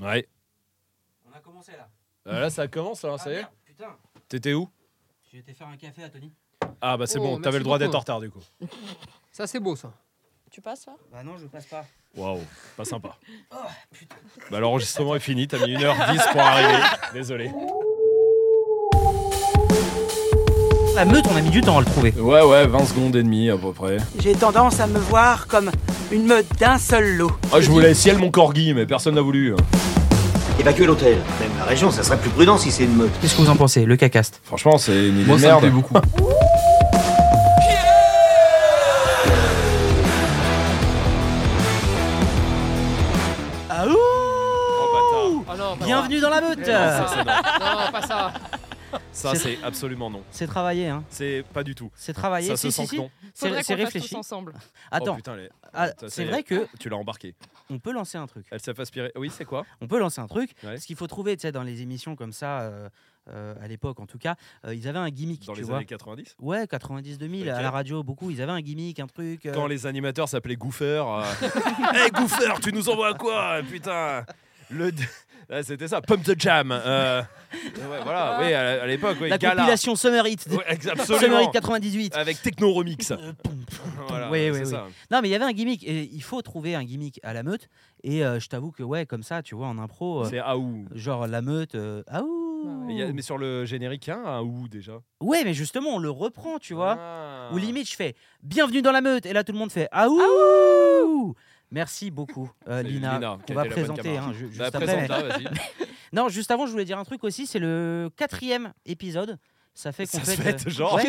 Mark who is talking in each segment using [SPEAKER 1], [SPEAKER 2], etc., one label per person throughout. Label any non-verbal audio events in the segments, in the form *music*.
[SPEAKER 1] Ouais.
[SPEAKER 2] On a commencé là. Ah,
[SPEAKER 1] Euh, là, ça commence, là, ça y est.
[SPEAKER 2] merde, Putain,
[SPEAKER 1] T'étais où
[SPEAKER 2] j'ai été faire un café à Tony.
[SPEAKER 1] Ah, bah c'est
[SPEAKER 3] Oh,
[SPEAKER 1] bon,
[SPEAKER 3] merci
[SPEAKER 1] t'avais le droit
[SPEAKER 3] beaucoup.
[SPEAKER 1] d'être en retard du coup.
[SPEAKER 3] Ça, c'est beau, ça.
[SPEAKER 4] Tu passes là
[SPEAKER 2] Bah non, je passe pas.
[SPEAKER 1] Waouh, pas sympa.
[SPEAKER 2] *laughs* Oh putain.
[SPEAKER 1] Bah, l'enregistrement est fini, t'as mis 1h10
[SPEAKER 2] *laughs*
[SPEAKER 1] pour arriver. Désolé.
[SPEAKER 2] La meute, on a mis du temps à le trouver.
[SPEAKER 1] Ouais, ouais, 20 secondes et demie à peu près.
[SPEAKER 5] J'ai tendance à me voir comme une meute d'un seul lot.
[SPEAKER 1] Ah, je voulais ciel mon corgi, mais personne n'a voulu. hein.
[SPEAKER 6] Évacuer l'hôtel, même la région, ça serait plus prudent si c'est une meute.
[SPEAKER 2] Qu'est-ce que vous en pensez, le cacaste
[SPEAKER 1] Franchement, c'est une idée de
[SPEAKER 7] ça me
[SPEAKER 1] merde.
[SPEAKER 7] plaît beaucoup.
[SPEAKER 1] Oh,
[SPEAKER 3] Oh non, pas
[SPEAKER 2] Ah, Bienvenue dans la
[SPEAKER 1] bâtard.
[SPEAKER 2] meute
[SPEAKER 1] Ça, c'est non.
[SPEAKER 3] ça. Non, pas ça.
[SPEAKER 1] Ça,
[SPEAKER 2] C'est-
[SPEAKER 1] c'est absolument non.
[SPEAKER 2] C'est travaillé, hein.
[SPEAKER 1] C'est pas du tout.
[SPEAKER 2] C'est travaillé.
[SPEAKER 1] Ça
[SPEAKER 2] Si,
[SPEAKER 1] se
[SPEAKER 2] si,
[SPEAKER 1] sent
[SPEAKER 2] si.
[SPEAKER 1] que non.
[SPEAKER 2] C'est-
[SPEAKER 4] Faudrait
[SPEAKER 2] C'est
[SPEAKER 4] qu'on le fasse tous
[SPEAKER 2] réfléchi.
[SPEAKER 4] ensemble.
[SPEAKER 1] Oh,
[SPEAKER 2] Attends,
[SPEAKER 1] putain, les-
[SPEAKER 2] ah,
[SPEAKER 1] ça,
[SPEAKER 2] c'est
[SPEAKER 1] c'est-
[SPEAKER 2] vrai que
[SPEAKER 1] tu l'as embarqué.
[SPEAKER 2] on peut lancer un truc.
[SPEAKER 1] Elle s'est fait aspirer. Oui, c'est quoi
[SPEAKER 2] On peut lancer un truc.
[SPEAKER 1] Ouais.
[SPEAKER 2] Ce qu'il faut trouver, tu sais, dans les émissions comme ça, euh, euh, à l'époque en tout cas, euh, ils avaient un gimmick,
[SPEAKER 1] Dans
[SPEAKER 2] tu
[SPEAKER 1] les
[SPEAKER 2] vois.
[SPEAKER 1] années 90
[SPEAKER 2] Ouais, 90-2000,
[SPEAKER 1] Ok.
[SPEAKER 2] à la radio, beaucoup, ils avaient un gimmick, un truc. euh,
[SPEAKER 1] Quand les animateurs s'appelaient Goofer. Hé Goofer, tu nous envoies quoi Putain Le. *laughs* Ah, C'était ça, Pump the Jam.
[SPEAKER 2] *laughs*
[SPEAKER 1] euh. Ouais, voilà, oui, à à l'époque, oui,
[SPEAKER 2] La
[SPEAKER 1] Gala.
[SPEAKER 2] compilation Summer Hit.
[SPEAKER 1] Ouais, ex-
[SPEAKER 2] Summer
[SPEAKER 1] absolument.
[SPEAKER 2] Hit 98.
[SPEAKER 1] Avec Techno
[SPEAKER 2] Euh,
[SPEAKER 1] Remix. *laughs* Voilà,
[SPEAKER 2] Oui, oui,
[SPEAKER 1] c'est
[SPEAKER 2] oui.
[SPEAKER 1] ça.
[SPEAKER 2] Non, mais il y avait un gimmick. Et il faut trouver un gimmick à la meute. Et euh, je t'avoue que, ouais, comme ça, tu vois, en impro, euh,
[SPEAKER 1] C'est Aou.
[SPEAKER 2] genre la meute, euh, ah ouh.
[SPEAKER 4] Ouais,
[SPEAKER 1] Il y a- Mais sur le générique, il y a un Aou déjà.
[SPEAKER 2] Ouais, mais justement, on le reprend, tu vois.
[SPEAKER 1] Ah.
[SPEAKER 2] Ou limite, je fais bienvenue dans la meute. Et là, tout le monde fait ah ouh. Merci
[SPEAKER 1] *laughs*
[SPEAKER 2] beaucoup, euh,
[SPEAKER 1] C'est
[SPEAKER 2] Lina.
[SPEAKER 1] Lina, qui
[SPEAKER 2] on
[SPEAKER 1] a
[SPEAKER 2] va
[SPEAKER 1] été la bonne
[SPEAKER 2] présenter.
[SPEAKER 1] camarade.
[SPEAKER 2] hein, ju- juste
[SPEAKER 1] Bah,
[SPEAKER 2] après, mais-
[SPEAKER 1] présente-la,
[SPEAKER 2] *laughs*
[SPEAKER 1] vas-y.
[SPEAKER 2] Non, juste avant, je voulais dire un truc aussi. C'est le quatrième épisode. Ça fait qu'on
[SPEAKER 1] Ça se
[SPEAKER 2] fête, euh,
[SPEAKER 1] fête, genre. *laughs*
[SPEAKER 2] ouais.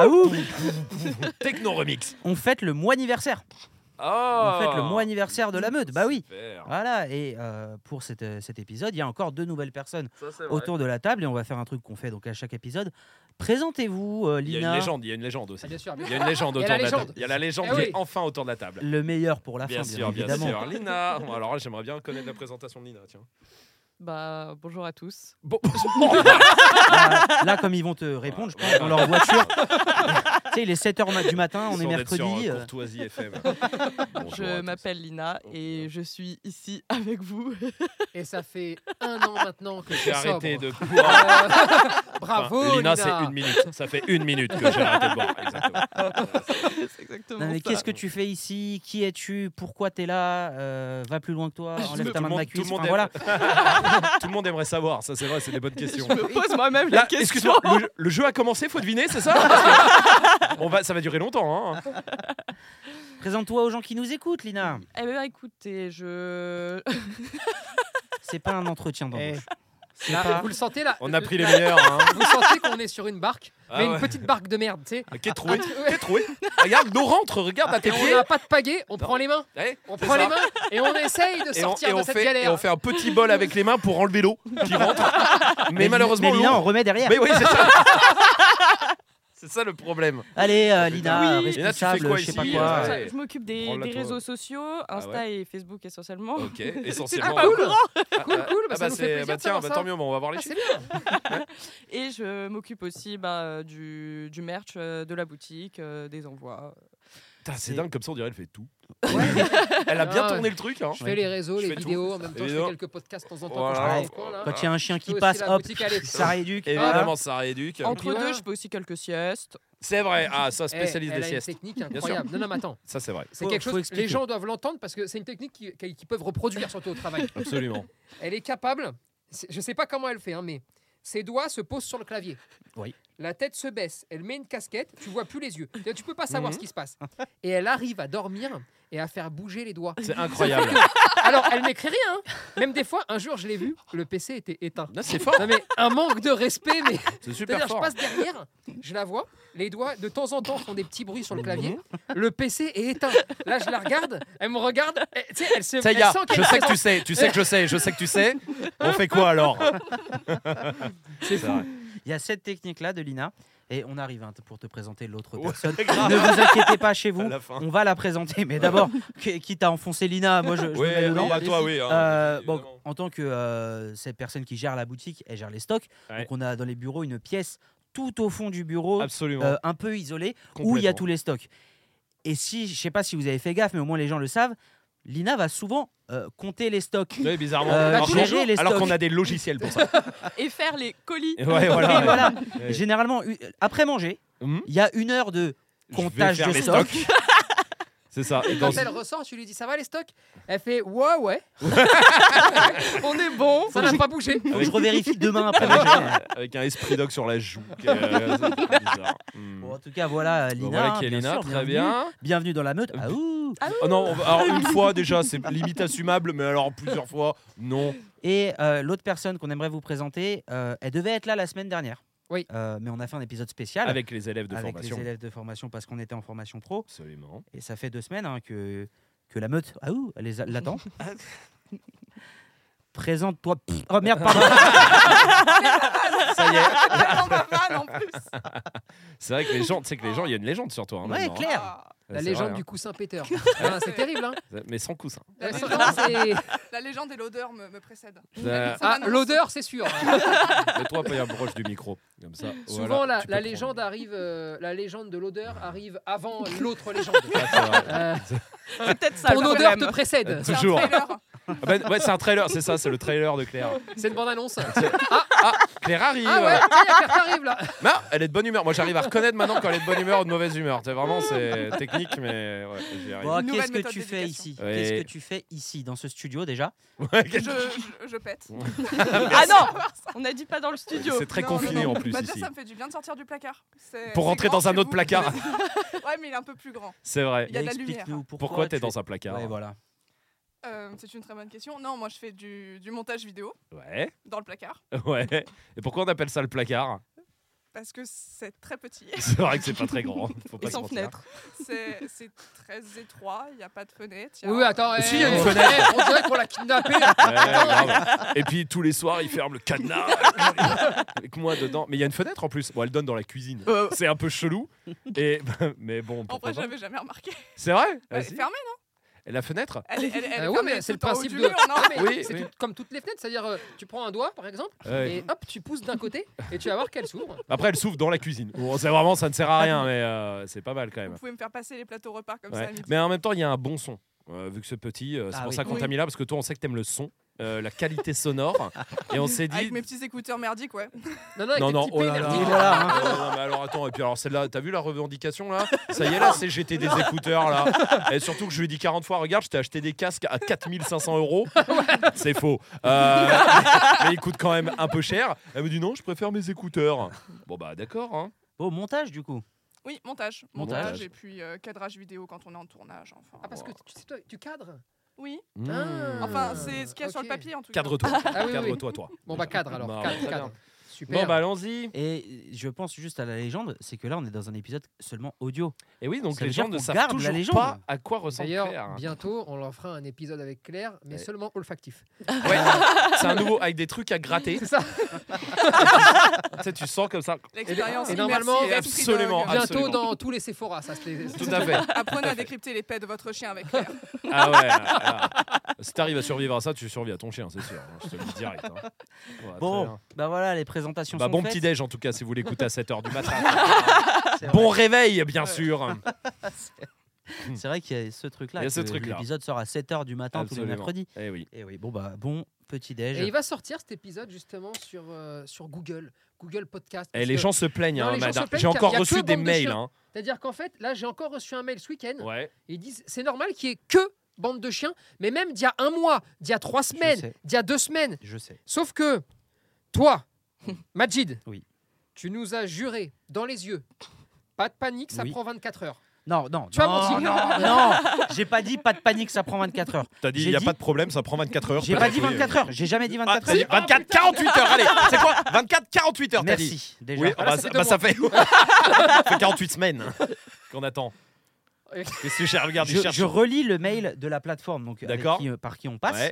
[SPEAKER 2] Ah ouh *laughs*
[SPEAKER 1] Techno Remix.
[SPEAKER 2] On fête le mois anniversaire.
[SPEAKER 1] Ah.
[SPEAKER 2] En fait, le mois anniversaire de la meute, bah oui.
[SPEAKER 1] Super.
[SPEAKER 2] Voilà, et euh, pour cet, euh, cet épisode, il y a encore deux nouvelles personnes
[SPEAKER 1] Ça, c'est vrai.
[SPEAKER 2] autour de la table et on va faire un truc qu'on fait donc à chaque épisode. Présentez-vous, euh,
[SPEAKER 1] Il y a une
[SPEAKER 2] Lina,
[SPEAKER 1] légende, il y a une légende aussi.
[SPEAKER 2] *laughs*
[SPEAKER 3] Ah,
[SPEAKER 1] *laughs*
[SPEAKER 3] bien sûr, bien
[SPEAKER 1] Il y a une légende
[SPEAKER 3] Il y
[SPEAKER 1] autour
[SPEAKER 3] a la
[SPEAKER 1] de la table.
[SPEAKER 3] légende.
[SPEAKER 1] Il y a la légende
[SPEAKER 3] Eh
[SPEAKER 1] qui
[SPEAKER 3] oui.
[SPEAKER 1] est enfin autour de la table.
[SPEAKER 2] le meilleur pour la
[SPEAKER 1] Bien
[SPEAKER 2] fin,
[SPEAKER 1] sûr, bien
[SPEAKER 2] évidemment.
[SPEAKER 1] sûr. Lina. Bon, Alors là, j'aimerais bien connaître la présentation de Lina, tiens.
[SPEAKER 4] Bah bonjour à tous.
[SPEAKER 1] Bon.
[SPEAKER 2] Ah, là, comme ils vont te répondre, je pense, dans leur voiture. tu sais, il est 7h du matin, on est
[SPEAKER 1] Sans d'être
[SPEAKER 2] mercredi.
[SPEAKER 1] Sur, euh,
[SPEAKER 2] euh,
[SPEAKER 1] Courtoisie FM.
[SPEAKER 2] *laughs*
[SPEAKER 1] Bonjour à
[SPEAKER 4] je
[SPEAKER 1] tous. Oh,
[SPEAKER 4] m'appelle Lina et je suis ici *laughs*
[SPEAKER 1] *laughs*
[SPEAKER 4] avec vous.
[SPEAKER 3] Et ça fait un an maintenant que je suis
[SPEAKER 1] J'ai arrêté
[SPEAKER 4] *laughs*
[SPEAKER 3] sobre.
[SPEAKER 1] de boire.
[SPEAKER 3] Euh, *laughs*
[SPEAKER 1] Enfin,
[SPEAKER 3] Bravo,
[SPEAKER 1] Lina, c'est une minute. Ça fait une minute que j'ai arrêté de boire. Exactement.
[SPEAKER 4] C'est exactement
[SPEAKER 2] non, mais
[SPEAKER 4] ça.
[SPEAKER 2] Qu'est-ce que tu fais ici Qui es-tu Pourquoi t'es là Euh, Va plus loin que toi, enlève ta main
[SPEAKER 1] Ah, Tout le
[SPEAKER 2] de
[SPEAKER 1] monde-
[SPEAKER 2] ma
[SPEAKER 1] tout le
[SPEAKER 2] cuisse.
[SPEAKER 1] monde
[SPEAKER 2] Enfin,
[SPEAKER 1] aime-
[SPEAKER 2] voilà.
[SPEAKER 1] *laughs* Tout le monde aimerait savoir. Ça, c'est vrai, c'est des bonnes questions.
[SPEAKER 4] Je me pose moi-même la
[SPEAKER 1] Là,
[SPEAKER 4] question.
[SPEAKER 1] excuse-moi, le, jeu- le jeu a commencé, faut deviner, c'est ça Parce que *laughs* on va, Ça va durer longtemps. Hein.
[SPEAKER 2] Présente-toi aux gens qui nous écoutent, Lina.
[SPEAKER 4] Eh ben
[SPEAKER 1] *laughs*
[SPEAKER 4] écoutez, je
[SPEAKER 2] C'est pas un entretien d'embauche.
[SPEAKER 3] Eh, là,
[SPEAKER 2] pas-
[SPEAKER 3] vous le sentez là
[SPEAKER 1] On a
[SPEAKER 3] le-
[SPEAKER 1] pris les
[SPEAKER 3] là,
[SPEAKER 1] meilleurs. Hein.
[SPEAKER 3] *laughs* Vous sentez qu'on est sur une barque,
[SPEAKER 1] Ah
[SPEAKER 3] mais
[SPEAKER 1] ouais.
[SPEAKER 3] une petite barque de merde, tu sais.
[SPEAKER 1] Qu'est *laughs* troué
[SPEAKER 3] Ouais.
[SPEAKER 1] Qu'est troué Regarde, nos rentres, regarde
[SPEAKER 2] Ah,
[SPEAKER 1] à tes
[SPEAKER 3] Et on
[SPEAKER 1] pieds.
[SPEAKER 3] n'a pas de pagaie, on prend les mains,
[SPEAKER 1] Eh,
[SPEAKER 3] on
[SPEAKER 1] c'est
[SPEAKER 3] prend
[SPEAKER 1] ça.
[SPEAKER 3] les mains et on essaye de
[SPEAKER 1] Et on,
[SPEAKER 3] sortir
[SPEAKER 1] et on
[SPEAKER 3] de cette
[SPEAKER 1] fait, et
[SPEAKER 3] galère.
[SPEAKER 1] on fait un petit bol avec les mains pour enlever l'eau qui *laughs* rentre. Mais,
[SPEAKER 2] Lina-
[SPEAKER 1] malheureusement,
[SPEAKER 2] mais Lina, on
[SPEAKER 1] l'eau.
[SPEAKER 2] remet derrière.
[SPEAKER 1] Mais oui, c'est ça. *laughs* c'est ça le problème.
[SPEAKER 2] Allez, euh, Lina,
[SPEAKER 1] Lina, tu fais
[SPEAKER 2] responsable,
[SPEAKER 1] quoi
[SPEAKER 2] je sais
[SPEAKER 1] ici
[SPEAKER 2] pas
[SPEAKER 1] Ah,
[SPEAKER 2] quoi.
[SPEAKER 1] ouais.
[SPEAKER 4] je m'occupe des,
[SPEAKER 1] Prends-la,
[SPEAKER 4] des
[SPEAKER 1] toi.
[SPEAKER 4] réseaux sociaux, Insta et Facebook essentiellement.
[SPEAKER 1] Ah Ok, essentiellement.
[SPEAKER 4] Ah, pas au courant.
[SPEAKER 1] Ah,
[SPEAKER 3] bah, Cool, cool, bah,
[SPEAKER 1] ah,
[SPEAKER 3] ça nous fait
[SPEAKER 1] c'est-
[SPEAKER 3] plaisir
[SPEAKER 1] bah,
[SPEAKER 3] de
[SPEAKER 1] tiens,
[SPEAKER 3] savoir
[SPEAKER 1] bah,
[SPEAKER 3] ça.
[SPEAKER 1] tant mieux, bon, on va voir les
[SPEAKER 3] Ah,
[SPEAKER 1] chiffres.
[SPEAKER 3] c'est bien.
[SPEAKER 4] Et je m'occupe aussi bah, euh, du, du merch, euh, de la boutique, euh, des envois.
[SPEAKER 1] Putain, C'est
[SPEAKER 2] C'est-
[SPEAKER 1] dingue, comme ça, on dirait, elle fait tout. *laughs*
[SPEAKER 3] Ouais,
[SPEAKER 1] Elle a bien
[SPEAKER 3] Ah,
[SPEAKER 1] tourné le truc. Hein.
[SPEAKER 3] Je fais les réseaux,
[SPEAKER 1] Je
[SPEAKER 3] les
[SPEAKER 1] fais tout.
[SPEAKER 3] vidéos, en même temps, je
[SPEAKER 1] Évidemment.
[SPEAKER 3] fais quelques podcasts de temps en temps.
[SPEAKER 1] Voilà.
[SPEAKER 3] Quand je suis dans
[SPEAKER 2] Ouais.
[SPEAKER 3] le coin, là.
[SPEAKER 2] Quand il y a un chien
[SPEAKER 3] Je
[SPEAKER 2] qui
[SPEAKER 3] fais
[SPEAKER 2] passe,
[SPEAKER 3] aussi la
[SPEAKER 2] hop,
[SPEAKER 3] boutique à Alex.
[SPEAKER 2] ça rééduque.
[SPEAKER 1] Évidemment, ça rééduque.
[SPEAKER 4] Entre
[SPEAKER 3] puis
[SPEAKER 4] deux,
[SPEAKER 3] voilà.
[SPEAKER 4] je fais aussi quelques siestes. *laughs*
[SPEAKER 1] C'est vrai, ah, ça,
[SPEAKER 3] Eh,
[SPEAKER 1] spécialiste
[SPEAKER 3] elle
[SPEAKER 1] des
[SPEAKER 3] a
[SPEAKER 1] siestes.
[SPEAKER 3] une technique
[SPEAKER 1] sûr.
[SPEAKER 3] incroyable. Non, non, mais attends,
[SPEAKER 1] Ça, c'est
[SPEAKER 3] *laughs*
[SPEAKER 1] vrai.
[SPEAKER 2] Faut-
[SPEAKER 3] c'est quelque
[SPEAKER 2] faut
[SPEAKER 3] chose que
[SPEAKER 2] expliquer.
[SPEAKER 3] les gens doivent l'entendre parce que c'est une technique qui- qui- qu'ils peuvent reproduire surtout
[SPEAKER 2] *laughs*
[SPEAKER 3] au travail.
[SPEAKER 1] Absolument.
[SPEAKER 3] Elle est capable, c'est- je sais pas comment elle fait, hein, mais ses doigts se posent sur le clavier.
[SPEAKER 2] Oui.
[SPEAKER 3] La tête se baisse, elle met une casquette, tu vois plus les yeux. Tu peux pas savoir
[SPEAKER 1] Mhm.
[SPEAKER 3] ce qui se passe. Et elle arrive à dormir et à faire bouger les doigts.
[SPEAKER 1] C'est incroyable.
[SPEAKER 3] Alors, elle n'écrit rien. hein. Même des fois, un jour, je l'ai vu, le PC était éteint.
[SPEAKER 1] Là, c'est fort.
[SPEAKER 3] Non mais un manque de respect, mais
[SPEAKER 1] C'est
[SPEAKER 3] c'est-à-dire
[SPEAKER 1] super
[SPEAKER 3] je
[SPEAKER 1] fort.
[SPEAKER 3] passe derrière, je la vois, les doigts de temps en temps font des petits bruits sur le clavier, le PC est éteint. Là je la regarde, elle me regarde, elle, tu sais, elle se,
[SPEAKER 1] Ça y
[SPEAKER 3] elle
[SPEAKER 1] est,
[SPEAKER 3] sent
[SPEAKER 1] je
[SPEAKER 3] qu'elle
[SPEAKER 1] sais
[SPEAKER 3] est
[SPEAKER 1] que tu sais, tu sais que je sais, je sais que tu
[SPEAKER 3] *laughs*
[SPEAKER 1] sais. On fait quoi alors C'est fou.
[SPEAKER 2] Il y a cette technique-là de Lina. Et on arrive hein, t- pour te présenter l'autre
[SPEAKER 1] Ouais, *laughs*
[SPEAKER 2] personne.
[SPEAKER 1] grave.
[SPEAKER 2] Ne vous inquiétez pas chez
[SPEAKER 1] Oh. À
[SPEAKER 2] vous.
[SPEAKER 1] la fin.
[SPEAKER 2] On va la présenter. Mais
[SPEAKER 1] *laughs*
[SPEAKER 2] d'abord, qui qui t'a enfoncé Lina Moi, je, je me
[SPEAKER 1] Oui,
[SPEAKER 2] mets dedans.
[SPEAKER 1] à toi, oui. hein,
[SPEAKER 2] Euh, bon,
[SPEAKER 1] évidemment.
[SPEAKER 2] en tant que euh, cette personne qui gère la boutique, elle gère les stocks.
[SPEAKER 1] Ouais.
[SPEAKER 2] Donc on a dans les bureaux une pièce tout au fond du bureau,
[SPEAKER 1] Absolument.
[SPEAKER 2] euh, un peu isolée, où il y a tous les stocks. Et si, je sais pas si vous avez fait gaffe, mais au moins les gens le savent, Lina va souvent euh, compter les stocks.
[SPEAKER 1] Oui, bizarrement.
[SPEAKER 2] Euh,
[SPEAKER 1] alors qu'on-
[SPEAKER 2] gérer les
[SPEAKER 1] alors
[SPEAKER 2] stocks.
[SPEAKER 1] qu'on a des logiciels pour
[SPEAKER 2] *laughs*
[SPEAKER 1] ça.
[SPEAKER 4] Et faire les
[SPEAKER 1] *laughs*
[SPEAKER 4] colis.
[SPEAKER 1] Ouais, voilà.
[SPEAKER 2] Et voilà.
[SPEAKER 1] Ouais.
[SPEAKER 2] Généralement, u- euh, après manger,
[SPEAKER 1] Mhm.
[SPEAKER 2] il y a une heure de
[SPEAKER 1] Je vais
[SPEAKER 2] comptage
[SPEAKER 1] faire
[SPEAKER 2] de
[SPEAKER 1] les
[SPEAKER 2] stocks. *laughs*
[SPEAKER 1] C'est ça. Et dans-
[SPEAKER 3] Quand elle ressort, tu lui dis ça va les stocks Elle fait ouais ouais,
[SPEAKER 4] On est bon.
[SPEAKER 3] ça n'a pas bougé.
[SPEAKER 2] Faut que je revérifie demain
[SPEAKER 1] *laughs*
[SPEAKER 2] après
[SPEAKER 1] avec,
[SPEAKER 2] manger.
[SPEAKER 1] avec un esprit doc sur la joue. Euh, c'est bizarre. Hmm.
[SPEAKER 2] Bon, en tout cas, voilà euh,
[SPEAKER 1] Bah
[SPEAKER 2] Lina.
[SPEAKER 1] voilà
[SPEAKER 2] hein,
[SPEAKER 1] qui est
[SPEAKER 2] bien
[SPEAKER 1] Lina,
[SPEAKER 2] sûr,
[SPEAKER 1] très
[SPEAKER 2] bienvenue.
[SPEAKER 1] bien.
[SPEAKER 2] Bienvenue dans la meute. Ah, ouh.
[SPEAKER 1] Oh non, on va- alors une fois déjà, c'est limite assumable, mais alors plusieurs fois, non.
[SPEAKER 2] Et euh, l'autre personne qu'on aimerait vous présenter, euh, elle devait être là la semaine dernière.
[SPEAKER 3] Oui.
[SPEAKER 2] Euh, mais on a fait un épisode spécial
[SPEAKER 1] Avec les élèves de
[SPEAKER 2] Ah, avec
[SPEAKER 1] formation.
[SPEAKER 2] les élèves de formation parce qu'on était en formation pro.
[SPEAKER 1] Absolument.
[SPEAKER 2] Et ça fait deux semaines hein, que, que la meute, ah ouh, elle les a-
[SPEAKER 7] *laughs*
[SPEAKER 2] l'attend. Présente-toi.
[SPEAKER 1] Mm.
[SPEAKER 2] Pff, Oh merde,
[SPEAKER 7] *laughs*
[SPEAKER 2] pardon.
[SPEAKER 1] Ça y est.
[SPEAKER 4] *laughs* Vraiment pas mal en plus.
[SPEAKER 1] C'est vrai que les gens, tu sais que les gens, il y a une légende sur toi. hein,
[SPEAKER 2] Ouais,
[SPEAKER 1] maintenant, hein.
[SPEAKER 2] clair.
[SPEAKER 1] Ouais,
[SPEAKER 3] La
[SPEAKER 1] c'est
[SPEAKER 3] légende
[SPEAKER 1] vrai,
[SPEAKER 3] du coussin péteur. Ah, c'est terrible. Hein.
[SPEAKER 1] hein. Mais sans coussin.
[SPEAKER 3] Euh,
[SPEAKER 7] La
[SPEAKER 3] c'est-
[SPEAKER 7] légende.
[SPEAKER 3] non, c'est-
[SPEAKER 7] La légende et l'odeur me, me précèdent.
[SPEAKER 1] Euh,
[SPEAKER 7] Ça
[SPEAKER 3] Ah,
[SPEAKER 7] m'annonce.
[SPEAKER 3] L'odeur, c'est sûr.
[SPEAKER 1] Mais toi, pas un proche du micro. Comme ça.
[SPEAKER 3] Souvent, la, la légende
[SPEAKER 1] a.
[SPEAKER 3] arrive, euh, la légende de l'odeur arrive avant l'autre légende.
[SPEAKER 1] Ah,
[SPEAKER 3] Euh,
[SPEAKER 4] C'est peut-être ça.
[SPEAKER 3] ton
[SPEAKER 4] le
[SPEAKER 3] odeur te
[SPEAKER 4] problème.
[SPEAKER 3] précède.
[SPEAKER 7] Euh,
[SPEAKER 1] *laughs*
[SPEAKER 7] C'est un
[SPEAKER 1] Toujours.
[SPEAKER 7] trailer.
[SPEAKER 1] Ah ben, ouais, c'est un trailer, c'est ça, c'est le trailer de Claire.
[SPEAKER 3] C'est une bande-annonce.
[SPEAKER 1] Claire arrive.
[SPEAKER 3] Ah ouais, tiens, y a Claire qui arrive là.
[SPEAKER 1] Non, elle est de bonne humeur. Moi, j'arrive à reconnaître maintenant quand elle est de bonne humeur ou de mauvaise humeur. C'est vraiment, c'est technique, mais ouais, j'y arrive.
[SPEAKER 2] Bon,
[SPEAKER 7] Nouvelle
[SPEAKER 2] qu'est-ce que
[SPEAKER 7] méthode
[SPEAKER 2] tu fais
[SPEAKER 7] d'éducation.
[SPEAKER 2] ici
[SPEAKER 1] Ouais.
[SPEAKER 2] Qu'est-ce que tu fais ici, dans ce studio déjà
[SPEAKER 7] Je, je, je pète.
[SPEAKER 4] Ah *laughs* non On n'a dit pas dans le studio.
[SPEAKER 1] C'est très
[SPEAKER 7] Non,
[SPEAKER 1] confiné
[SPEAKER 7] non, non.
[SPEAKER 1] en plus
[SPEAKER 7] Bah, déjà,
[SPEAKER 1] ici.
[SPEAKER 7] ça me fait du bien de sortir du placard. C'est-
[SPEAKER 1] Pour
[SPEAKER 7] c'est
[SPEAKER 1] rentrer
[SPEAKER 7] grand
[SPEAKER 1] dans un
[SPEAKER 7] chez
[SPEAKER 1] autre
[SPEAKER 7] vous.
[SPEAKER 1] placard.
[SPEAKER 7] *laughs* ouais, mais il est un peu plus grand.
[SPEAKER 1] C'est vrai.
[SPEAKER 7] Il y a de la
[SPEAKER 2] Explique-nous pourquoi,
[SPEAKER 1] Pourquoi t'es
[SPEAKER 2] tu-
[SPEAKER 1] dans un placard
[SPEAKER 2] Ouais, voilà.
[SPEAKER 7] Euh, c'est une très bonne question. Non, moi je fais du, du montage vidéo
[SPEAKER 1] Ouais,
[SPEAKER 7] dans le placard
[SPEAKER 1] ouais. *laughs* Et pourquoi on appelle ça le placard
[SPEAKER 7] parce que c'est
[SPEAKER 1] *laughs*
[SPEAKER 7] très petit.
[SPEAKER 1] C'est vrai que c'est pas très grand. Faut pas
[SPEAKER 4] Et
[SPEAKER 1] se
[SPEAKER 4] sans
[SPEAKER 1] mentir.
[SPEAKER 4] fenêtre.
[SPEAKER 7] C'est c'est très étroit. Il n'y a pas de fenêtre. il y a-
[SPEAKER 3] Oui, attends.
[SPEAKER 1] Si,
[SPEAKER 3] eh,
[SPEAKER 1] il y a une
[SPEAKER 3] eh,
[SPEAKER 1] fenêtre.
[SPEAKER 3] On dirait qu'on l'a kidnappée. *laughs*
[SPEAKER 1] Ouais, grave. Et puis tous les soirs, il ferme le cadenas avec moi dedans. Mais il y a une fenêtre en plus. Bon, elle donne dans la cuisine. C'est un peu chelou. Et *laughs* mais bon,
[SPEAKER 7] Euh. En
[SPEAKER 1] pourquoi
[SPEAKER 7] vrai,
[SPEAKER 1] pas.
[SPEAKER 7] j'avais jamais remarqué.
[SPEAKER 1] C'est vrai.
[SPEAKER 7] Elle est
[SPEAKER 1] Vas-y. Ah
[SPEAKER 7] fermée.
[SPEAKER 1] Et la fenêtre.
[SPEAKER 7] Elle est, elle, est- elle est
[SPEAKER 3] Euh, ouais,
[SPEAKER 7] fermée
[SPEAKER 3] mais c'est le
[SPEAKER 7] tout en haut
[SPEAKER 3] principe
[SPEAKER 7] du
[SPEAKER 3] de.
[SPEAKER 7] mur, non
[SPEAKER 3] *laughs* Ah, mais
[SPEAKER 1] Oui,
[SPEAKER 3] c'est
[SPEAKER 1] oui.
[SPEAKER 3] tout- comme toutes les fenêtres, c'est-à-dire euh, tu prends un doigt par exemple
[SPEAKER 7] Ah,
[SPEAKER 1] Ouais.
[SPEAKER 3] et hop, tu pousses d'un côté et tu vas voir qu'elle s'ouvre.
[SPEAKER 1] Après, elle s'ouvre dans la cuisine. Bon, c'est vraiment, ça ne sert à rien, mais euh, c'est pas mal quand même.
[SPEAKER 7] Vous pouvez me faire passer les plateaux repas comme ça
[SPEAKER 1] Ouais.
[SPEAKER 7] à midi.
[SPEAKER 1] Mais en même temps, il y a un bon son. Euh, vu que c'est petit, euh, c'est
[SPEAKER 2] Ah
[SPEAKER 1] pour
[SPEAKER 2] oui.
[SPEAKER 1] ça qu'on
[SPEAKER 7] Oui.
[SPEAKER 1] t'a mis là, parce que toi, on sait que t'aimes le son, euh, la qualité
[SPEAKER 7] *laughs*
[SPEAKER 1] sonore. et on s'est dit.
[SPEAKER 7] Avec mes petits écouteurs merdiques, ouais.
[SPEAKER 3] Non, non, avec
[SPEAKER 1] Non,
[SPEAKER 3] des
[SPEAKER 1] non,
[SPEAKER 3] petits
[SPEAKER 1] oh là
[SPEAKER 3] pets
[SPEAKER 1] là.
[SPEAKER 3] verticaux.
[SPEAKER 2] voilà, hein.
[SPEAKER 1] Oh, non, mais alors attends, et puis alors celle-là, t'as vu la revendication là Ça y est, là, c'est j'étais des
[SPEAKER 2] *laughs*
[SPEAKER 1] écouteurs là. Et surtout que je lui ai dit 40 fois, regarde, je t'ai acheté des casques à
[SPEAKER 2] *laughs*
[SPEAKER 1] 4500 euros. C'est faux. Euh, mais ils coûtent quand même un peu cher. Elle me dit non, je préfère mes écouteurs. Bon bah d'accord. Hein.
[SPEAKER 2] Bon, montage du coup.
[SPEAKER 7] Oui, montage.
[SPEAKER 2] Montage.
[SPEAKER 7] Montage, et puis euh, cadrage vidéo quand on est en tournage. Enfin.
[SPEAKER 3] Ah, parce que tu sais, toi, tu cadres
[SPEAKER 7] Oui.
[SPEAKER 3] Ah,
[SPEAKER 1] Mmh.
[SPEAKER 7] Enfin, c'est ce qu'il y a sur
[SPEAKER 3] Ok.
[SPEAKER 7] le papier en tout cas.
[SPEAKER 1] Cadre-toi.
[SPEAKER 3] Ah oui, oui,
[SPEAKER 1] Cadre-toi, toi.
[SPEAKER 3] Bon, bah cadre alors.
[SPEAKER 1] Bah,
[SPEAKER 3] cadre,
[SPEAKER 1] très
[SPEAKER 3] cadre.
[SPEAKER 1] bien.
[SPEAKER 3] Super.
[SPEAKER 1] Bon bah allons-y.
[SPEAKER 2] Et je pense juste à la légende, c'est que là, on est dans un épisode seulement audio.
[SPEAKER 1] Et oui, donc
[SPEAKER 2] Ça veut
[SPEAKER 1] les
[SPEAKER 2] dire
[SPEAKER 1] gens ne
[SPEAKER 2] qu'on
[SPEAKER 1] savent
[SPEAKER 2] garde la
[SPEAKER 1] toujours
[SPEAKER 2] légende.
[SPEAKER 1] pas à quoi ressemble
[SPEAKER 3] D'ailleurs,
[SPEAKER 1] Claire.
[SPEAKER 3] bientôt, on leur fera un épisode avec Claire, mais
[SPEAKER 1] hein. Ouais.
[SPEAKER 3] seulement olfactif.
[SPEAKER 1] Ouais, c'est un nouveau avec des trucs à gratter.
[SPEAKER 3] *laughs* C'est ça.
[SPEAKER 1] tu sais, tu sens comme ça.
[SPEAKER 7] L'expérience.
[SPEAKER 3] Et normalement,
[SPEAKER 7] immersive,
[SPEAKER 1] absolument,
[SPEAKER 7] Esprit dog.
[SPEAKER 3] Bientôt
[SPEAKER 1] Oh, Absolument.
[SPEAKER 3] dans tous les Sephora, ça se
[SPEAKER 1] Tout à fait.
[SPEAKER 7] Apprenez à décrypter les pets de votre chien avec Claire.
[SPEAKER 1] Ah ouais. ah. Si t'arrives à survivre à ça, tu survis à ton chien, c'est sûr. hein. Je te le dis direct. hein. Ouais, très
[SPEAKER 2] Bon,
[SPEAKER 1] bien.
[SPEAKER 2] bah voilà, les présentations
[SPEAKER 1] Bah,
[SPEAKER 2] sont
[SPEAKER 1] bon
[SPEAKER 2] faites.
[SPEAKER 1] petit déj en tout cas si vous l'écoutez à 7h du matin.
[SPEAKER 2] C'est
[SPEAKER 1] bon réveil bien sûr.
[SPEAKER 2] C'est vrai qu'il y a ce truc-là.
[SPEAKER 1] Il y a ce
[SPEAKER 2] que
[SPEAKER 1] truc-là.
[SPEAKER 2] L'épisode sort à 7h du matin tous les
[SPEAKER 1] Absolument.
[SPEAKER 2] mercredis.
[SPEAKER 1] Eh oui.
[SPEAKER 2] Et oui, bon bah bon petit
[SPEAKER 3] Et il
[SPEAKER 2] déj.
[SPEAKER 3] va sortir cet épisode justement sur, euh, sur Google, Google Podcast.
[SPEAKER 1] Et
[SPEAKER 3] parce
[SPEAKER 1] les
[SPEAKER 3] que-
[SPEAKER 1] gens se plaignent.
[SPEAKER 3] Non,
[SPEAKER 1] hein,
[SPEAKER 3] les gens
[SPEAKER 1] madame.
[SPEAKER 3] se plaignent
[SPEAKER 1] J'ai
[SPEAKER 3] qu'il y a-
[SPEAKER 1] encore
[SPEAKER 3] il y a
[SPEAKER 1] reçu
[SPEAKER 3] que
[SPEAKER 1] des
[SPEAKER 3] bande de
[SPEAKER 1] mails.
[SPEAKER 3] chiens.
[SPEAKER 1] hein.
[SPEAKER 3] C'est-à-dire qu'en fait, là, j'ai encore reçu un mail ce week-end.
[SPEAKER 1] Ouais.
[SPEAKER 3] Ils disent c'est normal qu'il y ait que bande de chiens, mais même d'il y a un mois, d'il y a trois semaines,
[SPEAKER 2] sais.
[SPEAKER 3] d'il y a deux semaines.
[SPEAKER 2] Je sais.
[SPEAKER 3] Sauf que
[SPEAKER 2] *laughs*
[SPEAKER 3] toi, Majid,
[SPEAKER 2] Oui.
[SPEAKER 3] tu nous as juré dans les yeux. Pas de panique, ça
[SPEAKER 2] Oui.
[SPEAKER 3] prend 24 heures.
[SPEAKER 2] Non, non.
[SPEAKER 3] Tu as
[SPEAKER 2] non,
[SPEAKER 3] menti.
[SPEAKER 2] Non, non. J'ai pas dit pas de panique, ça prend 24 heures.
[SPEAKER 1] T'as dit
[SPEAKER 2] J'ai
[SPEAKER 1] il n'y a
[SPEAKER 2] dit-
[SPEAKER 1] pas de problème, ça prend 24 heures.
[SPEAKER 2] J'ai pas dit 24 heures. J'ai jamais dit
[SPEAKER 1] Ah,
[SPEAKER 2] 24
[SPEAKER 1] t'as dit
[SPEAKER 2] heures.
[SPEAKER 1] 24, 48 heures. Allez, c'est quoi 24, 48 heures. t'as dit.
[SPEAKER 2] Merci. Déjà.
[SPEAKER 1] Oui,
[SPEAKER 3] Voilà,
[SPEAKER 1] bah,
[SPEAKER 3] ça
[SPEAKER 1] ça,
[SPEAKER 3] fait deux
[SPEAKER 1] bah, ça fait... ça fait 48 semaines qu'on attend.
[SPEAKER 3] Et-
[SPEAKER 1] Qu'est-ce que j'ai regardé
[SPEAKER 2] je, je relis le mail de la plateforme, donc avec
[SPEAKER 1] D'accord.
[SPEAKER 2] qui, euh, par qui on passe,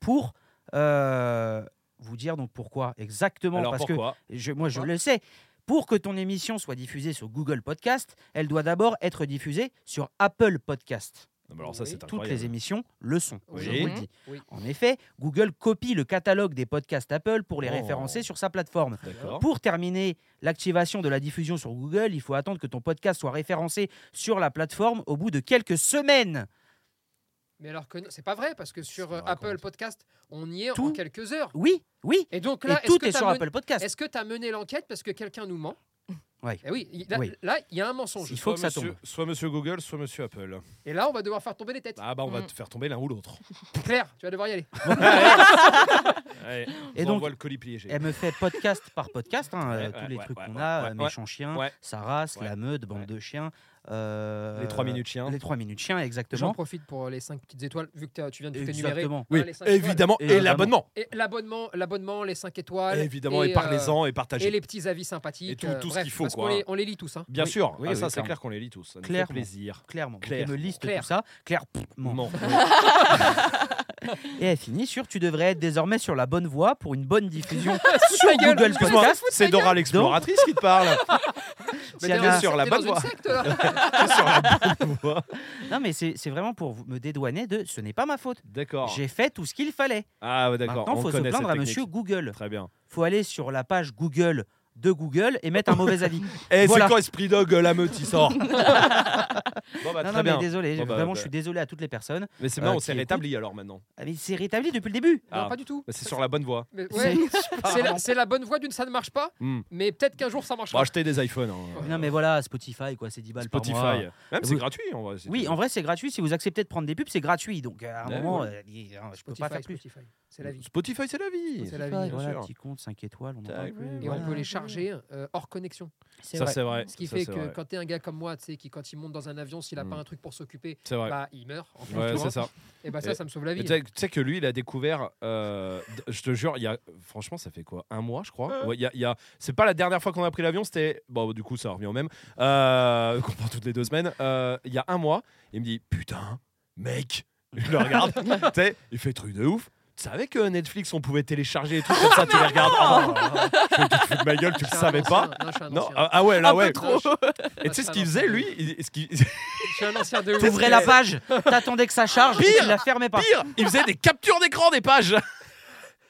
[SPEAKER 2] pour euh, vous dire donc pourquoi exactement.
[SPEAKER 1] Alors
[SPEAKER 2] parce que
[SPEAKER 1] pourquoi
[SPEAKER 2] Je- moi, je
[SPEAKER 3] Pourquoi
[SPEAKER 2] le sais. Pour que ton émission soit diffusée sur Google Podcast, elle doit d'abord être diffusée sur Apple Podcast.
[SPEAKER 1] Non, mais Ah bah, Alors ça,
[SPEAKER 3] Oui.
[SPEAKER 1] c'est
[SPEAKER 2] Toutes
[SPEAKER 1] incroyable.
[SPEAKER 2] les émissions le sont,
[SPEAKER 3] Oui.
[SPEAKER 2] je vous le
[SPEAKER 4] Mhm.
[SPEAKER 2] dis.
[SPEAKER 3] Oui.
[SPEAKER 2] En effet, Google copie le catalogue des podcasts Apple pour les
[SPEAKER 1] Oh.
[SPEAKER 2] référencer sur sa plateforme.
[SPEAKER 1] D'accord.
[SPEAKER 2] Pour terminer l'activation de la diffusion sur Google, il faut attendre que ton podcast soit référencé sur la plateforme au bout de quelques semaines.
[SPEAKER 3] Mais alors que non, c'est pas vrai, parce que sur euh,
[SPEAKER 1] raconte.
[SPEAKER 3] Apple Podcast, on y est en
[SPEAKER 2] Tout.
[SPEAKER 3] quelques heures.
[SPEAKER 2] Oui, oui.
[SPEAKER 3] Et donc
[SPEAKER 2] Et
[SPEAKER 3] là,
[SPEAKER 2] tout
[SPEAKER 3] que
[SPEAKER 2] est
[SPEAKER 3] t'as
[SPEAKER 2] sur
[SPEAKER 3] mené-
[SPEAKER 2] Apple Podcast.
[SPEAKER 3] Est-ce que tu as mené l'enquête parce que quelqu'un nous ment
[SPEAKER 2] Oui.
[SPEAKER 3] Eh oui, il- là,
[SPEAKER 2] Oui.
[SPEAKER 3] là, il y a un mensonge. Euh,
[SPEAKER 2] Il faut que ça
[SPEAKER 1] monsieur,
[SPEAKER 2] tombe.
[SPEAKER 1] Soit monsieur Google, soit monsieur Apple.
[SPEAKER 3] Et là, on va devoir faire tomber les têtes.
[SPEAKER 1] Ah bah on va
[SPEAKER 4] Mm.
[SPEAKER 1] te faire tomber l'un ou
[SPEAKER 3] *laughs*
[SPEAKER 1] l'autre.
[SPEAKER 3] Claire, tu vas devoir y aller.
[SPEAKER 2] Et
[SPEAKER 1] Allez, et
[SPEAKER 2] donc- eh,
[SPEAKER 1] donc, voit le colis plié. j'ai-
[SPEAKER 2] Elle me fait podcast par podcast, hein, euh,
[SPEAKER 1] Ouais,
[SPEAKER 2] tous
[SPEAKER 1] ouais,
[SPEAKER 2] les
[SPEAKER 1] ouais,
[SPEAKER 2] trucs
[SPEAKER 1] ouais,
[SPEAKER 2] qu'on
[SPEAKER 1] ouais,
[SPEAKER 2] a,
[SPEAKER 1] ouais,
[SPEAKER 2] euh,
[SPEAKER 1] ouais.
[SPEAKER 2] Méchant Chien,
[SPEAKER 1] Ouais.
[SPEAKER 2] sa race,
[SPEAKER 1] Ouais.
[SPEAKER 2] la meute, bande de chiens. euh,
[SPEAKER 1] Les 3 minutes chien.
[SPEAKER 2] Les 3 minutes chiens,
[SPEAKER 3] J'en
[SPEAKER 2] exactement.
[SPEAKER 3] profite pour euh, les 5 petites étoiles, vu que t'as- tu viens de tout énumérer.
[SPEAKER 2] Exactement.
[SPEAKER 3] Oui,
[SPEAKER 1] Oui,
[SPEAKER 3] les cinq étoiles.
[SPEAKER 1] évidemment. Et
[SPEAKER 2] Évidemment.
[SPEAKER 1] l'abonnement.
[SPEAKER 3] Et l'abonnement, l'abonnement, les 5 étoiles.
[SPEAKER 1] Évidemment, et,
[SPEAKER 3] euh,
[SPEAKER 1] parlez-en et
[SPEAKER 3] Et
[SPEAKER 1] partagez.
[SPEAKER 3] les petits avis sympathiques.
[SPEAKER 1] Et tout-
[SPEAKER 3] euh,
[SPEAKER 1] tout ce
[SPEAKER 3] bref,
[SPEAKER 1] qu'il faut,
[SPEAKER 3] parce
[SPEAKER 1] quoi.
[SPEAKER 3] qu'on les- On les lit tous. Hein.
[SPEAKER 1] Bien
[SPEAKER 2] Oui.
[SPEAKER 1] sûr.
[SPEAKER 2] Oui,
[SPEAKER 1] Ah,
[SPEAKER 2] oui,
[SPEAKER 1] ça, c'est
[SPEAKER 2] clairement.
[SPEAKER 1] clair qu'on les lit tous. Ça nous fait
[SPEAKER 2] Clairement.
[SPEAKER 1] plaisir.
[SPEAKER 2] Clairement.
[SPEAKER 1] Claire.
[SPEAKER 2] Elle me liste
[SPEAKER 3] Claire.
[SPEAKER 2] tout ça. Claire, pff, ment. *laughs*
[SPEAKER 1] Non.
[SPEAKER 2] Et elle finit sur Tu devrais être désormais sur la bonne voie pour une bonne diffusion
[SPEAKER 3] *laughs* Sur
[SPEAKER 2] Google Podcast.
[SPEAKER 1] Excuse-moi,
[SPEAKER 2] se
[SPEAKER 1] c'est Dora l'exploratrice qui
[SPEAKER 2] *laughs*
[SPEAKER 1] te parle.
[SPEAKER 2] S'il y en a-
[SPEAKER 1] sur la bonne voie. *laughs* T'es sur la bonne voie.
[SPEAKER 2] Non, mais c'est c'est vraiment pour vous- me dédouaner de ce n'est pas ma faute.
[SPEAKER 1] D'accord.
[SPEAKER 2] J'ai fait tout ce qu'il fallait.
[SPEAKER 1] Ah ouais, d'accord.
[SPEAKER 2] Maintenant,
[SPEAKER 1] on
[SPEAKER 2] faut se
[SPEAKER 1] connaît
[SPEAKER 2] plaindre
[SPEAKER 1] cette
[SPEAKER 2] à
[SPEAKER 1] technique.
[SPEAKER 2] monsieur Google.
[SPEAKER 1] Très bien.
[SPEAKER 2] faut aller sur la page Google de Google et mettre un mauvais
[SPEAKER 1] *laughs*
[SPEAKER 2] avis.
[SPEAKER 1] Et
[SPEAKER 2] Voilà.
[SPEAKER 1] Eh, c'est quand Esprit Dog euh, la meute il
[SPEAKER 2] *laughs*
[SPEAKER 1] sort Bon
[SPEAKER 2] non,
[SPEAKER 1] bah très
[SPEAKER 2] non, mais
[SPEAKER 1] bien.
[SPEAKER 2] désolé,
[SPEAKER 1] Bon, bah,
[SPEAKER 2] vraiment,
[SPEAKER 1] bah.
[SPEAKER 2] je suis désolé à toutes les personnes.
[SPEAKER 1] Mais c'est bien,
[SPEAKER 2] Euh,
[SPEAKER 1] on
[SPEAKER 2] qui
[SPEAKER 1] s'est
[SPEAKER 2] écoute.
[SPEAKER 1] rétabli alors maintenant.
[SPEAKER 2] Ah, Mais c'est rétabli depuis le début.
[SPEAKER 1] Ah.
[SPEAKER 3] Non, pas du tout.
[SPEAKER 1] Bah, C'est sur la bonne voie.
[SPEAKER 3] Mais ouais, *laughs* C'est la,
[SPEAKER 2] Pardon.
[SPEAKER 3] c'est la bonne voie d'une ça ne marche pas,
[SPEAKER 1] Hmm.
[SPEAKER 3] mais peut-être qu'un jour ça
[SPEAKER 1] Bon,
[SPEAKER 3] marchera.
[SPEAKER 1] acheter des iPhones. hein.
[SPEAKER 2] Non, mais voilà, Spotify, quoi, c'est 10 balles par mois.
[SPEAKER 1] Spotify. Même c'est
[SPEAKER 2] Vous-
[SPEAKER 1] gratuit en vrai. c'est-
[SPEAKER 2] Oui, en vrai, c'est gratuit. Si vous acceptez de prendre des pubs, c'est gratuit. Donc, à un
[SPEAKER 1] Ouais,
[SPEAKER 2] moment,
[SPEAKER 1] ouais.
[SPEAKER 2] euh, il- euh, je peux
[SPEAKER 3] Spotify,
[SPEAKER 2] pas faire plus.
[SPEAKER 3] Spotify. C'est la vie.
[SPEAKER 1] Spotify, c'est la vie.
[SPEAKER 3] C'est la
[SPEAKER 2] Spotify,
[SPEAKER 3] vie, bien
[SPEAKER 2] voilà,
[SPEAKER 1] sûr.
[SPEAKER 2] petit compte, 5 étoiles, on en
[SPEAKER 1] Tac,
[SPEAKER 2] parle plus,
[SPEAKER 1] oui,
[SPEAKER 3] Et
[SPEAKER 2] voilà.
[SPEAKER 3] on peut les charger euh, hors connexion.
[SPEAKER 2] C'est
[SPEAKER 1] Ça
[SPEAKER 2] vrai.
[SPEAKER 1] c'est vrai.
[SPEAKER 3] Ce qui
[SPEAKER 1] Ça,
[SPEAKER 3] fait
[SPEAKER 1] c'est
[SPEAKER 3] que
[SPEAKER 1] vrai.
[SPEAKER 3] quand t'es un gars comme moi, tu sais, qui quand il monte dans un avion, s'il a
[SPEAKER 1] Mm.
[SPEAKER 3] pas un truc pour s'occuper,
[SPEAKER 1] c'est vrai.
[SPEAKER 3] bah il meurt. en fait,
[SPEAKER 1] Ouais,
[SPEAKER 3] tu vois.
[SPEAKER 1] c'est ça.
[SPEAKER 3] Et bah ça,
[SPEAKER 1] Et-
[SPEAKER 3] ça me sauve la
[SPEAKER 1] Mais
[SPEAKER 3] vie.
[SPEAKER 1] Tu sais- tu sais que lui, il a découvert, euh, d- je te jure, il y a, franchement, ça fait quoi Un mois, je crois
[SPEAKER 3] Euh.
[SPEAKER 1] Ouais, il y a- il y a- C'est pas la dernière fois qu'on a pris l'avion, c'était. Bon, du coup, ça revient au même. Euh, *laughs* qu'on prend toutes les deux semaines. Euh, Il y a un mois, il me dit Putain, mec *laughs* Je le
[SPEAKER 3] *laughs*
[SPEAKER 1] regarde, tu sais, il fait truc de ouf. Tu savais que Netflix, on pouvait télécharger et
[SPEAKER 3] *laughs*
[SPEAKER 1] tout comme ça, tu les regardes. Ah, je vais te foutre de ma gueule, tu
[SPEAKER 3] Je
[SPEAKER 1] le
[SPEAKER 3] suis un
[SPEAKER 1] savais pas.
[SPEAKER 3] ancien. Ah, Non, je suis un
[SPEAKER 1] Non,
[SPEAKER 3] ancien.
[SPEAKER 1] ah ah ouais, là, ouais.
[SPEAKER 3] trop. Ah,
[SPEAKER 1] Et tu sais ce qu'il faisait, lui Il- ce qu'il- *laughs* Pire,
[SPEAKER 3] Je suis un ancien de ouf.
[SPEAKER 2] T'ouvrais la page, t'attendais que ça charge, et
[SPEAKER 1] Pire.
[SPEAKER 2] tu la fermais pas.
[SPEAKER 1] il faisait des captures d'écran des pages.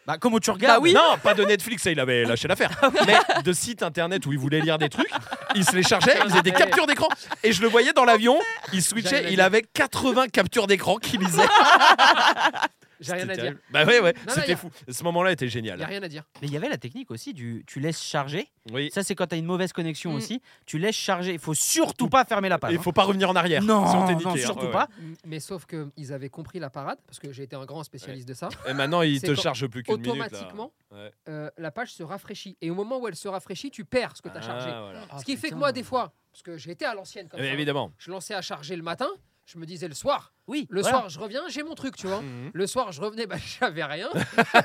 [SPEAKER 2] Bah, comment tu regardes
[SPEAKER 1] Non, pas de Netflix, ça, il avait lâché l'affaire.
[SPEAKER 3] Ah
[SPEAKER 1] Mais de sites internet où il voulait lire des trucs, il se les chargeait,
[SPEAKER 3] Ah,
[SPEAKER 1] il faisait des captures d'écran. Et je le voyais dans l'avion, il
[SPEAKER 3] J'avais
[SPEAKER 1] switchait,
[SPEAKER 3] la
[SPEAKER 1] il
[SPEAKER 3] vie.
[SPEAKER 1] avait 80 captures d'écran qu'il lisait.
[SPEAKER 3] J'ai rien à
[SPEAKER 1] C'était
[SPEAKER 3] dire.
[SPEAKER 1] terrible. Bah ouais, ouais,
[SPEAKER 3] non, y
[SPEAKER 1] c'était
[SPEAKER 3] a-
[SPEAKER 1] fou. Ce moment-là était
[SPEAKER 3] Il y a
[SPEAKER 1] génial.
[SPEAKER 3] rien à dire.
[SPEAKER 2] Mais il y avait la technique aussi du tu laisses charger.
[SPEAKER 1] Oui.
[SPEAKER 2] Ça, c'est quand t'as une mauvaise connexion
[SPEAKER 4] Mm.
[SPEAKER 2] aussi. Tu laisses charger. Il faut surtout pas fermer la page.
[SPEAKER 1] Il
[SPEAKER 2] hein.
[SPEAKER 1] faut pas revenir en arrière.
[SPEAKER 2] Non,
[SPEAKER 1] si on t'est niqué,
[SPEAKER 2] non,
[SPEAKER 1] hein.
[SPEAKER 2] surtout
[SPEAKER 1] Ouais,
[SPEAKER 2] pas.
[SPEAKER 3] Mais sauf que ils avaient compris la parade parce que j'ai été un grand spécialiste de ça.
[SPEAKER 1] ouais. Et maintenant, il
[SPEAKER 3] C'est
[SPEAKER 1] te
[SPEAKER 3] quand-
[SPEAKER 1] charge plus qu'une minute. là.
[SPEAKER 3] Automatiquement,
[SPEAKER 1] Ouais.
[SPEAKER 3] euh, la page se rafraîchit. Et au moment où elle se rafraîchit, tu perds ce que tu as
[SPEAKER 1] Ah,
[SPEAKER 3] chargé.
[SPEAKER 1] voilà.
[SPEAKER 2] Oh,
[SPEAKER 3] Ce qui fait que moi, des fois, parce que j'ai été à l'ancienne comme
[SPEAKER 1] Mais Eh
[SPEAKER 3] ça,
[SPEAKER 1] ben, évidemment.
[SPEAKER 3] je lançais à charger le matin, je me disais le soir.
[SPEAKER 2] Oui,
[SPEAKER 3] Le
[SPEAKER 2] voilà.
[SPEAKER 3] soir, je reviens, j'ai mon truc, tu vois.
[SPEAKER 1] Mhm.
[SPEAKER 3] Le soir, je revenais, bah, *laughs* j'avais
[SPEAKER 1] *laughs*
[SPEAKER 3] rien.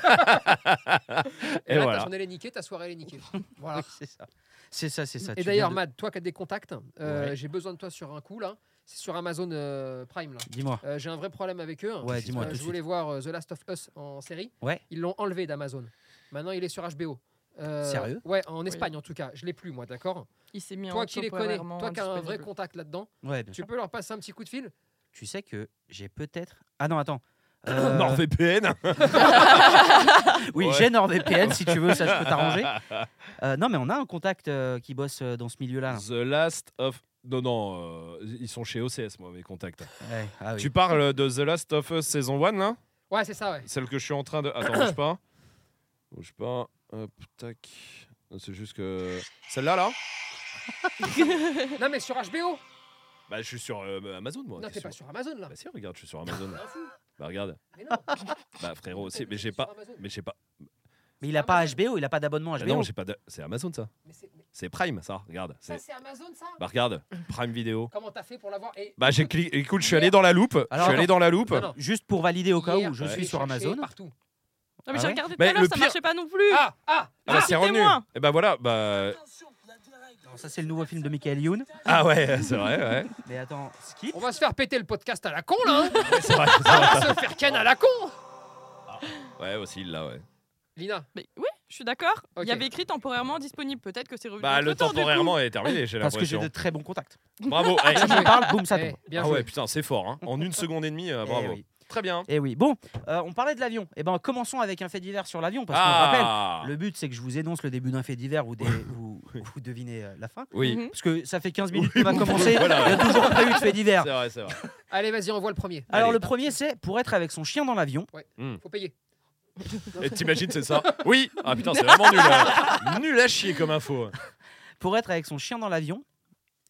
[SPEAKER 3] et
[SPEAKER 1] Et
[SPEAKER 3] là,
[SPEAKER 1] voilà.
[SPEAKER 3] ta journée, elle est niquée, ta soirée, elle est niquée. Voilà.
[SPEAKER 2] Oui, c'est ça. C'est ça, c'est ça.
[SPEAKER 3] Et
[SPEAKER 2] Tu
[SPEAKER 3] d'ailleurs,
[SPEAKER 2] viens de-
[SPEAKER 3] Mad, toi qui as des contacts, euh,
[SPEAKER 2] Ouais.
[SPEAKER 3] j'ai besoin de toi sur un coup, là. C'est sur Amazon euh, Prime, là.
[SPEAKER 2] Dis-moi.
[SPEAKER 3] Euh, j'ai un vrai problème avec eux.
[SPEAKER 2] Ouais, dis-moi
[SPEAKER 3] Euh,
[SPEAKER 2] tout de
[SPEAKER 3] je voulais voir euh, The Last of Us en série.
[SPEAKER 2] Ouais.
[SPEAKER 3] Ils l'ont enlevé d'Amazon. Maintenant, il est sur HBO. Euh,
[SPEAKER 2] Sérieux
[SPEAKER 3] Ouais, en Espagne en tout cas. Je l'ai plus, moi, d'accord
[SPEAKER 4] Il s'est mis en
[SPEAKER 3] Toi qui les connais,
[SPEAKER 4] temporairement
[SPEAKER 3] toi qui as un vrai
[SPEAKER 4] indisponible.
[SPEAKER 3] contact là-dedans,
[SPEAKER 2] Ouais, bien
[SPEAKER 3] Euh, tu
[SPEAKER 2] sûr.
[SPEAKER 3] peux leur passer un petit coup de fil
[SPEAKER 2] Tu sais que j'ai peut-être. Ah non,
[SPEAKER 1] *coughs*
[SPEAKER 2] attends. Euh,
[SPEAKER 1] NordVPN.
[SPEAKER 3] Ah.
[SPEAKER 2] Oui,
[SPEAKER 1] Ouais.
[SPEAKER 2] j'ai NordVPN si tu veux, ça je peux
[SPEAKER 1] *laughs*
[SPEAKER 2] t'arranger. Euh, non, mais on a un contact euh, qui bosse euh, dans ce milieu-là. là.
[SPEAKER 1] *laughs* The Last of. Non, non, euh, ils sont chez OCS, moi, mes contacts.
[SPEAKER 2] Ouais, ah oui.
[SPEAKER 1] Tu parles de The Last of Us saison 1, là
[SPEAKER 3] Ouais, c'est
[SPEAKER 1] *laughs*
[SPEAKER 3] ça, ouais.
[SPEAKER 1] Celle que je suis en train de. Attends, bouge pas. Bouge pas. Hop, tac. C'est juste que. Celle-là, là
[SPEAKER 3] non, mais sur HBO
[SPEAKER 1] Bah, je suis sur euh, Amazon, moi.
[SPEAKER 3] Non,
[SPEAKER 1] Qu'est-ce
[SPEAKER 3] t'es pas
[SPEAKER 1] que-
[SPEAKER 3] sur Amazon là.
[SPEAKER 1] Bah, si, regarde, je suis sur Amazon.
[SPEAKER 3] T'es un fou.
[SPEAKER 1] bah, regarde.
[SPEAKER 3] Mais
[SPEAKER 2] *laughs*
[SPEAKER 3] non,
[SPEAKER 1] Bah, frérot,
[SPEAKER 3] t'es
[SPEAKER 1] aussi. Mais
[SPEAKER 3] obligé
[SPEAKER 1] j'ai
[SPEAKER 3] d'être sur
[SPEAKER 1] pas.
[SPEAKER 3] Amazon. Ah,
[SPEAKER 1] Mais j'ai pas.
[SPEAKER 2] Mais il a pas HBO, il a pas d'abonnement
[SPEAKER 1] Bah
[SPEAKER 2] HBO.
[SPEAKER 1] non, j'ai pas. de- C'est Amazon, ça.
[SPEAKER 3] Mais c'est- mais
[SPEAKER 1] C'est Prime, ça. Regarde.
[SPEAKER 3] ça,
[SPEAKER 1] c'est-
[SPEAKER 3] c'est Amazon, ça
[SPEAKER 1] Bah, regarde. Prime Vidéo.
[SPEAKER 3] Comment t'as fait pour l'avoir Et
[SPEAKER 1] Bah, j'ai cliqué. Écoute, je suis allé dans la loupe.
[SPEAKER 2] Alors,
[SPEAKER 1] je suis allé dans la loupe.
[SPEAKER 3] Non, non.
[SPEAKER 2] Juste pour valider au cas
[SPEAKER 3] hier, euh,
[SPEAKER 2] où, je
[SPEAKER 3] j'ai
[SPEAKER 2] suis sur
[SPEAKER 3] cherché
[SPEAKER 2] Amazon.
[SPEAKER 3] Partout.
[SPEAKER 4] Non, mais
[SPEAKER 2] Ah
[SPEAKER 4] j'ai
[SPEAKER 2] ouais
[SPEAKER 4] regardé tout
[SPEAKER 1] Mais
[SPEAKER 4] à l'heure,
[SPEAKER 1] le
[SPEAKER 4] ça
[SPEAKER 1] pire-
[SPEAKER 4] marchait pas non plus.
[SPEAKER 3] Ah, ah
[SPEAKER 1] Ah, bah, c'est revenu.
[SPEAKER 4] Citez-moi.
[SPEAKER 1] Et bah, voilà. Bah.
[SPEAKER 2] Non, ça c'est le nouveau film de Michael Youn.
[SPEAKER 1] Ah, ouais, *laughs* c'est vrai, ouais.
[SPEAKER 2] Mais attends, skip.
[SPEAKER 3] On va se faire péter le podcast à la con là hein
[SPEAKER 1] Ouais, c'est vrai. c'est
[SPEAKER 3] On
[SPEAKER 1] vrai.
[SPEAKER 3] va se faire ken à la con
[SPEAKER 1] Ouais, aussi, là, ouais.
[SPEAKER 3] Lina,
[SPEAKER 4] Mais oui, je suis d'accord.
[SPEAKER 3] Ok.
[SPEAKER 4] Il y avait écrit temporairement disponible. Peut-être que c'est revenu.
[SPEAKER 1] Bah,
[SPEAKER 4] entre
[SPEAKER 1] le
[SPEAKER 4] temps, du coup.
[SPEAKER 1] temporairement est terminé, j'ai
[SPEAKER 2] Parce que j'ai
[SPEAKER 1] l'impression.
[SPEAKER 2] de très bons contacts.
[SPEAKER 1] Bravo.
[SPEAKER 2] *laughs*
[SPEAKER 1] hey.
[SPEAKER 2] Si je parle, boum, ça
[SPEAKER 3] eh,
[SPEAKER 2] tombe.
[SPEAKER 3] bien
[SPEAKER 1] ah
[SPEAKER 3] joué.
[SPEAKER 1] ouais, putain, c'est fort. hein. En une seconde et demie, euh,
[SPEAKER 2] Eh
[SPEAKER 1] bravo.
[SPEAKER 2] oui.
[SPEAKER 1] Très bien.
[SPEAKER 2] Eh oui, bon, euh, on parlait de l'avion. Eh ben, commençons avec un fait divers sur l'avion, parce qu'on rappelle,
[SPEAKER 1] ah
[SPEAKER 2] le but c'est que je vous énonce le début d'un fait divers ou des, ou,
[SPEAKER 1] *laughs*
[SPEAKER 2] vous devinez euh, la fin.
[SPEAKER 1] Oui.
[SPEAKER 4] Mhm.
[SPEAKER 2] Parce que ça fait 15 minutes qu'on va commencer.
[SPEAKER 1] Hum. *laughs* voilà.
[SPEAKER 2] Il y a toujours pas eu de fait divers.
[SPEAKER 1] C'est vrai, c'est vrai.
[SPEAKER 3] Allez, vas-y, envoie le premier.
[SPEAKER 2] Alors,
[SPEAKER 1] Allez.
[SPEAKER 2] le premier, c'est pour être avec son chien dans l'avion.
[SPEAKER 3] Faut payer.
[SPEAKER 1] Et t'imagines, c'est ça Oui Ah putain, c'est vraiment nul. euh. Nul à chier comme info.
[SPEAKER 2] Pour être avec son chien dans l'avion,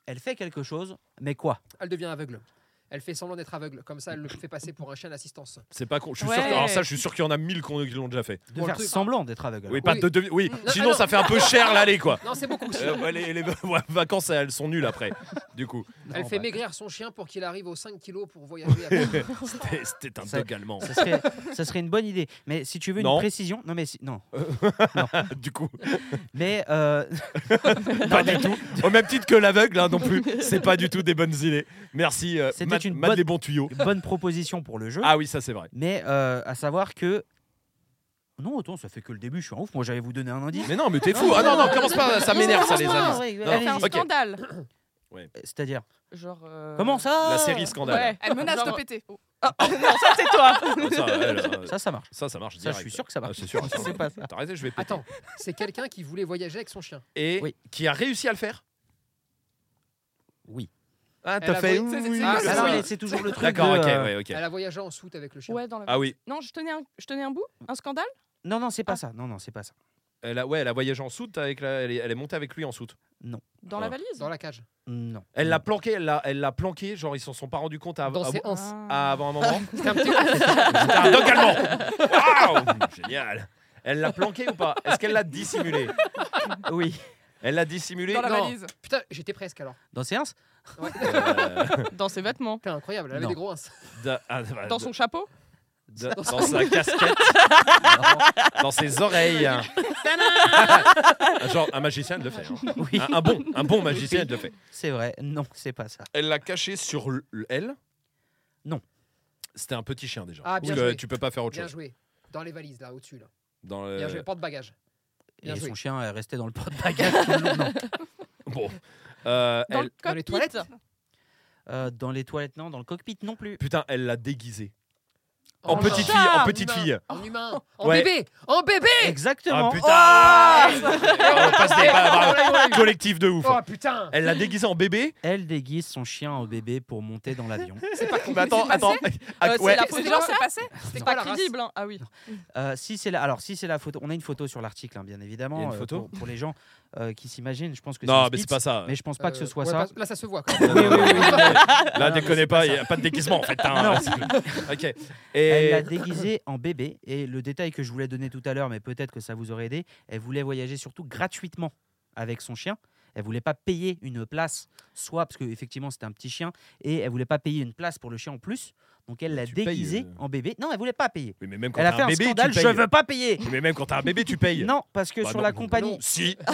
[SPEAKER 2] elle fait quelque chose, mais quoi
[SPEAKER 3] Elle devient aveugle. Elle fait semblant d'être aveugle. Comme ça, elle le fait passer pour un chien d'assistance.
[SPEAKER 1] C'est pas con. Je suis
[SPEAKER 4] Ouais.
[SPEAKER 1] sûr que- alors ça, je suis sûr qu'il y en a mille qu'on- qui l'ont déjà fait.
[SPEAKER 2] De
[SPEAKER 3] Bon, le
[SPEAKER 2] faire
[SPEAKER 3] truc-
[SPEAKER 2] semblant d'être aveugle.
[SPEAKER 1] Oui, pas
[SPEAKER 3] Oui.
[SPEAKER 1] de devi- Oui,
[SPEAKER 3] Non,
[SPEAKER 1] sinon
[SPEAKER 3] ah,
[SPEAKER 1] ça fait un peu cher l'aller,
[SPEAKER 3] *laughs*
[SPEAKER 1] quoi.
[SPEAKER 3] Non,
[SPEAKER 1] *laughs*
[SPEAKER 3] c'est beaucoup.
[SPEAKER 1] Euh, ouais, les, les vacances, elles sont nulles après. Du coup,
[SPEAKER 2] Non,
[SPEAKER 3] Elle fait
[SPEAKER 2] bah,
[SPEAKER 3] maigrir son chien pour qu'il arrive aux 5 kilos pour voyager.
[SPEAKER 1] *laughs*
[SPEAKER 3] après.
[SPEAKER 1] c'était c'était un
[SPEAKER 2] Ça-
[SPEAKER 1] dog allemand.
[SPEAKER 2] Ça serait, ça serait une bonne idée. Mais si tu veux
[SPEAKER 1] Non.
[SPEAKER 2] une précision. Non, mais si- non.
[SPEAKER 1] Du coup,
[SPEAKER 2] Mais euh, *laughs*
[SPEAKER 1] pas du tout. Au même titre que l'aveugle, hein, non plus. C'est pas du tout des bonnes idées. Merci. Euh,
[SPEAKER 2] C'était
[SPEAKER 1] Matt-
[SPEAKER 2] une
[SPEAKER 1] Matt
[SPEAKER 2] bonne- Mmh.
[SPEAKER 1] des bons tuyaux.
[SPEAKER 2] bonne proposition pour le jeu.
[SPEAKER 1] Ah oui, ça c'est vrai.
[SPEAKER 2] Mais euh, à savoir que. Non, attends, ça fait que le début, je suis en ouf. Moi, j'allais vous donner un indice.
[SPEAKER 1] Mais non, mais t'es fou. Ah non, non, commence pas, ça
[SPEAKER 4] Non,
[SPEAKER 1] m'énerve, ça,
[SPEAKER 4] commence
[SPEAKER 1] les
[SPEAKER 4] pas.
[SPEAKER 1] amis.
[SPEAKER 2] Ouais, ouais,
[SPEAKER 1] Non.
[SPEAKER 4] Elle fait un
[SPEAKER 2] allez-y.
[SPEAKER 1] Ok.
[SPEAKER 4] scandale.
[SPEAKER 1] *coughs*
[SPEAKER 2] C'est-à-dire.
[SPEAKER 4] Genre. euh,
[SPEAKER 2] Comment ça
[SPEAKER 3] Ah.
[SPEAKER 1] La série Scandale.
[SPEAKER 4] Ouais.
[SPEAKER 7] Elle menace
[SPEAKER 4] Genre-
[SPEAKER 7] de péter. Oh.
[SPEAKER 4] Ça, c'est toi.
[SPEAKER 1] Ça, elle, euh,
[SPEAKER 2] Ça, ça marche.
[SPEAKER 1] ça, ça marche
[SPEAKER 2] Ça,
[SPEAKER 1] direct.
[SPEAKER 2] je suis sûr que ça
[SPEAKER 1] Ah,
[SPEAKER 2] marche.
[SPEAKER 1] c'est sûr. ça
[SPEAKER 2] C'est
[SPEAKER 1] marche.
[SPEAKER 2] pas ça.
[SPEAKER 1] T'as raison, je vais péter.
[SPEAKER 3] Attends, c'est quelqu'un qui voulait voyager avec son chien.
[SPEAKER 1] Et
[SPEAKER 2] Oui.
[SPEAKER 1] qui a réussi à le faire
[SPEAKER 2] Oui.
[SPEAKER 1] Ah,
[SPEAKER 3] Elle
[SPEAKER 1] t'as
[SPEAKER 3] a
[SPEAKER 1] fait.
[SPEAKER 3] voyagé-
[SPEAKER 1] oui,
[SPEAKER 3] Ah,
[SPEAKER 1] oui,
[SPEAKER 3] c'est
[SPEAKER 1] oui.
[SPEAKER 2] Ah non,
[SPEAKER 3] ça.
[SPEAKER 2] mais c'est toujours le truc.
[SPEAKER 1] D'accord,
[SPEAKER 2] de,
[SPEAKER 1] ok,
[SPEAKER 2] euh,
[SPEAKER 1] ouais, ok.
[SPEAKER 3] Elle a voyagé en soute avec le chien.
[SPEAKER 4] Ouais, dans la.
[SPEAKER 1] Ah oui,
[SPEAKER 4] Non, je tenais, un... je tenais un bout Un scandale
[SPEAKER 2] Non, non, c'est pas ça. Non, non, c'est pas ça.
[SPEAKER 1] elle a, ouais, elle a voyagé en soute avec la- elle, est, elle est montée avec lui en soute.
[SPEAKER 4] Dans
[SPEAKER 1] Ah.
[SPEAKER 4] la valise
[SPEAKER 3] Dans la cage.
[SPEAKER 2] Non.
[SPEAKER 1] Elle l'a planqué, elle l'a, elle l'a planqué, genre ils s'en sont pas rendu compte à-
[SPEAKER 3] Dans
[SPEAKER 1] à-
[SPEAKER 3] ses
[SPEAKER 1] à-
[SPEAKER 4] Ah.
[SPEAKER 2] Ah.
[SPEAKER 3] anses.
[SPEAKER 1] à- avant un moment.
[SPEAKER 3] *laughs* C'était un petit
[SPEAKER 1] C'était un dog allemand. Waouh Génial. Elle l'a planqué ou pas Est-ce qu'elle l'a dissimulé
[SPEAKER 2] Oui.
[SPEAKER 1] Elle l'a dissimulé
[SPEAKER 7] Dans la
[SPEAKER 1] Non.
[SPEAKER 7] valise.
[SPEAKER 3] Putain, j'étais presque alors.
[SPEAKER 2] Dans
[SPEAKER 1] *laughs*
[SPEAKER 2] séance
[SPEAKER 3] Ouais.
[SPEAKER 1] Euh,
[SPEAKER 4] Dans ses vêtements
[SPEAKER 3] Putain, incroyable, elle avait
[SPEAKER 2] Non.
[SPEAKER 3] des gros ins.
[SPEAKER 1] da- ah, bah,
[SPEAKER 4] Dans son chapeau
[SPEAKER 1] da- dans sa casquette, dans ses oreilles. Genre un magicien de le fait. hein.
[SPEAKER 2] Oui.
[SPEAKER 1] Un, un bon, un bon magicien de le fait.
[SPEAKER 2] C'est vrai. Non, c'est pas ça.
[SPEAKER 1] Elle l'a caché sur l- l- elle
[SPEAKER 2] Non.
[SPEAKER 1] C'était un petit chien déjà.
[SPEAKER 3] Ah,
[SPEAKER 1] Parce
[SPEAKER 3] bien
[SPEAKER 1] que
[SPEAKER 3] joué.
[SPEAKER 1] tu peux pas faire autre
[SPEAKER 3] Bien
[SPEAKER 1] chose. Euh.
[SPEAKER 3] joué. Dans les valises, là, au-dessus. Là.
[SPEAKER 1] Dans le-
[SPEAKER 3] Bien joué, porte-bagages. Bien
[SPEAKER 2] Et
[SPEAKER 3] joué.
[SPEAKER 2] son chien est resté dans le
[SPEAKER 1] *laughs*
[SPEAKER 2] porte-bagages tout le long. Non.
[SPEAKER 1] Bon. Euh,
[SPEAKER 4] Dans
[SPEAKER 1] elle-
[SPEAKER 4] le cockpit Ah,
[SPEAKER 3] dans les toilettes
[SPEAKER 2] Euh, dans les toilettes, non. Dans le cockpit, non plus.
[SPEAKER 1] Putain, elle l'a déguisée. En,
[SPEAKER 3] En
[SPEAKER 1] petite
[SPEAKER 3] chat,
[SPEAKER 1] fille, en
[SPEAKER 4] en
[SPEAKER 1] petite
[SPEAKER 4] humain.
[SPEAKER 1] fille.
[SPEAKER 3] En humain, en
[SPEAKER 1] Ouais.
[SPEAKER 3] bébé, en bébé
[SPEAKER 1] Ah
[SPEAKER 2] Exactement.
[SPEAKER 1] putain Ah On passe des bah, bah, collectif de ouf.
[SPEAKER 3] Oh putain
[SPEAKER 1] Elle l'a déguisée en bébé.
[SPEAKER 2] Elle déguise son chien en bébé pour monter dans l'avion.
[SPEAKER 3] C'est pas con.
[SPEAKER 1] Mais attends, attends. Ah,
[SPEAKER 4] Euh, c'est
[SPEAKER 1] ouais.
[SPEAKER 4] la
[SPEAKER 7] C'est
[SPEAKER 4] photo,
[SPEAKER 7] genre, c'est passé.
[SPEAKER 3] C'était
[SPEAKER 4] c'est
[SPEAKER 3] quoi
[SPEAKER 4] pas
[SPEAKER 3] Oh la race
[SPEAKER 4] crédible. hein. Ah oui. *laughs*
[SPEAKER 2] Euh, si c'est la, alors si c'est la photo, on a une photo sur l'article, hein, bien évidemment.
[SPEAKER 1] Il y a une
[SPEAKER 2] euh,
[SPEAKER 1] photo
[SPEAKER 2] pour, pour les gens euh, qui s'imaginent, je pense que
[SPEAKER 1] Non,
[SPEAKER 2] un
[SPEAKER 1] mais c'est
[SPEAKER 2] Spitz,
[SPEAKER 1] pas ça.
[SPEAKER 2] Mais je pense pas que
[SPEAKER 3] Euh,
[SPEAKER 2] ce soit
[SPEAKER 3] ouais,
[SPEAKER 2] ça.
[SPEAKER 3] pas- Là, ça se voit. Quoi.
[SPEAKER 2] Oui, oui, oui, oui. Non,
[SPEAKER 1] Là, déconnez pas, il n'y a pas de déguisement en fait. hein. ok.
[SPEAKER 2] Elle l'a
[SPEAKER 3] *coughs*
[SPEAKER 1] Et.
[SPEAKER 2] déguisée en bébé et le détail que je voulais donner tout à l'heure, mais peut-être que ça vous aurait aidé, elle voulait voyager surtout gratuitement avec son chien. Elle voulait pas payer une place, soit parce qu'effectivement c'était un petit chien, et elle voulait pas payer une place pour le chien en plus. Donc elle l'a
[SPEAKER 1] tu payes,
[SPEAKER 2] déguisée
[SPEAKER 1] euh.
[SPEAKER 2] en bébé. Non, elle voulait pas payer.
[SPEAKER 1] Oui, mais même quand
[SPEAKER 2] elle a
[SPEAKER 1] t'as
[SPEAKER 2] fait
[SPEAKER 1] un
[SPEAKER 2] un,
[SPEAKER 1] bébé, tu
[SPEAKER 2] scandale.
[SPEAKER 1] payes.
[SPEAKER 2] Je veux pas payer.
[SPEAKER 1] Mais même quand t'as
[SPEAKER 2] *laughs*
[SPEAKER 1] un bébé, tu payes.
[SPEAKER 2] Non, parce que
[SPEAKER 1] Bah
[SPEAKER 2] sur
[SPEAKER 1] non,
[SPEAKER 2] la
[SPEAKER 1] non,
[SPEAKER 2] compagnie,
[SPEAKER 1] Si. *laughs*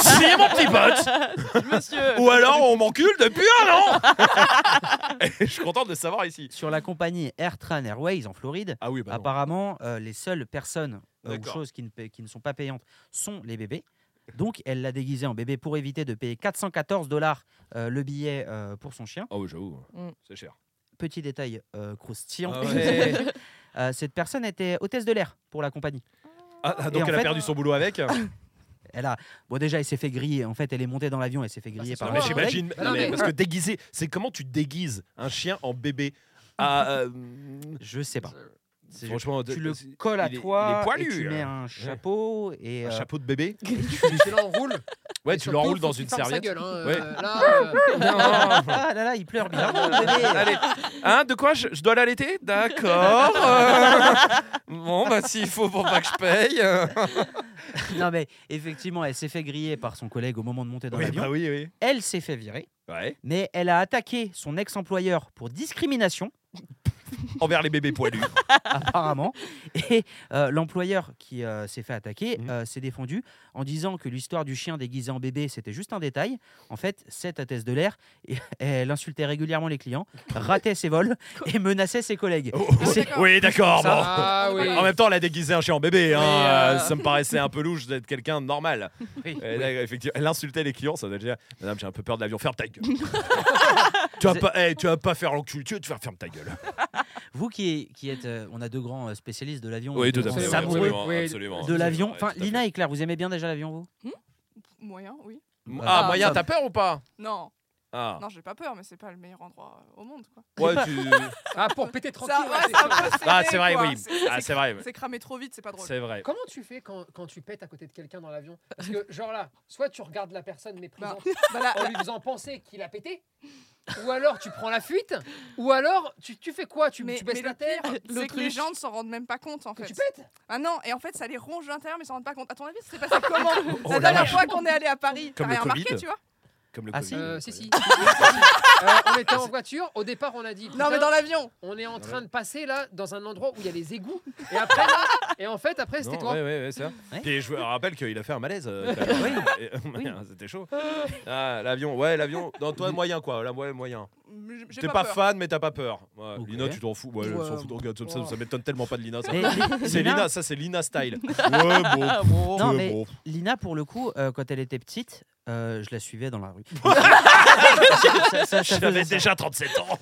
[SPEAKER 1] si, mon petit pote.
[SPEAKER 4] Monsieur *laughs*
[SPEAKER 1] Ou alors on m'encule depuis un an.
[SPEAKER 2] *laughs*
[SPEAKER 1] Je suis content de le savoir ici.
[SPEAKER 2] sur la compagnie AirTran Airways en Floride,
[SPEAKER 1] Ah oui, bah non.
[SPEAKER 2] apparemment, euh, les seules personnes euh, ou
[SPEAKER 1] D'accord.
[SPEAKER 2] choses qui ne, paient- qui ne sont pas payantes sont les bébés. Donc, elle l'a déguisé en bébé pour éviter de payer 414 dollars le billet euh, pour son chien.
[SPEAKER 1] Ah oui, j'avoue.
[SPEAKER 4] Mm.
[SPEAKER 1] C'est cher.
[SPEAKER 2] Petit détail euh, croustillant.
[SPEAKER 1] Ah ouais.
[SPEAKER 2] *laughs* Euh, cette personne était hôtesse de l'air pour la compagnie.
[SPEAKER 1] Ah, ah, donc
[SPEAKER 2] Et en
[SPEAKER 1] elle a
[SPEAKER 2] fait-
[SPEAKER 1] perdu son
[SPEAKER 2] *laughs*
[SPEAKER 1] boulot avec Non
[SPEAKER 2] Elle a, bon déjà, elle s'est fait griller. En fait, elle est montée dans l'avion, elle s'est fait griller
[SPEAKER 3] c'est
[SPEAKER 2] par.
[SPEAKER 1] mais
[SPEAKER 2] un collègue.
[SPEAKER 1] j'imagine.
[SPEAKER 3] Bah
[SPEAKER 1] non,
[SPEAKER 3] non,
[SPEAKER 1] mais
[SPEAKER 3] mais-
[SPEAKER 1] Parce
[SPEAKER 2] euh,
[SPEAKER 1] que déguiser, c'est comment tu déguises un chien en bébé Ah, euh, mm,
[SPEAKER 2] Je sais pas. C'est-
[SPEAKER 1] Franchement, de-
[SPEAKER 2] tu le
[SPEAKER 1] c'est-
[SPEAKER 2] colles à
[SPEAKER 1] il est-
[SPEAKER 2] toi,
[SPEAKER 1] il est
[SPEAKER 2] et
[SPEAKER 1] poilu,
[SPEAKER 2] tu
[SPEAKER 1] hein.
[SPEAKER 2] mets un chapeau et
[SPEAKER 1] un
[SPEAKER 2] euh, *laughs*
[SPEAKER 1] chapeau de bébé
[SPEAKER 3] Tu l'enroules.
[SPEAKER 1] Ouais,
[SPEAKER 3] et
[SPEAKER 1] tu
[SPEAKER 3] surtout,
[SPEAKER 1] l'enroules
[SPEAKER 3] faut
[SPEAKER 1] dans
[SPEAKER 3] qu'il
[SPEAKER 1] une
[SPEAKER 3] ferme sa
[SPEAKER 1] serviette.
[SPEAKER 3] gueule, hein,
[SPEAKER 1] Ouais.
[SPEAKER 3] euh, là, euh,
[SPEAKER 2] ah là là, il pleure bien.
[SPEAKER 1] Allez, hein, de quoi je, je dois l'allaiter *laughs* D'accord. euh. Bon, bah s'il faut pour pas que je paye. euh.
[SPEAKER 2] Non mais effectivement, elle s'est fait griller par son collègue au moment de monter dans
[SPEAKER 1] Oui,
[SPEAKER 2] l'avion.
[SPEAKER 1] bah oui, oui.
[SPEAKER 2] Elle s'est fait virer,
[SPEAKER 1] Ouais.
[SPEAKER 2] mais elle a attaqué son ex-employeur pour
[SPEAKER 1] *laughs*
[SPEAKER 2] discrimination
[SPEAKER 1] Envers les bébés poilus.
[SPEAKER 2] apparemment. Et euh, l'employeur qui euh, s'est fait attaquer
[SPEAKER 1] Mhm.
[SPEAKER 2] euh, s'est défendu en disant que l'histoire du chien déguisé en bébé c'était juste un détail. En fait, cette atteste de l'air, et- *laughs* elle insultait régulièrement les clients, ratait ses
[SPEAKER 1] *laughs*
[SPEAKER 2] vols et menaçait ses collègues.
[SPEAKER 1] *laughs* Oh,
[SPEAKER 2] Et *laughs*
[SPEAKER 1] *laughs*
[SPEAKER 2] c'est-
[SPEAKER 1] oui, d'accord.
[SPEAKER 2] Ça
[SPEAKER 1] bon.
[SPEAKER 3] Ah oui.
[SPEAKER 1] En même temps, elle a déguisé un chien en bébé. hein,
[SPEAKER 4] Oui, euh.
[SPEAKER 1] euh, Ça me paraissait un peu louche d'être quelqu'un de normal.
[SPEAKER 2] Oui.
[SPEAKER 1] Elle, a- effectivement, elle insultait les clients. Ça veut dire Madame, j'ai un peu peur de l'avion. Ferme ta gueule. *laughs* tu, vas
[SPEAKER 2] C'est-
[SPEAKER 1] pas, eh, tu vas pas faire l'enculé. Tu vas te faire ferme ta gueule.
[SPEAKER 2] Vous qui, qui êtes, euh, on a deux grands euh, spécialistes de l'avion,
[SPEAKER 1] Oui,
[SPEAKER 2] deux
[SPEAKER 1] tout à
[SPEAKER 2] grands
[SPEAKER 1] fait.
[SPEAKER 3] oui,
[SPEAKER 2] amoureux
[SPEAKER 1] Absolument.
[SPEAKER 3] oui,
[SPEAKER 1] absolument,
[SPEAKER 2] de
[SPEAKER 1] absolument,
[SPEAKER 2] l'avion.
[SPEAKER 1] ouais,
[SPEAKER 2] Enfin,
[SPEAKER 1] tout à fait.
[SPEAKER 2] Lina et Claire, vous aimez bien déjà l'avion vous
[SPEAKER 7] Moyen, oui.
[SPEAKER 1] Ah,
[SPEAKER 4] Ah,
[SPEAKER 1] moyen,
[SPEAKER 2] ça-
[SPEAKER 1] t'as peur ou pas
[SPEAKER 7] Non,
[SPEAKER 1] Ah.
[SPEAKER 7] non, j'ai pas peur, mais c'est pas le meilleur endroit euh, au monde, quoi.
[SPEAKER 1] Ouais, tu.
[SPEAKER 2] *laughs*
[SPEAKER 3] Ah, pour péter tranquille.
[SPEAKER 7] Ça, ouais,
[SPEAKER 3] ouais,
[SPEAKER 7] c'est un peu
[SPEAKER 1] Ah,
[SPEAKER 7] serré,
[SPEAKER 1] c'est vrai,
[SPEAKER 7] quoi.
[SPEAKER 1] oui.
[SPEAKER 7] C'est-
[SPEAKER 1] Ah,
[SPEAKER 7] c'est-
[SPEAKER 1] c'est vrai.
[SPEAKER 7] C'est cramé trop vite, c'est pas drôle.
[SPEAKER 1] C'est vrai.
[SPEAKER 3] Comment tu fais quand, quand tu pètes à côté de quelqu'un dans l'avion Parce que, genre là, soit tu regardes la personne méprisante *laughs*
[SPEAKER 7] Bah, la-
[SPEAKER 3] en lui faisant penser qu'il a pété, ou alors tu prends la fuite, ou alors tu, tu fais quoi tu,
[SPEAKER 7] Mais-
[SPEAKER 3] tu baisses
[SPEAKER 7] mais
[SPEAKER 3] la
[SPEAKER 7] le
[SPEAKER 3] terre
[SPEAKER 7] C'est que les gens ne s'en rendent même pas compte en
[SPEAKER 3] que
[SPEAKER 7] fait.
[SPEAKER 3] tu pètes
[SPEAKER 7] Ah non, et en fait ça les ronge de l'intérieur mais ils s'en rendent pas compte. À ton avis, c'est passé
[SPEAKER 1] *laughs*
[SPEAKER 7] comment
[SPEAKER 1] Oh
[SPEAKER 7] La
[SPEAKER 1] la
[SPEAKER 7] dernière
[SPEAKER 1] vache,
[SPEAKER 7] fois qu'on est allé à Paris, t'as
[SPEAKER 1] Comme le
[SPEAKER 7] rien remarqué,
[SPEAKER 1] Covid.
[SPEAKER 7] tu vois
[SPEAKER 1] comme le
[SPEAKER 2] Ah,
[SPEAKER 1] Covid.
[SPEAKER 2] si.
[SPEAKER 3] Euh, Si, si. *laughs* Euh, on était en voiture, au départ on a dit
[SPEAKER 7] Non, mais
[SPEAKER 3] putain,
[SPEAKER 7] dans l'avion
[SPEAKER 3] on est en train de passer là dans un endroit où il y a les égouts, et après là, et en fait après c'était
[SPEAKER 1] Non,
[SPEAKER 3] toi.
[SPEAKER 1] ouais, ouais, ouais, c'est ça.
[SPEAKER 2] Ouais.
[SPEAKER 1] Et je me rappelle qu'il a fait un malaise. euh, quand même. Et- euh, *laughs* C'était chaud. Ah, l'avion, ouais, l'avion. Dans toi, moyen quoi. Là, ouais, moyen.
[SPEAKER 7] J'ai- J'ai
[SPEAKER 1] T'es
[SPEAKER 7] pas,
[SPEAKER 1] pas,
[SPEAKER 7] peur.
[SPEAKER 1] fan, mais t'as pas peur. Ouais,
[SPEAKER 2] Ok.
[SPEAKER 1] Lina, tu t'en fous. Ouais, elle
[SPEAKER 3] Ouais.
[SPEAKER 1] s'en fout. Regarde, ça,
[SPEAKER 3] Oh.
[SPEAKER 1] ça m'étonne tellement pas de Lina. ça.
[SPEAKER 2] Mais Li-
[SPEAKER 1] C'est
[SPEAKER 2] Lina,
[SPEAKER 1] Lina, ça c'est
[SPEAKER 2] *laughs*
[SPEAKER 1] Lina style. Ouais, bon.
[SPEAKER 4] Ah, bon.
[SPEAKER 2] Non,
[SPEAKER 1] ouais,
[SPEAKER 2] mais-
[SPEAKER 1] bon.
[SPEAKER 2] Lina, pour le coup, euh, quand elle était petite, euh, je la suivais dans la
[SPEAKER 1] *laughs*
[SPEAKER 2] rue. Ça- ça- ça
[SPEAKER 1] J'avais
[SPEAKER 2] faisait ça.
[SPEAKER 1] déjà 37
[SPEAKER 2] *laughs*
[SPEAKER 1] ans.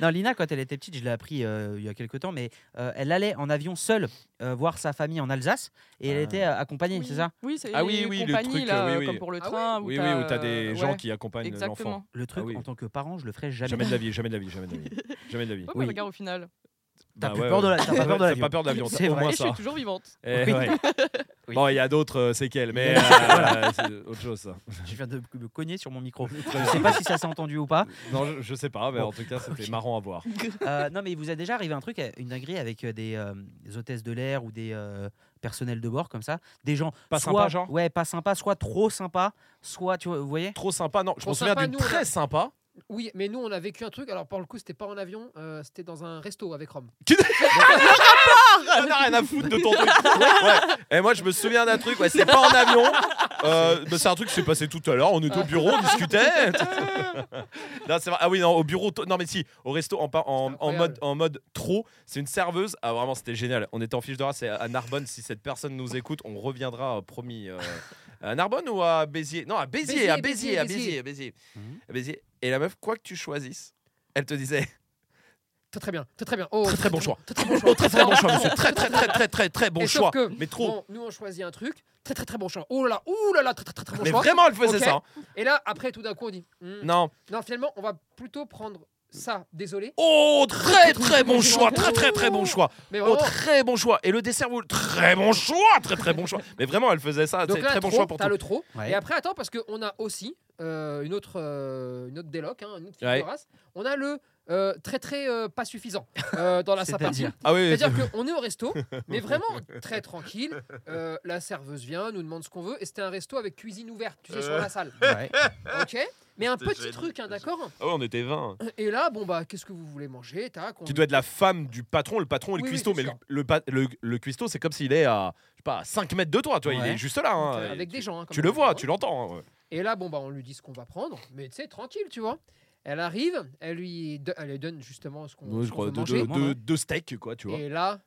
[SPEAKER 2] Non, Lina, quand elle était petite, je l'ai appris euh, il y a quelques temps, mais euh, elle allait en avion seule euh, voir sa famille en Alsace et elle
[SPEAKER 1] Ah.
[SPEAKER 2] était euh, accompagnée, c'est ça
[SPEAKER 4] Oui, c'est
[SPEAKER 1] Ah
[SPEAKER 4] ah,
[SPEAKER 1] oui, oui,
[SPEAKER 4] oui,
[SPEAKER 1] le
[SPEAKER 4] compagnies,
[SPEAKER 1] truc,
[SPEAKER 4] là,
[SPEAKER 1] euh, oui,
[SPEAKER 4] euh,
[SPEAKER 1] oui.
[SPEAKER 4] comme pour le
[SPEAKER 3] Ah
[SPEAKER 4] train.
[SPEAKER 1] Oui, oui, où t'as
[SPEAKER 4] euh,
[SPEAKER 1] des gens
[SPEAKER 4] ouais,
[SPEAKER 1] qui accompagnent l'enfant.
[SPEAKER 4] Exactement.
[SPEAKER 2] Le truc,
[SPEAKER 1] Ah oui.
[SPEAKER 2] en tant que parent, je le ferais jamais.
[SPEAKER 1] Jamais de la vie, jamais de la vie, jamais
[SPEAKER 2] *laughs*
[SPEAKER 1] de la vie. Jamais de la vie.
[SPEAKER 4] Oh,
[SPEAKER 2] Oui.
[SPEAKER 4] mais regarde au final.
[SPEAKER 2] T'as
[SPEAKER 1] Bah
[SPEAKER 2] plus
[SPEAKER 1] ouais,
[SPEAKER 2] peur de la-
[SPEAKER 1] ouais.
[SPEAKER 2] t'as pas peur de
[SPEAKER 1] T'as
[SPEAKER 2] l'avion.
[SPEAKER 1] pas peur de l'avion,
[SPEAKER 2] C'est
[SPEAKER 1] t'as au
[SPEAKER 2] vrai.
[SPEAKER 1] moins
[SPEAKER 4] Et je
[SPEAKER 1] ça.
[SPEAKER 4] suis toujours vivante.
[SPEAKER 1] Eh
[SPEAKER 2] Oui.
[SPEAKER 1] ouais.
[SPEAKER 2] Oui.
[SPEAKER 1] Bon, il y a d'autres euh, séquelles, mais euh, voilà, c'est autre chose. ça.
[SPEAKER 2] *laughs* Je viens de me cogner sur mon
[SPEAKER 1] *laughs*
[SPEAKER 2] micro. je sais pas si ça s'est entendu ou pas.
[SPEAKER 1] Non, je, je sais pas, mais
[SPEAKER 2] Bon.
[SPEAKER 1] en tout cas, c'était
[SPEAKER 2] Ok.
[SPEAKER 1] marrant à voir.
[SPEAKER 2] Euh, non, mais il vous a déjà arrivé un truc, euh, une dinguerie avec euh, des, euh, des hôtesses de l'air ou des euh, personnels de bord comme ça. Des gens.
[SPEAKER 1] Pas
[SPEAKER 2] soit,
[SPEAKER 1] sympa, genre
[SPEAKER 2] Ouais, pas sympa, soit trop sympa, soit, tu vois, vous
[SPEAKER 1] *laughs*
[SPEAKER 2] voyez
[SPEAKER 1] Trop sympa, non. Je
[SPEAKER 3] Trop
[SPEAKER 1] me souviens
[SPEAKER 3] sympa,
[SPEAKER 1] d'une
[SPEAKER 3] nous, on a-
[SPEAKER 1] très sympa.
[SPEAKER 3] Oui, mais nous on a vécu un truc. Alors pour le coup c'était pas en avion, euh, c'était dans un resto avec Rome.
[SPEAKER 1] Ah, n'a rien à foutre de ton truc.
[SPEAKER 3] *laughs*
[SPEAKER 1] Ouais. Et moi, je me souviens d'un truc. Ouais, c'est pas en avion. Euh, bah, c'est un truc qui s'est passé tout à l'heure. On était au bureau, on *laughs* discutait. Non, c'est vrai. Ah oui, non, au bureau. t- Non, mais si, au resto, en, par- en,
[SPEAKER 3] C'était
[SPEAKER 1] en
[SPEAKER 3] incroyable.
[SPEAKER 1] mode, en mode trop. C'est une serveuse. Ah, vraiment, c'était génial. On était en fiche de race et à Narbonne. Si cette personne nous écoute, on reviendra, euh, promis. euh, à Narbonne ou à Béziers Non, à Béziers,
[SPEAKER 3] Béziers,
[SPEAKER 1] à Béziers,
[SPEAKER 3] Béziers,
[SPEAKER 1] à Béziers, à Béziers.
[SPEAKER 2] Mhm.
[SPEAKER 1] À Béziers. Et la meuf, quoi que tu choisisses, elle te disait
[SPEAKER 3] Très très bien, très très bien. Oh,
[SPEAKER 1] Très, très bon choix.
[SPEAKER 3] Très très bon choix.
[SPEAKER 1] Oh, très très bon choix, monsieur. Très très très très très très bon
[SPEAKER 3] Et sauf
[SPEAKER 1] choix.
[SPEAKER 3] que,
[SPEAKER 1] Mais trop.
[SPEAKER 3] bon, nous on choisit un truc, très très très bon choix. Oh là là, ouh là là, très très très, très bon
[SPEAKER 1] Mais
[SPEAKER 3] choix.
[SPEAKER 1] vraiment, elle faisait
[SPEAKER 3] Ok.
[SPEAKER 1] ça. hein.
[SPEAKER 3] Et là après tout d'un coup on dit hmm, non.
[SPEAKER 1] Non.
[SPEAKER 3] finalement on va plutôt prendre ça. Désolé,
[SPEAKER 1] Oh, très très bon choix, très très très bon choix.
[SPEAKER 3] mais
[SPEAKER 1] Oh,
[SPEAKER 3] vraiment.
[SPEAKER 1] très bon choix. Et le dessert, vous, très bon choix, très très bon choix. Mais vraiment, elle faisait ça,
[SPEAKER 3] Donc
[SPEAKER 1] c'est
[SPEAKER 3] là,
[SPEAKER 1] Ah, très bon
[SPEAKER 3] trop,
[SPEAKER 1] choix pour
[SPEAKER 3] t'as
[SPEAKER 1] toi.
[SPEAKER 3] le trop.
[SPEAKER 2] Ouais.
[SPEAKER 3] Et après, attends, parce qu'on a aussi euh, une autre, euh, une autre déloc, hein, une autre fille
[SPEAKER 1] Ouais.
[SPEAKER 3] de race. On a le euh, très très euh, pas suffisant
[SPEAKER 2] *laughs*
[SPEAKER 3] euh, dans la sympathie.
[SPEAKER 2] C'est-à-dire
[SPEAKER 1] Ah oui,
[SPEAKER 3] C'est-à-dire qu'on est au resto, mais vraiment très tranquille. Euh, la serveuse vient, nous demande ce qu'on veut, et c'était un resto avec cuisine ouverte, tu sais, sur la salle.
[SPEAKER 2] Ouais.
[SPEAKER 3] Ok Mais un
[SPEAKER 1] Euh. C'était
[SPEAKER 3] petit
[SPEAKER 1] génial.
[SPEAKER 3] truc, hein, d'accord
[SPEAKER 1] Ah ouais, on était 20.
[SPEAKER 3] Et là, bon, bah, qu'est-ce que vous voulez manger Tac, on-
[SPEAKER 1] Tu dois être la femme du patron, le patron et le
[SPEAKER 3] Oui, oui,
[SPEAKER 1] cuistot.
[SPEAKER 3] c'est
[SPEAKER 1] mais le,
[SPEAKER 3] sûr.
[SPEAKER 1] le pa- le- le cuistot, c'est comme s'il est à, je sais pas, à 5 mètres de toi, toi, il
[SPEAKER 2] Ouais.
[SPEAKER 1] est juste là. hein.
[SPEAKER 3] euh, avec
[SPEAKER 1] Et
[SPEAKER 3] des
[SPEAKER 1] tu,
[SPEAKER 3] gens. hein, comme
[SPEAKER 1] tu le
[SPEAKER 3] on dit, hein.
[SPEAKER 1] vois, tu l'entends. hein, ouais.
[SPEAKER 3] Et là, bon, bah, on lui dit ce qu'on va prendre, mais tu sais, tranquille, tu vois. Elle arrive, elle lui, do- elle lui donne justement ce qu'on
[SPEAKER 1] Ouais,
[SPEAKER 3] ce
[SPEAKER 1] je
[SPEAKER 3] qu'on
[SPEAKER 1] crois,
[SPEAKER 3] veut
[SPEAKER 1] deux,
[SPEAKER 3] manger.
[SPEAKER 1] deux-
[SPEAKER 2] moi, ouais.
[SPEAKER 1] deux- deux steaks, quoi, tu vois.
[SPEAKER 3] Et là.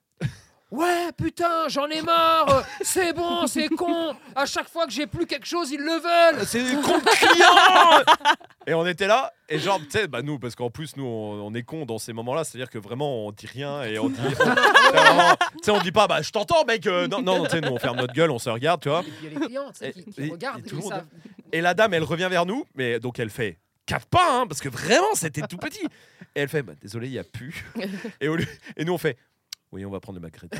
[SPEAKER 3] Ouais, putain, j'en ai marre! euh, C'est bon, c'est con! À chaque fois que j'ai plus quelque chose, ils le veulent!
[SPEAKER 1] C'est des cons de clients Et on était là, et genre, tu sais, bah nous, parce qu'en plus, nous, on, on est cons dans ces moments-là, c'est-à-dire que vraiment, on dit rien et on dit. *laughs* Vraiment, Tu sais, on dit pas, bah je t'entends, mec euh, Non, non, tu sais, nous, on ferme notre gueule, on se regarde, tu vois.
[SPEAKER 3] Et puis il y a les clients, tu sais, qui, qui
[SPEAKER 1] Et- et-
[SPEAKER 3] regardent,
[SPEAKER 1] et
[SPEAKER 3] et
[SPEAKER 1] tout le
[SPEAKER 3] ils
[SPEAKER 1] monde-
[SPEAKER 3] savent.
[SPEAKER 1] Et la dame, elle revient vers nous, mais donc elle fait. Quatre pas, hein, parce que vraiment, c'était tout petit. Et elle fait, bah, désolé, il y a *laughs* pu. Et, au lieu- et nous, on fait, oui, on va prendre le margarita.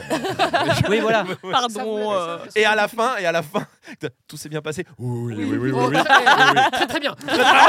[SPEAKER 2] Oui, voilà.
[SPEAKER 3] Ça, vous l'avez,
[SPEAKER 4] Pardon.
[SPEAKER 3] ça,
[SPEAKER 4] euh,
[SPEAKER 3] ça,
[SPEAKER 1] *laughs*
[SPEAKER 3] ça.
[SPEAKER 1] Et à la fin, et à la fin, tout s'est bien passé. Oui, oui, oui, oui.
[SPEAKER 3] Oh,
[SPEAKER 1] oui.
[SPEAKER 3] Très, très, très bien!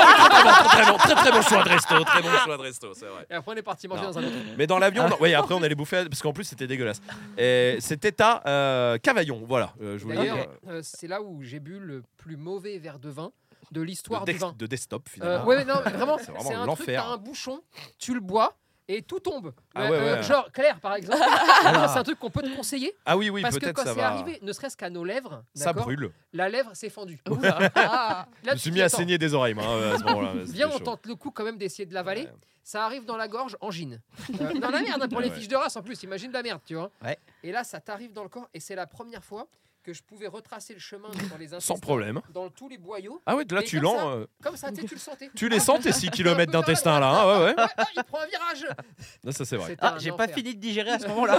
[SPEAKER 1] Très bon, très, très bon choix de resto, très bon choix de resto, c'est vrai.
[SPEAKER 3] Et après, on est parti manger
[SPEAKER 1] Non.
[SPEAKER 3] dans un autre.
[SPEAKER 1] Mais dans l'avion, non- ouais, après on allait bouffer parce qu'en plus c'était dégueulasse. Et c'était à euh, Cavaillon, voilà. euh, je voulais dire
[SPEAKER 3] D'ailleurs, euh, c'est là où j'ai bu le plus mauvais verre de vin de
[SPEAKER 1] euh,
[SPEAKER 3] l'histoire
[SPEAKER 1] de,
[SPEAKER 3] du vin.
[SPEAKER 1] dex- de desktop
[SPEAKER 3] Euh,
[SPEAKER 1] finalement.
[SPEAKER 3] ouais, mais non, mais
[SPEAKER 1] *laughs*
[SPEAKER 3] vraiment,
[SPEAKER 1] C'est vraiment
[SPEAKER 3] c'est un truc,
[SPEAKER 1] l'enfer.
[SPEAKER 3] t'as un bouchon, tu le bois et tout tombe.
[SPEAKER 1] Ah
[SPEAKER 3] Euh,
[SPEAKER 1] ouais, ouais.
[SPEAKER 3] euh, Genre, Claire, par
[SPEAKER 1] *laughs*
[SPEAKER 3] exemple,
[SPEAKER 2] Ah.
[SPEAKER 3] c'est un truc qu'on peut te conseiller
[SPEAKER 1] Ah oui, oui,
[SPEAKER 3] parce que
[SPEAKER 1] peut-être
[SPEAKER 3] quand
[SPEAKER 1] ça
[SPEAKER 3] c'est
[SPEAKER 1] va.
[SPEAKER 3] arrivé, ne serait-ce qu'à nos lèvres,
[SPEAKER 1] ça
[SPEAKER 3] d'accord,
[SPEAKER 1] brûle.
[SPEAKER 3] la lèvre
[SPEAKER 1] *laughs*
[SPEAKER 3] s'est fendue. *laughs*
[SPEAKER 7] Ah,
[SPEAKER 1] je
[SPEAKER 3] Là,
[SPEAKER 1] me
[SPEAKER 3] tu
[SPEAKER 1] suis mis
[SPEAKER 3] te dis,
[SPEAKER 1] à
[SPEAKER 3] attends,
[SPEAKER 1] saigner des oreilles, moi, hein,
[SPEAKER 3] *laughs*
[SPEAKER 1] à ce moment-là. c'était
[SPEAKER 3] Viens, on
[SPEAKER 1] chaud.
[SPEAKER 3] tente le coup quand même d'essayer de l'avaler.
[SPEAKER 1] Ouais.
[SPEAKER 3] Ça arrive dans la gorge, angine. Euh, *laughs* dans la merde, hein, pour
[SPEAKER 1] Ouais,
[SPEAKER 3] les
[SPEAKER 1] ouais.
[SPEAKER 3] fiches de race en plus, imagine de la merde, tu vois.
[SPEAKER 2] Ouais.
[SPEAKER 3] Et là, ça t'arrive dans le corps et c'est la première fois que je pouvais retracer le chemin dans
[SPEAKER 1] *laughs*
[SPEAKER 3] les
[SPEAKER 1] Sans
[SPEAKER 3] intestins,
[SPEAKER 1] problème.
[SPEAKER 3] dans tous les boyaux.
[SPEAKER 1] Ah ouais, là,
[SPEAKER 3] Mais
[SPEAKER 1] tu
[SPEAKER 3] comme
[SPEAKER 1] l'en,
[SPEAKER 3] ça.
[SPEAKER 1] euh,
[SPEAKER 3] Comme ça, tu sais, tu le sentais.
[SPEAKER 1] Tu les sens tes
[SPEAKER 3] *laughs*
[SPEAKER 1] 6 km d'intestin là, hein, ouais, ouais.
[SPEAKER 3] Ouais, ah, il prend un virage.
[SPEAKER 1] Non, ça c'est vrai.
[SPEAKER 3] C'était
[SPEAKER 2] Ah,
[SPEAKER 3] un
[SPEAKER 2] j'ai pas
[SPEAKER 3] enfer.
[SPEAKER 2] fini de digérer à ce moment-là.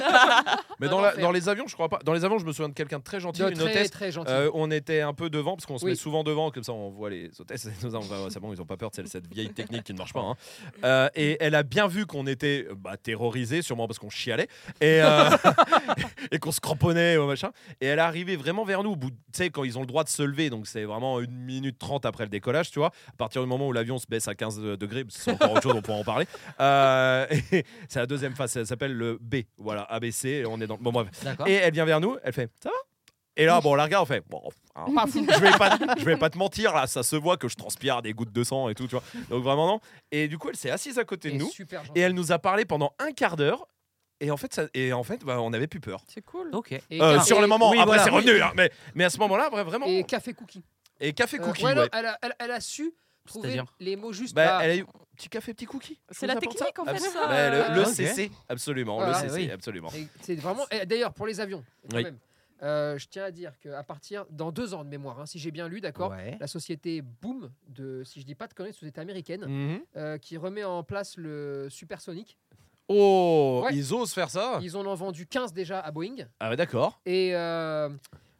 [SPEAKER 1] Mais
[SPEAKER 3] un
[SPEAKER 1] dans, la-
[SPEAKER 3] enfer.
[SPEAKER 1] dans les avions, je crois pas. Dans les avions, je me souviens de quelqu'un de très gentil,
[SPEAKER 3] Non,
[SPEAKER 1] une
[SPEAKER 3] très,
[SPEAKER 1] hôtesse.
[SPEAKER 3] très gentil.
[SPEAKER 1] Euh, on était un peu devant parce qu'on se
[SPEAKER 3] Oui.
[SPEAKER 1] met souvent devant, comme ça on voit les hôtesses. *laughs* et tout ça, on va, c'est bon, ils ont pas peur, c'est cette vieille technique qui ne marche pas. hein. Euh, et elle a bien vu qu'on était bah, terrorisés, sûrement parce qu'on chialait et, euh, *laughs* et qu'on se cramponnait au machin. Et elle est arrivée vraiment vers nous, au bout de- tu sais, quand ils ont le droit de se lever, donc c'est vraiment une minute trente après le décollage, tu vois. À partir du moment où l'avion se baisse à 15 degrés, parce que c'est encore autre chose, on pourra en parler. Euh, *laughs* et c'est la deuxième phase, ça s'appelle le B, voilà, ABC, et on est dans. Bon, bref.
[SPEAKER 2] D'accord.
[SPEAKER 1] Et elle vient vers nous, elle fait ça va Et là, bon, on la regarde, on fait bon, hein, je vais pas, je vais pas te mentir là, ça se voit que je transpire des gouttes de sang et tout, tu vois. Donc vraiment non. Et du coup, elle s'est assise à côté de
[SPEAKER 3] Et
[SPEAKER 1] nous
[SPEAKER 3] super gentil.
[SPEAKER 1] et euh, elle nous a parlé pendant un quart d'heure. Et en fait, ça, et en fait, bah, on avait plus peur.
[SPEAKER 4] C'est cool.
[SPEAKER 2] Ok.
[SPEAKER 3] Et
[SPEAKER 1] Euh,
[SPEAKER 3] ca-
[SPEAKER 1] sur le
[SPEAKER 3] et-
[SPEAKER 1] moment,
[SPEAKER 2] oui,
[SPEAKER 1] après
[SPEAKER 2] voilà.
[SPEAKER 1] c'est revenu, hein, mais, mais à ce moment-là, vra- vraiment.
[SPEAKER 3] Et
[SPEAKER 1] Et,
[SPEAKER 3] café cookie.
[SPEAKER 1] café
[SPEAKER 3] Euh,
[SPEAKER 1] cookie,
[SPEAKER 3] ouais,
[SPEAKER 1] ouais.
[SPEAKER 3] non, elle, a, elle- elle a su trouver
[SPEAKER 2] C'est-à-dire
[SPEAKER 3] les mots justes.
[SPEAKER 1] Bah,
[SPEAKER 3] là.
[SPEAKER 1] elle a eu petit café, petit cookie. Je
[SPEAKER 4] C'est
[SPEAKER 1] vous
[SPEAKER 4] la
[SPEAKER 1] apporte
[SPEAKER 4] technique, en fait,
[SPEAKER 1] Abs-
[SPEAKER 4] ça. Ah,
[SPEAKER 1] bah, le, le
[SPEAKER 2] Ok.
[SPEAKER 1] CC, absolument,
[SPEAKER 3] Voilà.
[SPEAKER 1] le CC,
[SPEAKER 2] Oui.
[SPEAKER 1] absolument.
[SPEAKER 3] Et C'est vraiment. et D'ailleurs, pour les avions, quand
[SPEAKER 1] Oui.
[SPEAKER 3] même, euh, je tiens à dire qu'à partir dans deux ans de mémoire, hein, si j'ai bien lu, d'accord,
[SPEAKER 2] Ouais.
[SPEAKER 3] la société Boom de, si je dis pas de conneries, société américaine,
[SPEAKER 1] Mhm.
[SPEAKER 3] euh, qui remet en place le supersonic.
[SPEAKER 1] Oh,
[SPEAKER 3] Ouais.
[SPEAKER 1] ils osent faire ça.
[SPEAKER 3] Ils en ont vendu 15 déjà à Boeing,
[SPEAKER 1] Ah ouais, d'accord.
[SPEAKER 3] et euh, là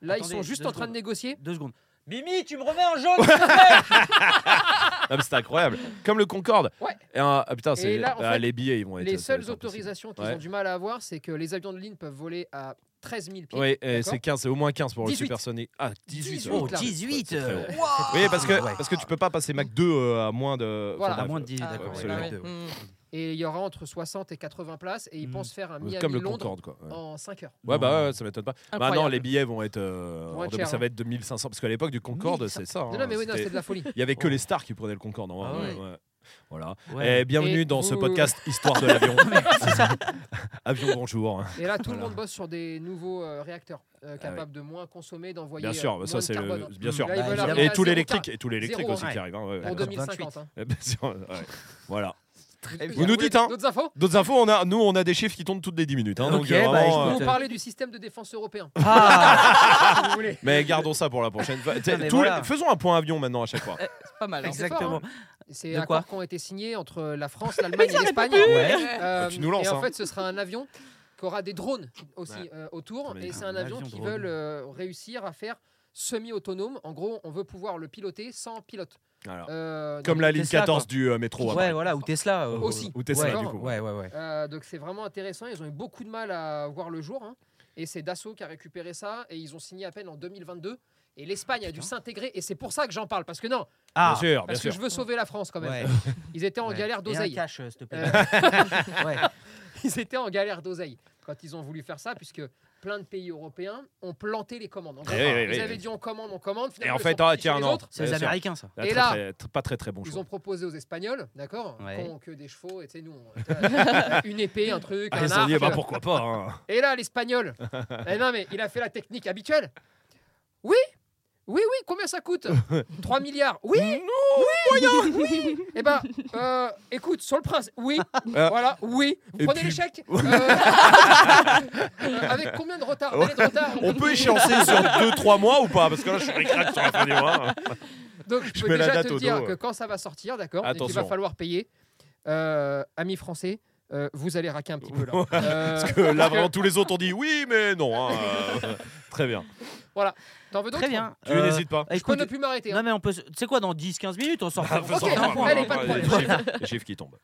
[SPEAKER 3] ils
[SPEAKER 2] Attendez,
[SPEAKER 3] sont juste
[SPEAKER 2] deux
[SPEAKER 3] en train de
[SPEAKER 2] secondes.
[SPEAKER 3] négocier.
[SPEAKER 2] Deux secondes. Mimi, tu me remets en jaune
[SPEAKER 1] Ah, mais c'est incroyable. Comme le Concorde.
[SPEAKER 3] Ouais.
[SPEAKER 1] Et un- ah, putain, c'est,
[SPEAKER 3] là, en
[SPEAKER 1] ah,
[SPEAKER 3] fait,
[SPEAKER 1] les billets, ils vont être. ça
[SPEAKER 3] les
[SPEAKER 1] va
[SPEAKER 3] seules
[SPEAKER 1] être impossible.
[SPEAKER 3] autorisations qu'ils
[SPEAKER 1] Ouais.
[SPEAKER 3] ont du mal à avoir, c'est que les avions de ligne peuvent voler à 13 000 pieds.
[SPEAKER 1] Oui, euh,
[SPEAKER 3] D'accord.
[SPEAKER 1] c'est 15, c'est au moins 15 pour le
[SPEAKER 3] 18.
[SPEAKER 1] supersonique. Ah, 18.
[SPEAKER 3] 18,
[SPEAKER 1] ouais.
[SPEAKER 2] Oh,
[SPEAKER 3] Clairement.
[SPEAKER 2] 18
[SPEAKER 1] C'est très
[SPEAKER 2] euh,
[SPEAKER 1] haut. Oui, parce que, parce que tu peux pas passer Mac 2 euh, à moins de.
[SPEAKER 3] Voilà.
[SPEAKER 1] enfin,
[SPEAKER 2] À
[SPEAKER 1] bref.
[SPEAKER 2] moins de 18,
[SPEAKER 4] Ah,
[SPEAKER 2] d'accord.
[SPEAKER 4] ouais,
[SPEAKER 1] absolument.
[SPEAKER 4] bah oui. Mm.
[SPEAKER 3] Et il y aura entre 60 et 80 places, et ils
[SPEAKER 2] Mm.
[SPEAKER 3] pensent faire un
[SPEAKER 1] Hmm. Comme le
[SPEAKER 3] Miami-Londres
[SPEAKER 1] Concorde, quoi. Ouais,
[SPEAKER 3] en 5 heures.
[SPEAKER 1] Ouais, bah ouais, ça m'étonne pas.
[SPEAKER 4] Incroyable.
[SPEAKER 1] Maintenant, les billets vont être. euh,
[SPEAKER 3] Moins
[SPEAKER 1] en-
[SPEAKER 3] cher,
[SPEAKER 1] ça
[SPEAKER 3] hein.
[SPEAKER 1] va être 2500. Parce qu'à l'époque du Concorde, c'est ça.
[SPEAKER 3] Non,
[SPEAKER 1] hein,
[SPEAKER 3] non, mais oui, non,
[SPEAKER 1] c'était-
[SPEAKER 3] c'est de
[SPEAKER 1] *laughs*
[SPEAKER 3] la folie.
[SPEAKER 1] Il y avait que
[SPEAKER 2] Oh.
[SPEAKER 1] les stars qui prenaient le Concorde. en vrai,
[SPEAKER 2] Ah
[SPEAKER 1] ouais, ouais. Voilà.
[SPEAKER 2] Ouais.
[SPEAKER 1] Et bienvenue
[SPEAKER 3] Et
[SPEAKER 1] dans ce
[SPEAKER 3] vous-
[SPEAKER 1] podcast Histoire de
[SPEAKER 3] *laughs*
[SPEAKER 1] l'avion. Avion, bonjour.
[SPEAKER 3] Et là, tout le
[SPEAKER 1] Voilà.
[SPEAKER 3] monde bosse sur des nouveaux euh, réacteurs euh,
[SPEAKER 1] ouais.
[SPEAKER 3] capables de moins consommer, d'envoyer.
[SPEAKER 1] Bien
[SPEAKER 3] euh,
[SPEAKER 1] sûr, bah,
[SPEAKER 3] moins
[SPEAKER 1] ça
[SPEAKER 3] de
[SPEAKER 1] c'est
[SPEAKER 3] carbone,
[SPEAKER 1] le...
[SPEAKER 3] hein.
[SPEAKER 1] bien sûr.
[SPEAKER 3] Là, ils
[SPEAKER 2] Bah,
[SPEAKER 3] veulent
[SPEAKER 2] évidemment.
[SPEAKER 3] arriver
[SPEAKER 1] Et
[SPEAKER 3] à
[SPEAKER 1] tout
[SPEAKER 3] zéro
[SPEAKER 1] l'électrique,
[SPEAKER 3] carbone
[SPEAKER 1] et tout l'électrique
[SPEAKER 3] Zéro,
[SPEAKER 1] aussi
[SPEAKER 2] ouais.
[SPEAKER 1] qui arrive. hein, ouais,
[SPEAKER 3] pour
[SPEAKER 1] d'accord.
[SPEAKER 3] 2050. hein.
[SPEAKER 1] *laughs* Eh ben, si on- ouais. Voilà.
[SPEAKER 3] Vous
[SPEAKER 1] nous
[SPEAKER 3] voulez
[SPEAKER 1] dites, hein.
[SPEAKER 3] D'autres infos
[SPEAKER 1] D'autres infos, on a, nous on a des chiffres qui tombent toutes les 10 minutes. hein, donc,
[SPEAKER 2] Ok,
[SPEAKER 1] euh,
[SPEAKER 2] bah,
[SPEAKER 1] vraiment,
[SPEAKER 2] écoute.
[SPEAKER 1] euh,
[SPEAKER 3] Vous
[SPEAKER 2] euh,
[SPEAKER 3] parlez du système de défense européen.
[SPEAKER 2] Ah
[SPEAKER 3] si
[SPEAKER 2] *laughs*
[SPEAKER 3] vous voulez.
[SPEAKER 1] Mais gardons ça pour la prochaine fois. T'sais,
[SPEAKER 2] Non, mais
[SPEAKER 1] tous les-
[SPEAKER 2] voilà. Euh,
[SPEAKER 1] Faisons un point avion maintenant à chaque fois.
[SPEAKER 4] C'est pas mal. hein.
[SPEAKER 2] ah, Exactement.
[SPEAKER 3] C'est
[SPEAKER 2] De quoi
[SPEAKER 3] accords qui ont été signés entre la
[SPEAKER 2] *laughs*
[SPEAKER 3] France, l'Allemagne et l'Espagne.
[SPEAKER 2] Ouais.
[SPEAKER 3] Euh,
[SPEAKER 1] Tu nous lances,
[SPEAKER 3] Et en
[SPEAKER 1] hein.
[SPEAKER 3] fait, ce sera un avion qui aura des drones aussi euh, autour.
[SPEAKER 1] Putain, mais
[SPEAKER 3] Et c'est un,
[SPEAKER 2] un
[SPEAKER 3] avion,
[SPEAKER 2] avion
[SPEAKER 3] qui
[SPEAKER 2] drone.
[SPEAKER 3] veulent euh, réussir à faire semi-autonome. En gros, on veut pouvoir le piloter sans pilote.
[SPEAKER 1] Alors,
[SPEAKER 3] Euh,
[SPEAKER 1] Ah. Comme la ligne
[SPEAKER 2] Tesla,
[SPEAKER 1] 14 du euh, métro. à
[SPEAKER 2] Ouais,
[SPEAKER 1] Paris.
[SPEAKER 2] voilà, ou Tesla. euh,
[SPEAKER 3] Aussi.
[SPEAKER 1] Ou Tesla,
[SPEAKER 2] ouais.
[SPEAKER 1] du coup.
[SPEAKER 2] Ouais, ouais, ouais.
[SPEAKER 3] Euh, donc c'est vraiment intéressant. Ils ont eu beaucoup de mal à voir le jour. hein. Et c'est Dassault qui a récupéré ça. Et ils ont signé à peine en 2022. Et l'Espagne a dû s'intégrer. Et c'est pour ça que j'en parle. Parce que non,
[SPEAKER 2] Ah
[SPEAKER 1] Bien sûr, bien
[SPEAKER 3] parce que
[SPEAKER 1] sûr.
[SPEAKER 3] je veux sauver la France quand même.
[SPEAKER 2] Ouais.
[SPEAKER 3] Ils étaient en
[SPEAKER 2] Ouais.
[SPEAKER 3] galère
[SPEAKER 2] Et un
[SPEAKER 3] d'oseille.
[SPEAKER 2] cash, euh, s'il te plaît.
[SPEAKER 3] Euh,
[SPEAKER 2] Ouais.
[SPEAKER 3] *laughs* ils étaient en galère d'oseille quand ils ont voulu faire ça. Puisque plein de pays européens ont planté les commandes. En gros,
[SPEAKER 1] Eh oui, oui,
[SPEAKER 3] ils
[SPEAKER 1] oui.
[SPEAKER 3] avaient dit on commande, on commande.
[SPEAKER 1] Et
[SPEAKER 3] Finalement,
[SPEAKER 1] en
[SPEAKER 3] ils
[SPEAKER 1] fait,
[SPEAKER 3] sont
[SPEAKER 1] ah,
[SPEAKER 3] partis
[SPEAKER 1] tiens,
[SPEAKER 3] chez les
[SPEAKER 1] non.
[SPEAKER 3] autres.
[SPEAKER 2] C'est les
[SPEAKER 1] Bien sûr.
[SPEAKER 2] Américains, ça.
[SPEAKER 1] Là,
[SPEAKER 3] Et
[SPEAKER 1] très,
[SPEAKER 3] là,
[SPEAKER 1] très- très- pas très très bon
[SPEAKER 3] Ils
[SPEAKER 1] choix.
[SPEAKER 3] ont proposé aux Espagnols, d'accord
[SPEAKER 2] Ouais.
[SPEAKER 3] qu'on- Que des chevaux, et tu sais,
[SPEAKER 1] *laughs*
[SPEAKER 3] nous, on- une épée, un truc,
[SPEAKER 1] Ah,
[SPEAKER 3] un
[SPEAKER 1] ils se sont
[SPEAKER 3] arc.
[SPEAKER 1] dit, bah pourquoi pas. hein.
[SPEAKER 3] Et là,
[SPEAKER 1] *laughs*
[SPEAKER 3] l'espagnol. eh non, mais il a fait la technique habituelle. Oui, oui, oui, combien ça
[SPEAKER 1] *laughs*
[SPEAKER 3] coûte 3 milliards. Oui, oui, oui. Eh ben, euh, écoute, sur le prince, oui,
[SPEAKER 1] Euh,
[SPEAKER 3] voilà, oui. Vous
[SPEAKER 1] et
[SPEAKER 3] prenez
[SPEAKER 1] puis- *laughs*
[SPEAKER 3] l'échec Euh, avec combien de retard, Délai de retard
[SPEAKER 1] On peut échéancer sur 2-3 mois ou pas Parce que là, je suis ric-rac sur la fin du mois.
[SPEAKER 3] Donc, je
[SPEAKER 1] Je
[SPEAKER 3] peux
[SPEAKER 1] mets la
[SPEAKER 3] déjà
[SPEAKER 1] date
[SPEAKER 3] te
[SPEAKER 1] au
[SPEAKER 3] dire
[SPEAKER 1] dos.
[SPEAKER 3] que quand ça va sortir, d'accord, et qu'il va
[SPEAKER 1] Attention.
[SPEAKER 3] falloir payer, euh, amis français, euh, vous allez raquer un petit peu là.
[SPEAKER 1] Ouais. *laughs*
[SPEAKER 3] Euh,
[SPEAKER 1] Parce que là, vraiment, tous les autres ont dit oui, mais non. hein, euh, Très bien.
[SPEAKER 3] T'en veux d'autres
[SPEAKER 2] Très bien.
[SPEAKER 1] Tu
[SPEAKER 2] Euh,
[SPEAKER 1] n'hésites pas. Ah, Bah,
[SPEAKER 3] Je peux
[SPEAKER 2] écoute,
[SPEAKER 3] ne plus m'arrêter. hein.
[SPEAKER 2] Non, mais on peut. se- Tu sais quoi, dans 10-15 minutes, on sort. on sort
[SPEAKER 3] Ok,
[SPEAKER 2] un point.
[SPEAKER 3] allez, pas de
[SPEAKER 1] Les
[SPEAKER 3] problème.
[SPEAKER 1] chiffres- Les chiffres qui tombent.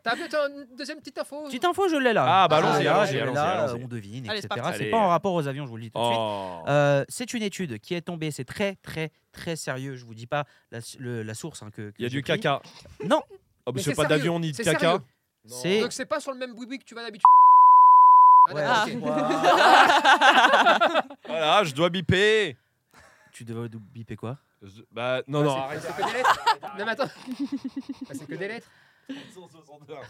[SPEAKER 3] T'as peut-être une deuxième petite info
[SPEAKER 2] Petite info, je l'ai là.
[SPEAKER 1] Ah, bah,
[SPEAKER 3] allons-y,
[SPEAKER 2] Je l'ai là,
[SPEAKER 3] allons-y,
[SPEAKER 2] je l'ai
[SPEAKER 1] allons-y,
[SPEAKER 2] là,
[SPEAKER 1] allons-y.
[SPEAKER 2] On devine,
[SPEAKER 4] Allez, c'est
[SPEAKER 2] etc.
[SPEAKER 4] parti.
[SPEAKER 2] C'est
[SPEAKER 1] Allez.
[SPEAKER 2] pas en rapport aux avions, je vous le dis tout de suite.
[SPEAKER 1] Oh.
[SPEAKER 2] Euh, c'est une étude qui est tombée, c'est très très très sérieux. Je vous dis pas la, le- la source hein, que. que
[SPEAKER 1] Il y a
[SPEAKER 2] j'ai
[SPEAKER 1] du
[SPEAKER 2] pris.
[SPEAKER 1] caca.
[SPEAKER 2] Non.
[SPEAKER 1] Ah,
[SPEAKER 3] Mais
[SPEAKER 1] mais c'est
[SPEAKER 3] c'est
[SPEAKER 1] pas
[SPEAKER 3] sérieux,
[SPEAKER 1] d'avion ni de
[SPEAKER 3] c'est
[SPEAKER 1] caca.
[SPEAKER 3] sérieux.
[SPEAKER 2] C'est.
[SPEAKER 3] Donc c'est pas sur le même boui que tu vas d'habitude. Ah,
[SPEAKER 2] Ouais,
[SPEAKER 3] d'accord,
[SPEAKER 4] Ah.
[SPEAKER 3] ok. *laughs*
[SPEAKER 2] Ouah.
[SPEAKER 1] Voilà, je dois biper.
[SPEAKER 2] tu devais nous biper quoi
[SPEAKER 1] Je- Bah non Ah, non.
[SPEAKER 3] Ah, C'est c'est que des lettres. Non mais attends.
[SPEAKER 1] *laughs*
[SPEAKER 3] Bah, c'est que des lettres.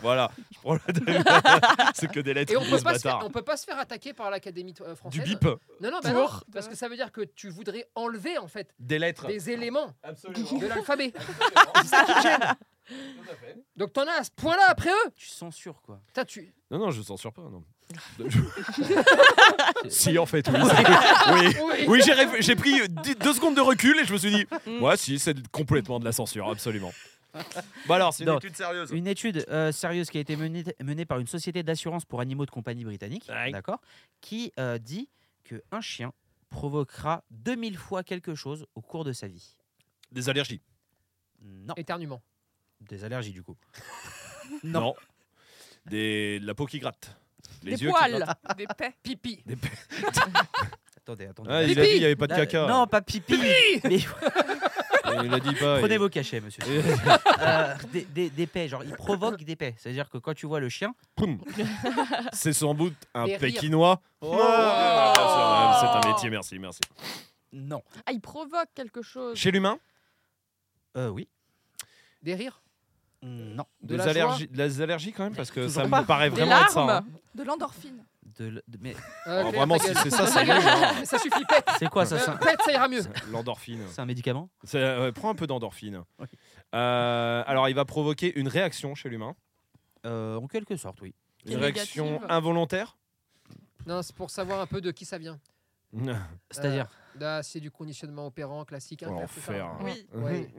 [SPEAKER 1] Voilà, je prends le
[SPEAKER 3] *laughs*
[SPEAKER 1] C'est que des lettres
[SPEAKER 3] Et on
[SPEAKER 1] qui
[SPEAKER 3] peut
[SPEAKER 1] disent
[SPEAKER 3] pas se faire,
[SPEAKER 1] bâtard.
[SPEAKER 3] on peut pas se faire attaquer par l'académie euh,
[SPEAKER 1] Du
[SPEAKER 3] française.
[SPEAKER 1] bip,
[SPEAKER 3] Non non, bah non,
[SPEAKER 4] Pour-
[SPEAKER 3] parce que ça veut dire que tu voudrais enlever en fait
[SPEAKER 1] des lettres. *laughs*
[SPEAKER 3] des éléments
[SPEAKER 1] Absolument.
[SPEAKER 3] de l'alphabet. *laughs* C'est ça qui me gêne. Donc t'en as à ce point-là après eux.
[SPEAKER 2] Tu censures quoi
[SPEAKER 3] Putain, tu *laughs*
[SPEAKER 1] Non *laughs* non, je censure pas non. si, en fait, oui.
[SPEAKER 3] *laughs*
[SPEAKER 1] c'est- oui.
[SPEAKER 3] Oui.
[SPEAKER 1] Oui, j'ai réf- j'ai pris euh, dix- deux secondes de recul et je me suis dit, moi, si, c'est complètement de la censure, absolument. Bah alors, c'est une
[SPEAKER 2] Donc,
[SPEAKER 1] étude sérieuse.
[SPEAKER 2] Une étude euh, sérieuse qui a été menée, menée par une société d'assurance pour animaux de compagnie britannique,
[SPEAKER 1] Ouais.
[SPEAKER 2] d'accord, qui euh, dit que un chien provoquera 2000 fois quelque chose au cours de sa vie.
[SPEAKER 1] Des allergies.
[SPEAKER 2] Non,
[SPEAKER 3] Éternuement.
[SPEAKER 2] des allergies du coup.
[SPEAKER 1] Non.
[SPEAKER 2] Non.
[SPEAKER 1] Des... de La peau qui gratte. Les
[SPEAKER 4] Des
[SPEAKER 1] yeux qui
[SPEAKER 4] poils.
[SPEAKER 1] grattent.
[SPEAKER 7] Des paix.
[SPEAKER 3] Pipi.
[SPEAKER 1] Des pe-
[SPEAKER 2] Attendez, attendez.
[SPEAKER 1] Ah,
[SPEAKER 2] Là-
[SPEAKER 1] il a dit il n'y avait pas de
[SPEAKER 2] là-
[SPEAKER 1] caca.
[SPEAKER 2] Non, pas pipi. Mais-
[SPEAKER 1] Il a dit pas.
[SPEAKER 2] Prenez
[SPEAKER 1] il-
[SPEAKER 2] vos cachets,
[SPEAKER 1] *laughs*
[SPEAKER 2] monsieur.
[SPEAKER 1] Et-
[SPEAKER 2] Euh, des, des, des paix, genre il provoque des paix. C'est-à-dire que quand tu vois le chien,
[SPEAKER 1] Poum. *laughs* C'est sans doute un
[SPEAKER 3] Et rire.
[SPEAKER 1] pékinois.
[SPEAKER 2] Oh.
[SPEAKER 1] Ah, bien sûr, madame, c'est un métier, merci, merci.
[SPEAKER 2] non.
[SPEAKER 4] Ah, il provoque quelque chose.
[SPEAKER 1] Chez l'humain,
[SPEAKER 2] Euh, oui.
[SPEAKER 3] Des rires.
[SPEAKER 1] Euh.
[SPEAKER 2] Non.
[SPEAKER 3] De
[SPEAKER 1] des
[SPEAKER 3] la
[SPEAKER 1] allergies, des allergies quand même, parce que ça
[SPEAKER 2] pas.
[SPEAKER 1] me paraît
[SPEAKER 4] Des
[SPEAKER 1] vraiment être ça. hein.
[SPEAKER 4] larmes.
[SPEAKER 7] De l'endorphine.
[SPEAKER 2] De, l- de- mais
[SPEAKER 3] Euh,
[SPEAKER 1] Oh,
[SPEAKER 3] Claire,
[SPEAKER 1] vraiment,
[SPEAKER 3] ta
[SPEAKER 1] si
[SPEAKER 3] gueule.
[SPEAKER 1] c'est ça, hein.
[SPEAKER 3] Ta
[SPEAKER 1] c'est
[SPEAKER 3] *laughs* gueule.
[SPEAKER 1] nul,
[SPEAKER 3] Mais ça suffit, pète.
[SPEAKER 2] c'est quoi ça
[SPEAKER 3] Euh,
[SPEAKER 2] c'est un-
[SPEAKER 3] Pète, ça ira mieux.
[SPEAKER 1] hein.
[SPEAKER 2] *laughs*
[SPEAKER 1] L'endorphine.
[SPEAKER 2] C'est un médicament
[SPEAKER 1] C'est- euh, prends un peu d'endorphine.
[SPEAKER 2] Oui.
[SPEAKER 1] Euh, alors, il va provoquer une réaction chez l'humain.
[SPEAKER 2] Euh, En quelque sorte, oui.
[SPEAKER 1] Une
[SPEAKER 4] Et
[SPEAKER 1] réaction
[SPEAKER 4] négative.
[SPEAKER 1] involontaire.
[SPEAKER 3] Non, c'est pour savoir un peu de qui ça vient.
[SPEAKER 2] C'est-à-dire
[SPEAKER 3] Là, c'est du conditionnement opérant classique.
[SPEAKER 1] Oh,
[SPEAKER 3] inter-
[SPEAKER 1] l'enfer.
[SPEAKER 3] tout ça.
[SPEAKER 4] Oui.
[SPEAKER 3] Ouais.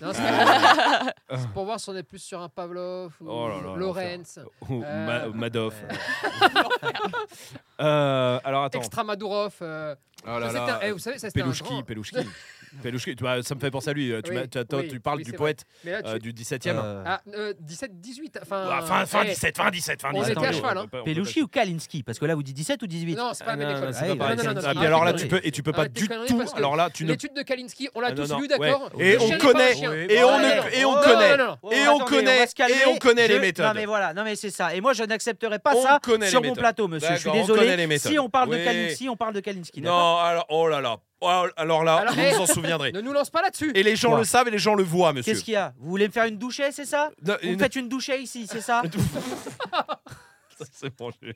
[SPEAKER 3] Non,
[SPEAKER 1] Ah. *laughs*
[SPEAKER 3] c'est c'est pour voir si on est plus sur un Pavlov ou
[SPEAKER 1] Oh là là, l'enfer.
[SPEAKER 3] Lorenz.
[SPEAKER 1] Ou Ma-
[SPEAKER 3] Euh,
[SPEAKER 1] Madoff.
[SPEAKER 3] ouais.
[SPEAKER 1] Euh, alors, attends.
[SPEAKER 3] Extramadourov. euh,
[SPEAKER 1] Oh
[SPEAKER 3] ça,
[SPEAKER 1] là
[SPEAKER 3] c'était
[SPEAKER 1] là.
[SPEAKER 3] un- eh, vous savez, ça, c'était un
[SPEAKER 1] Pelouchki,
[SPEAKER 3] grand.
[SPEAKER 1] Pelouchki. Pelouchki, tu vois, ça me fait penser à lui. Tu,
[SPEAKER 3] Oui,
[SPEAKER 1] m'as- tu- toi,
[SPEAKER 3] oui,
[SPEAKER 1] tu parles
[SPEAKER 3] oui,
[SPEAKER 1] du
[SPEAKER 3] c'est
[SPEAKER 1] poète
[SPEAKER 3] Mais là, tu-
[SPEAKER 1] euh, du 17e.
[SPEAKER 2] euh,
[SPEAKER 3] Ah, euh, 17, 18. Enfin,
[SPEAKER 1] Ah, fin, fin
[SPEAKER 3] eh,
[SPEAKER 1] 17, fin 17, fin
[SPEAKER 3] on
[SPEAKER 1] 17.
[SPEAKER 2] était à
[SPEAKER 1] oui,
[SPEAKER 3] cheval,
[SPEAKER 1] on
[SPEAKER 3] hein.
[SPEAKER 1] peut pas- on peut
[SPEAKER 2] Pelucci
[SPEAKER 1] pas-
[SPEAKER 2] ou Kalinski Parce que là, vous dites 17 ou 18
[SPEAKER 3] Non, c'est pas
[SPEAKER 1] Ah,
[SPEAKER 3] la même
[SPEAKER 1] non, non,
[SPEAKER 3] école.
[SPEAKER 1] c'est
[SPEAKER 2] Ah,
[SPEAKER 1] pas
[SPEAKER 2] oui,
[SPEAKER 1] pareil.
[SPEAKER 2] non, non,
[SPEAKER 1] Ah,
[SPEAKER 2] non,
[SPEAKER 1] puis alors là,
[SPEAKER 2] non,
[SPEAKER 1] tu
[SPEAKER 2] non,
[SPEAKER 1] peux, et tu peux pas
[SPEAKER 3] Arrête
[SPEAKER 1] du
[SPEAKER 3] tes conneries,
[SPEAKER 1] tout.
[SPEAKER 3] parce que
[SPEAKER 1] Alors là, tu ne.
[SPEAKER 3] L'étude de Kalinski, on l'a
[SPEAKER 1] Ah, non,
[SPEAKER 3] tous
[SPEAKER 1] non,
[SPEAKER 3] lu,
[SPEAKER 1] ouais.
[SPEAKER 3] d'accord
[SPEAKER 1] Et
[SPEAKER 3] Je
[SPEAKER 1] on
[SPEAKER 3] n'ai pas
[SPEAKER 1] connaît,
[SPEAKER 3] un chien.
[SPEAKER 1] et on,
[SPEAKER 3] Ouais.
[SPEAKER 1] ne- et on
[SPEAKER 3] Non,
[SPEAKER 1] connaît,
[SPEAKER 3] non, non, non.
[SPEAKER 1] et on
[SPEAKER 2] Oh, Attendez,
[SPEAKER 1] connaît,
[SPEAKER 2] va se calmer.
[SPEAKER 1] et on connaît
[SPEAKER 2] Je-
[SPEAKER 1] les méthodes.
[SPEAKER 2] Non mais voilà, non mais c'est ça. Et moi je n'accepterai pas
[SPEAKER 1] On
[SPEAKER 2] ça
[SPEAKER 1] connaît
[SPEAKER 2] sur
[SPEAKER 1] les
[SPEAKER 2] mon
[SPEAKER 1] méthodes.
[SPEAKER 2] plateau, monsieur. Je suis
[SPEAKER 1] D'accord, on connaît les
[SPEAKER 2] désolé.
[SPEAKER 1] méthodes.
[SPEAKER 2] Si on parle
[SPEAKER 1] Oui.
[SPEAKER 2] de Kalinski, on parle de Kalinski. d'accord
[SPEAKER 1] Non, alors, oh là là. Oh, alors là,
[SPEAKER 3] Alors,
[SPEAKER 1] vous
[SPEAKER 3] eh,
[SPEAKER 1] vous en souviendrez.
[SPEAKER 3] Ne nous lance pas là-dessus.
[SPEAKER 1] Et les gens
[SPEAKER 2] Quoi
[SPEAKER 1] le savent et les gens le voient, monsieur.
[SPEAKER 2] Qu'est-ce qu'il y a Vous voulez me faire une douchée, c'est ça
[SPEAKER 1] Non,
[SPEAKER 2] Vous me
[SPEAKER 1] une-
[SPEAKER 2] faites une douchée ici, c'est
[SPEAKER 1] *laughs*
[SPEAKER 2] ça
[SPEAKER 1] C'est bon, je-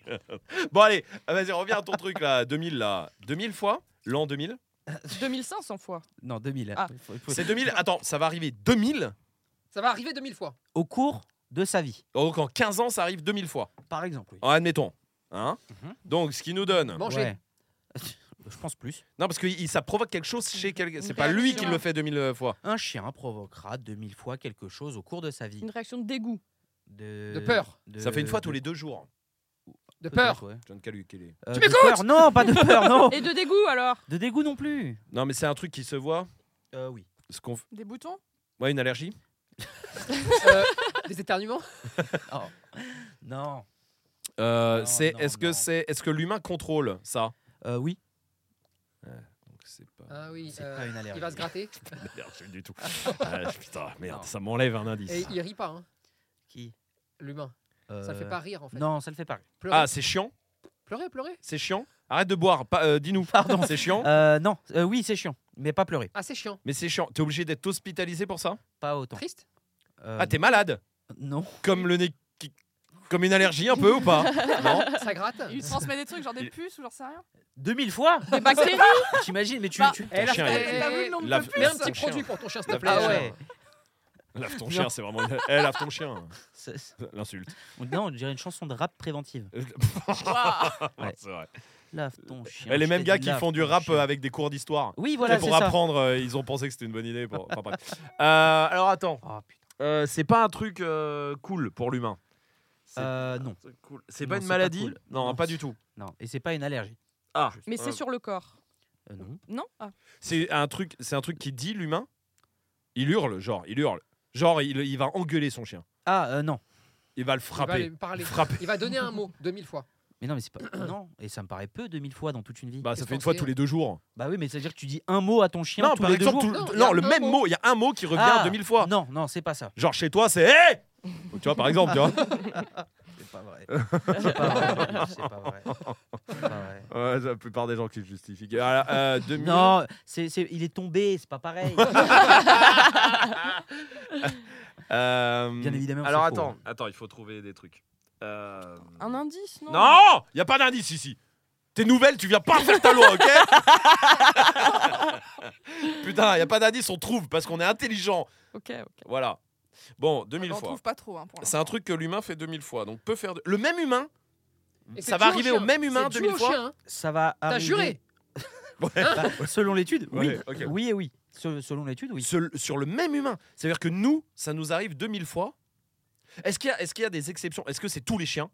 [SPEAKER 1] Bon, allez, ah, vas-y, reviens à ton truc là. *laughs* 2000 là. 2000 fois L'an 2000
[SPEAKER 4] 2500 fois.
[SPEAKER 2] Non, 2000.
[SPEAKER 4] Ah.
[SPEAKER 2] Faut- faut-
[SPEAKER 1] C'est 2000 Attends, ça va arriver 2000
[SPEAKER 3] Ça va arriver 2000 fois.
[SPEAKER 2] Au cours de sa vie,
[SPEAKER 1] Donc en 15 oh, ans, ça arrive 2000 fois.
[SPEAKER 2] par exemple. oui.
[SPEAKER 1] Ah, admettons. Hein
[SPEAKER 2] Mhm.
[SPEAKER 1] Donc, ce qui nous donne.
[SPEAKER 3] Manger.
[SPEAKER 2] Ouais. Je pense plus.
[SPEAKER 1] Non, parce que il- ça provoque quelque chose chez quelqu'un. C'est pas
[SPEAKER 4] réaction.
[SPEAKER 1] lui qui le fait 2000 fois.
[SPEAKER 2] Un chien provoquera 2000 fois quelque chose au cours de sa vie.
[SPEAKER 4] Une réaction de dégoût.
[SPEAKER 2] De,
[SPEAKER 3] De peur.
[SPEAKER 2] Euh,
[SPEAKER 1] Ça fait une fois tous les deux jours. hein.
[SPEAKER 3] De
[SPEAKER 2] Peut-être,
[SPEAKER 3] peur.
[SPEAKER 2] ouais.
[SPEAKER 1] John Calu, quel est
[SPEAKER 2] Euh,
[SPEAKER 3] Tu
[SPEAKER 2] de peur, Non, pas de peur, non. *laughs*
[SPEAKER 4] Et de dégoût alors
[SPEAKER 2] De dégoût non plus.
[SPEAKER 1] Non, mais c'est un truc qui se voit.
[SPEAKER 2] Euh, oui.
[SPEAKER 1] Ce qu'on. f-
[SPEAKER 7] Des boutons.
[SPEAKER 1] Ouais, une allergie
[SPEAKER 3] Euh,
[SPEAKER 1] *laughs*
[SPEAKER 3] Des éternuements.
[SPEAKER 2] Non.
[SPEAKER 1] Euh,
[SPEAKER 2] Non,
[SPEAKER 1] c'est
[SPEAKER 2] non,
[SPEAKER 1] est-ce que
[SPEAKER 2] non.
[SPEAKER 1] c'est est-ce que l'humain contrôle ça
[SPEAKER 2] Euh, oui.
[SPEAKER 1] Donc c'est *laughs* pas
[SPEAKER 3] Ah oui.
[SPEAKER 2] C'est
[SPEAKER 3] euh,
[SPEAKER 2] pas une
[SPEAKER 3] Il va
[SPEAKER 2] allergie.
[SPEAKER 3] se gratter.
[SPEAKER 1] une allergie du tout. Ah, putain, merde, ça m'enlève un indice.
[SPEAKER 3] Et il rit pas, hein,
[SPEAKER 2] Qui
[SPEAKER 3] l'humain. Ça le fait
[SPEAKER 2] Euh,
[SPEAKER 3] pas rire en fait.
[SPEAKER 2] Non, ça le fait pas.
[SPEAKER 3] Pleurer,
[SPEAKER 1] Ah, c'est chiant,
[SPEAKER 3] pleurer, pleurer.
[SPEAKER 1] c'est chiant. Arrête de boire, pas- euh, dis-nous. Pardon, c'est
[SPEAKER 3] Oh.
[SPEAKER 1] chiant.
[SPEAKER 2] Euh, non, Euh, oui, c'est chiant, mais pas pleurer.
[SPEAKER 3] Ah, c'est chiant.
[SPEAKER 1] Mais c'est chiant. T'es obligé d'être hospitalisé pour ça
[SPEAKER 2] Pas autant.
[SPEAKER 3] Triste.
[SPEAKER 2] Euh,
[SPEAKER 1] Ah, t'es malade
[SPEAKER 2] Non.
[SPEAKER 1] Comme le nez qui- comme une allergie un peu
[SPEAKER 2] *laughs*
[SPEAKER 1] ou pas Non. *laughs*
[SPEAKER 3] Ça gratte.
[SPEAKER 7] Il lui transmet des trucs, genre des puces ou j'en sais rien.
[SPEAKER 2] 2000 fois *laughs*
[SPEAKER 4] Des bactéries
[SPEAKER 2] T'imagines, mais tu.
[SPEAKER 7] Bah,
[SPEAKER 2] tu-
[SPEAKER 3] Eh,
[SPEAKER 1] Ton chien,
[SPEAKER 3] la-
[SPEAKER 1] il-
[SPEAKER 3] eh,
[SPEAKER 7] T'as vu le nombre
[SPEAKER 1] la-
[SPEAKER 7] de
[SPEAKER 3] Mets un
[SPEAKER 7] puces
[SPEAKER 1] Ton
[SPEAKER 3] petit
[SPEAKER 1] chien.
[SPEAKER 3] produit pour ton chien, s'il te
[SPEAKER 1] Lave
[SPEAKER 3] plaît.
[SPEAKER 1] ton
[SPEAKER 2] Ah
[SPEAKER 1] chien.
[SPEAKER 2] ouais.
[SPEAKER 1] Lave ton chien, c'est vraiment une- Eh, lave ton chien. *laughs*
[SPEAKER 2] C'est- c'est-
[SPEAKER 1] L'insulte.
[SPEAKER 2] Non, on dirait une chanson de rap préventive.
[SPEAKER 1] *laughs*
[SPEAKER 2] Ouais.
[SPEAKER 1] C'est vrai.
[SPEAKER 2] Lave ton chien.
[SPEAKER 1] Eh, les
[SPEAKER 2] je
[SPEAKER 1] mêmes
[SPEAKER 2] t'ai
[SPEAKER 1] gars
[SPEAKER 2] dit,
[SPEAKER 1] qui
[SPEAKER 2] lave
[SPEAKER 1] font du
[SPEAKER 2] ton
[SPEAKER 1] rap
[SPEAKER 2] chien.
[SPEAKER 1] euh, avec des cours d'histoire.
[SPEAKER 2] Oui, voilà,
[SPEAKER 1] C'est
[SPEAKER 2] c'est
[SPEAKER 1] pour
[SPEAKER 2] ça.
[SPEAKER 1] apprendre, euh, ils ont pensé que c'était une bonne idée. Pour... enfin, bref. Euh, alors attends,
[SPEAKER 2] Ah, putain.
[SPEAKER 1] Euh, c'est pas un truc euh, cool pour l'humain. C'est
[SPEAKER 2] Euh, non,
[SPEAKER 1] c'est cool. C'est pas
[SPEAKER 2] Non,
[SPEAKER 1] une
[SPEAKER 2] c'est pas
[SPEAKER 1] maladie
[SPEAKER 2] cool.
[SPEAKER 1] non,
[SPEAKER 2] Non,
[SPEAKER 1] pas
[SPEAKER 2] c'est-
[SPEAKER 1] du tout.
[SPEAKER 2] non. Et c'est pas une allergie.
[SPEAKER 1] Ah,
[SPEAKER 4] Mais c'est
[SPEAKER 1] Euh,
[SPEAKER 4] sur le corps.
[SPEAKER 2] Euh, non.
[SPEAKER 4] Non Ah.
[SPEAKER 1] C'est un truc, c'est un truc qui dit l'humain. Il hurle, genre, il hurle, genre, il, il va engueuler son chien.
[SPEAKER 2] Ah, euh, non.
[SPEAKER 1] Il va le
[SPEAKER 3] Il va
[SPEAKER 1] frapper.
[SPEAKER 3] aller parler.
[SPEAKER 1] Frapper.
[SPEAKER 3] Il va donner un mot 2000 fois.
[SPEAKER 2] Mais non, mais c'est pas.
[SPEAKER 1] *clears throat*
[SPEAKER 2] Non, et ça me paraît peu 2000 fois dans toute une vie. Bah,
[SPEAKER 1] Bah, ça
[SPEAKER 3] Qu'est-ce
[SPEAKER 1] fait une
[SPEAKER 3] qu'on
[SPEAKER 1] fois
[SPEAKER 3] fait
[SPEAKER 1] tous les deux jours.
[SPEAKER 2] oui, mais c'est-à-dire que tu dis un mot à ton chien
[SPEAKER 1] non,
[SPEAKER 2] tous
[SPEAKER 1] par
[SPEAKER 2] les deux
[SPEAKER 1] exemple,
[SPEAKER 2] jours.
[SPEAKER 1] tout- non,
[SPEAKER 3] Non, il y a
[SPEAKER 1] le
[SPEAKER 3] un
[SPEAKER 1] même
[SPEAKER 3] mot.
[SPEAKER 1] mot, il y a un mot qui revient
[SPEAKER 2] Ah,
[SPEAKER 1] 2000 fois.
[SPEAKER 2] Non, non, c'est pas ça.
[SPEAKER 1] Genre chez toi, c'est hey *laughs* Tu vois, par exemple, tu vois.
[SPEAKER 2] C'est pas vrai. C'est pas vrai. C'est pas vrai. C'est pas vrai.
[SPEAKER 1] Ouais, la plupart des gens qui le justifient. Alors, euh, 2000.
[SPEAKER 2] Non, c'est, c'est- il est tombé, c'est pas pareil.
[SPEAKER 1] Euh,
[SPEAKER 2] Bien évidemment,
[SPEAKER 1] Alors
[SPEAKER 2] c'est faux.
[SPEAKER 1] attends, attends, il faut trouver des trucs. Euh,
[SPEAKER 4] Un indice, non
[SPEAKER 1] Non, il y a pas d'indice ici. T'es nouvelle, tu viens pas faire ta
[SPEAKER 3] *laughs*
[SPEAKER 1] loi, ok Putain, il y a pas d'indice, on trouve parce qu'on est intelligent.
[SPEAKER 4] Ok, ok.
[SPEAKER 1] Voilà. Bon, 2000
[SPEAKER 7] On
[SPEAKER 1] fois.
[SPEAKER 3] Ah, bah,
[SPEAKER 1] *laughs*
[SPEAKER 7] trouve pas trop. Hein, pour
[SPEAKER 1] C'est un truc que l'humain fait 2000 fois, donc peut faire de- le même humain
[SPEAKER 3] Et c'est
[SPEAKER 1] Ça va
[SPEAKER 3] tué au
[SPEAKER 1] arriver au
[SPEAKER 3] chien.
[SPEAKER 1] même humain
[SPEAKER 3] C'est
[SPEAKER 1] 2000
[SPEAKER 3] tué au
[SPEAKER 1] fois.
[SPEAKER 3] chien, hein.
[SPEAKER 2] Ça va
[SPEAKER 3] T'as
[SPEAKER 2] arriver.
[SPEAKER 3] juré
[SPEAKER 2] Bah, Selon l'étude, oui.
[SPEAKER 1] Ouais, ok.
[SPEAKER 2] Oui et oui. Se- Selon l'étude, oui.
[SPEAKER 1] Seul- sur le même humain. C'est-à-dire que nous, ça nous arrive 2000 fois. Est-ce qu'il y, est qu'il y a des exceptions Est-ce que c'est tous les chiens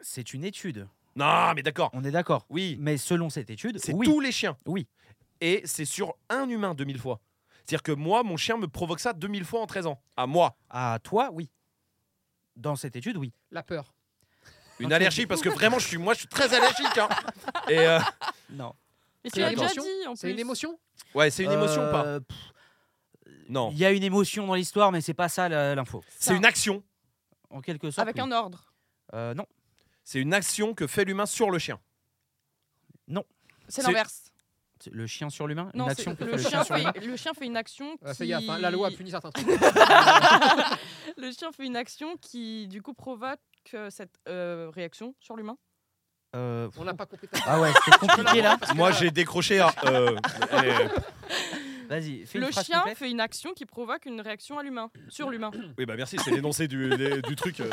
[SPEAKER 2] C'est une étude.
[SPEAKER 1] Non, mais d'accord.
[SPEAKER 2] On est d'accord.
[SPEAKER 1] Oui,
[SPEAKER 2] Mais selon cette étude,
[SPEAKER 1] c'est
[SPEAKER 2] oui.
[SPEAKER 1] tous les chiens.
[SPEAKER 2] Oui.
[SPEAKER 1] Et c'est sur un humain 2000 fois. C'est-à-dire que moi, mon chien me provoque ça 2000 fois en 13 ans. À moi.
[SPEAKER 2] À toi, oui. Dans cette étude, oui.
[SPEAKER 3] La peur.
[SPEAKER 1] Une
[SPEAKER 2] Ok.
[SPEAKER 1] allergie, parce que vraiment, je suis, moi, je suis très
[SPEAKER 2] *laughs*
[SPEAKER 1] allergique. hein. Et euh,
[SPEAKER 2] Non.
[SPEAKER 4] Mais tu
[SPEAKER 3] C'est
[SPEAKER 4] l'as
[SPEAKER 3] une
[SPEAKER 4] déjà
[SPEAKER 3] émotion
[SPEAKER 4] dit en plus.
[SPEAKER 3] C'est une émotion
[SPEAKER 1] ouais, c'est une émotion ou pas
[SPEAKER 2] Euh, pff,
[SPEAKER 1] Non.
[SPEAKER 2] Il y a une émotion dans l'histoire, mais c'est pas ça la- l'info.
[SPEAKER 1] C'est une action.
[SPEAKER 2] En quelque sorte.
[SPEAKER 4] Avec
[SPEAKER 2] oui.
[SPEAKER 4] un ordre.
[SPEAKER 2] Euh, non.
[SPEAKER 1] C'est une action que fait l'humain sur le chien.
[SPEAKER 4] C'est
[SPEAKER 1] C'est-
[SPEAKER 4] l'inverse.
[SPEAKER 2] C'est Le chien sur l'humain
[SPEAKER 4] Non,
[SPEAKER 2] Une
[SPEAKER 4] c'est-
[SPEAKER 2] action que fait
[SPEAKER 4] le, chien
[SPEAKER 2] sur l'humain
[SPEAKER 4] fait, le chien fait une action.
[SPEAKER 3] Euh,
[SPEAKER 4] Qui...
[SPEAKER 3] Fais gaffe, hein, la loi punit certains
[SPEAKER 1] *laughs*
[SPEAKER 3] trucs.
[SPEAKER 4] *laughs* le chien fait une action qui, du coup, provoque euh, cette euh, réaction sur l'humain.
[SPEAKER 2] Euh,
[SPEAKER 3] On n'a pas compris.
[SPEAKER 2] Ah ouais, c'est compliqué là.
[SPEAKER 1] Moi, j'ai décroché. à-
[SPEAKER 2] *laughs*
[SPEAKER 1] euh, et-
[SPEAKER 2] Vas-y, fais
[SPEAKER 4] Le
[SPEAKER 2] une phrase
[SPEAKER 4] chien
[SPEAKER 2] complète.
[SPEAKER 4] fait une action qui provoque une réaction à l'humain. Sur l'humain.
[SPEAKER 1] Oui, bah merci, c'est l'énoncé du, des- du truc.
[SPEAKER 3] *laughs*
[SPEAKER 1] euh.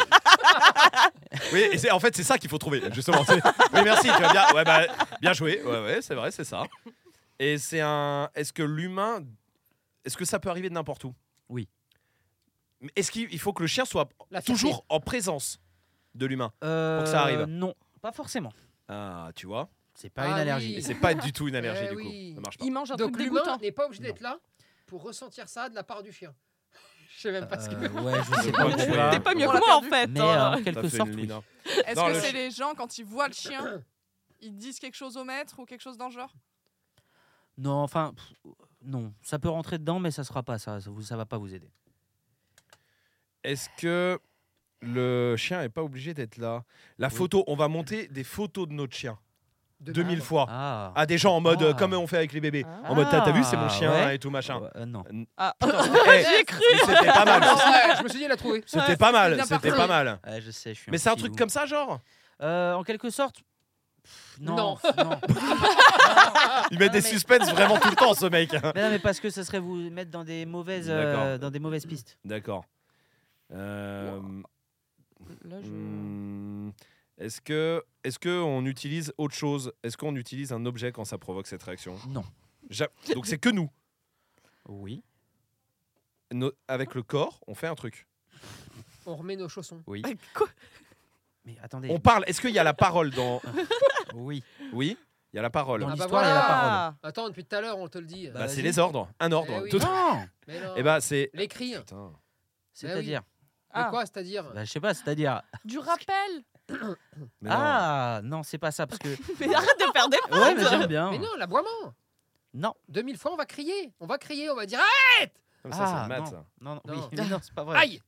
[SPEAKER 1] Oui, et c'est- en fait, c'est ça qu'il faut trouver, justement. c'est- Oui, merci, tu vas bien. Ouais, bah, bien joué. Ouais, ouais, c'est vrai, c'est ça. Et c'est un. Est-ce que l'humain. Est-ce que ça peut arriver de n'importe où
[SPEAKER 2] Oui.
[SPEAKER 1] Mais Est-ce qu'il il faut que le chien soit
[SPEAKER 3] La fierté.
[SPEAKER 1] toujours en présence de l'humain
[SPEAKER 2] Euh,
[SPEAKER 1] pour que ça arrive.
[SPEAKER 2] Non, pas forcément.
[SPEAKER 1] Ah, tu vois
[SPEAKER 2] C'est pas
[SPEAKER 3] Ah
[SPEAKER 2] une
[SPEAKER 3] oui.
[SPEAKER 2] allergie.
[SPEAKER 1] Et
[SPEAKER 3] *laughs*
[SPEAKER 1] c'est pas du tout une allergie,
[SPEAKER 3] Eh
[SPEAKER 1] du coup.
[SPEAKER 3] oui.
[SPEAKER 1] Ça marche pas.
[SPEAKER 4] *coughs* Il mange un
[SPEAKER 3] Donc
[SPEAKER 4] truc
[SPEAKER 3] l'humain
[SPEAKER 4] dégoûtant.
[SPEAKER 3] n'est pas obligé d'être là pour ressentir ça de la part du chien. *laughs* Je sais même pas ce que. *laughs*
[SPEAKER 2] Euh, ouais, je sais pas
[SPEAKER 1] pas
[SPEAKER 2] où tu
[SPEAKER 1] compris.
[SPEAKER 2] vas.
[SPEAKER 1] T'es
[SPEAKER 4] T'es pas mieux
[SPEAKER 7] On
[SPEAKER 4] que
[SPEAKER 7] l'a
[SPEAKER 4] moi, en
[SPEAKER 7] perdu.
[SPEAKER 4] fait.
[SPEAKER 2] Mais
[SPEAKER 4] hein.
[SPEAKER 2] euh, en
[SPEAKER 1] T'as
[SPEAKER 2] quelque
[SPEAKER 1] fait
[SPEAKER 2] sorte,
[SPEAKER 1] une
[SPEAKER 2] oui.
[SPEAKER 1] Lina.
[SPEAKER 7] Est-ce
[SPEAKER 1] Non,
[SPEAKER 7] que
[SPEAKER 1] le
[SPEAKER 7] c'est
[SPEAKER 1] chi-
[SPEAKER 7] les gens, quand ils voient le chien, ils disent quelque chose au maître ou quelque chose dans le genre
[SPEAKER 2] Non, enfin, pff, non. Ça peut rentrer dedans, mais ça sera pas ça. Ça, vous- ça va pas vous aider.
[SPEAKER 1] Est-ce que le chien est pas obligé d'être là La photo, on va monter des photos de notre chien.
[SPEAKER 3] De
[SPEAKER 1] 2000 fois.
[SPEAKER 2] Ah.
[SPEAKER 1] à des gens en mode euh,
[SPEAKER 2] Ah.
[SPEAKER 1] comme on fait avec les bébés.
[SPEAKER 4] Ah.
[SPEAKER 1] En mode t'as t'as vu c'est mon
[SPEAKER 2] Ah,
[SPEAKER 1] chien
[SPEAKER 2] ouais.
[SPEAKER 1] et tout machin.
[SPEAKER 2] Ouais, euh, non.
[SPEAKER 4] Ah.
[SPEAKER 1] *laughs* Eh,
[SPEAKER 4] *laughs* J'ai cru
[SPEAKER 1] mais c'était pas
[SPEAKER 3] Ah,
[SPEAKER 1] mal.
[SPEAKER 3] ouais, je me suis dit, il a trouvé.
[SPEAKER 1] C'était pas mal,
[SPEAKER 7] bien
[SPEAKER 1] c'était
[SPEAKER 7] parti.
[SPEAKER 1] pas mal.
[SPEAKER 2] Ouais, je sais, je suis.
[SPEAKER 1] Mais c'est un truc comme ça *laughs* genre
[SPEAKER 2] ça. Euh, en quelque sorte. pff, non.
[SPEAKER 3] Non.
[SPEAKER 2] pff, non. *laughs*
[SPEAKER 1] Il met
[SPEAKER 2] Non, mais-
[SPEAKER 1] des suspens vraiment tout le temps ce mec.
[SPEAKER 2] mais non, mais parce que ça serait vous mettre dans des mauvaises, euh,
[SPEAKER 1] D'accord.
[SPEAKER 2] dans des mauvaises pistes.
[SPEAKER 1] *laughs* D'accord. Euh,
[SPEAKER 4] Là, je-
[SPEAKER 1] hmm, Est-ce que est-ce que on utilise autre chose Est-ce qu'on utilise un objet quand ça provoque cette réaction
[SPEAKER 2] Non.
[SPEAKER 1] Ja- Donc c'est que nous.
[SPEAKER 2] Oui.
[SPEAKER 1] No- avec le corps, on fait un truc.
[SPEAKER 3] On remet nos chaussons.
[SPEAKER 4] Quoi
[SPEAKER 2] Mais attendez.
[SPEAKER 1] On parle. Est-ce qu'il y a la
[SPEAKER 2] *laughs*
[SPEAKER 1] parole dans
[SPEAKER 2] Oui.
[SPEAKER 1] Oui, il y a la parole.
[SPEAKER 2] Dans
[SPEAKER 3] bah
[SPEAKER 2] l'histoire, il y a
[SPEAKER 4] Ah.
[SPEAKER 3] voilà.
[SPEAKER 2] la parole.
[SPEAKER 3] Attends, depuis tout à l'heure, on te le dit.
[SPEAKER 1] Bah, c'est
[SPEAKER 2] vas-y.
[SPEAKER 1] les ordres, un ordre.
[SPEAKER 3] Eh oui.
[SPEAKER 1] Tout-
[SPEAKER 2] Non.
[SPEAKER 3] Mais non.
[SPEAKER 1] Et bah c'est
[SPEAKER 3] Les cris.
[SPEAKER 1] Putain.
[SPEAKER 2] C'est-à-dire.
[SPEAKER 3] Mais
[SPEAKER 4] Ah.
[SPEAKER 3] quoi, c'est-à-dire
[SPEAKER 2] Bah, je sais pas. C'est-à-dire.
[SPEAKER 4] Du rappel
[SPEAKER 1] Mais non.
[SPEAKER 2] Ah non, c'est pas ça parce
[SPEAKER 3] *laughs*
[SPEAKER 2] que.
[SPEAKER 4] *laughs* Mais arrête de *laughs* faire des
[SPEAKER 2] Ouais, mais
[SPEAKER 4] phrases.
[SPEAKER 2] j'aime bien.
[SPEAKER 3] Mais non, l'aboiement.
[SPEAKER 2] Non.
[SPEAKER 3] 2000 fois, on va crier. On va crier, on va dire
[SPEAKER 1] Comme ça, c'est
[SPEAKER 2] Ah,
[SPEAKER 1] le mat,
[SPEAKER 2] non.
[SPEAKER 1] ça.
[SPEAKER 2] Non, non,
[SPEAKER 3] Non.
[SPEAKER 2] oui, mais *laughs* non, c'est pas vrai.
[SPEAKER 3] Aïe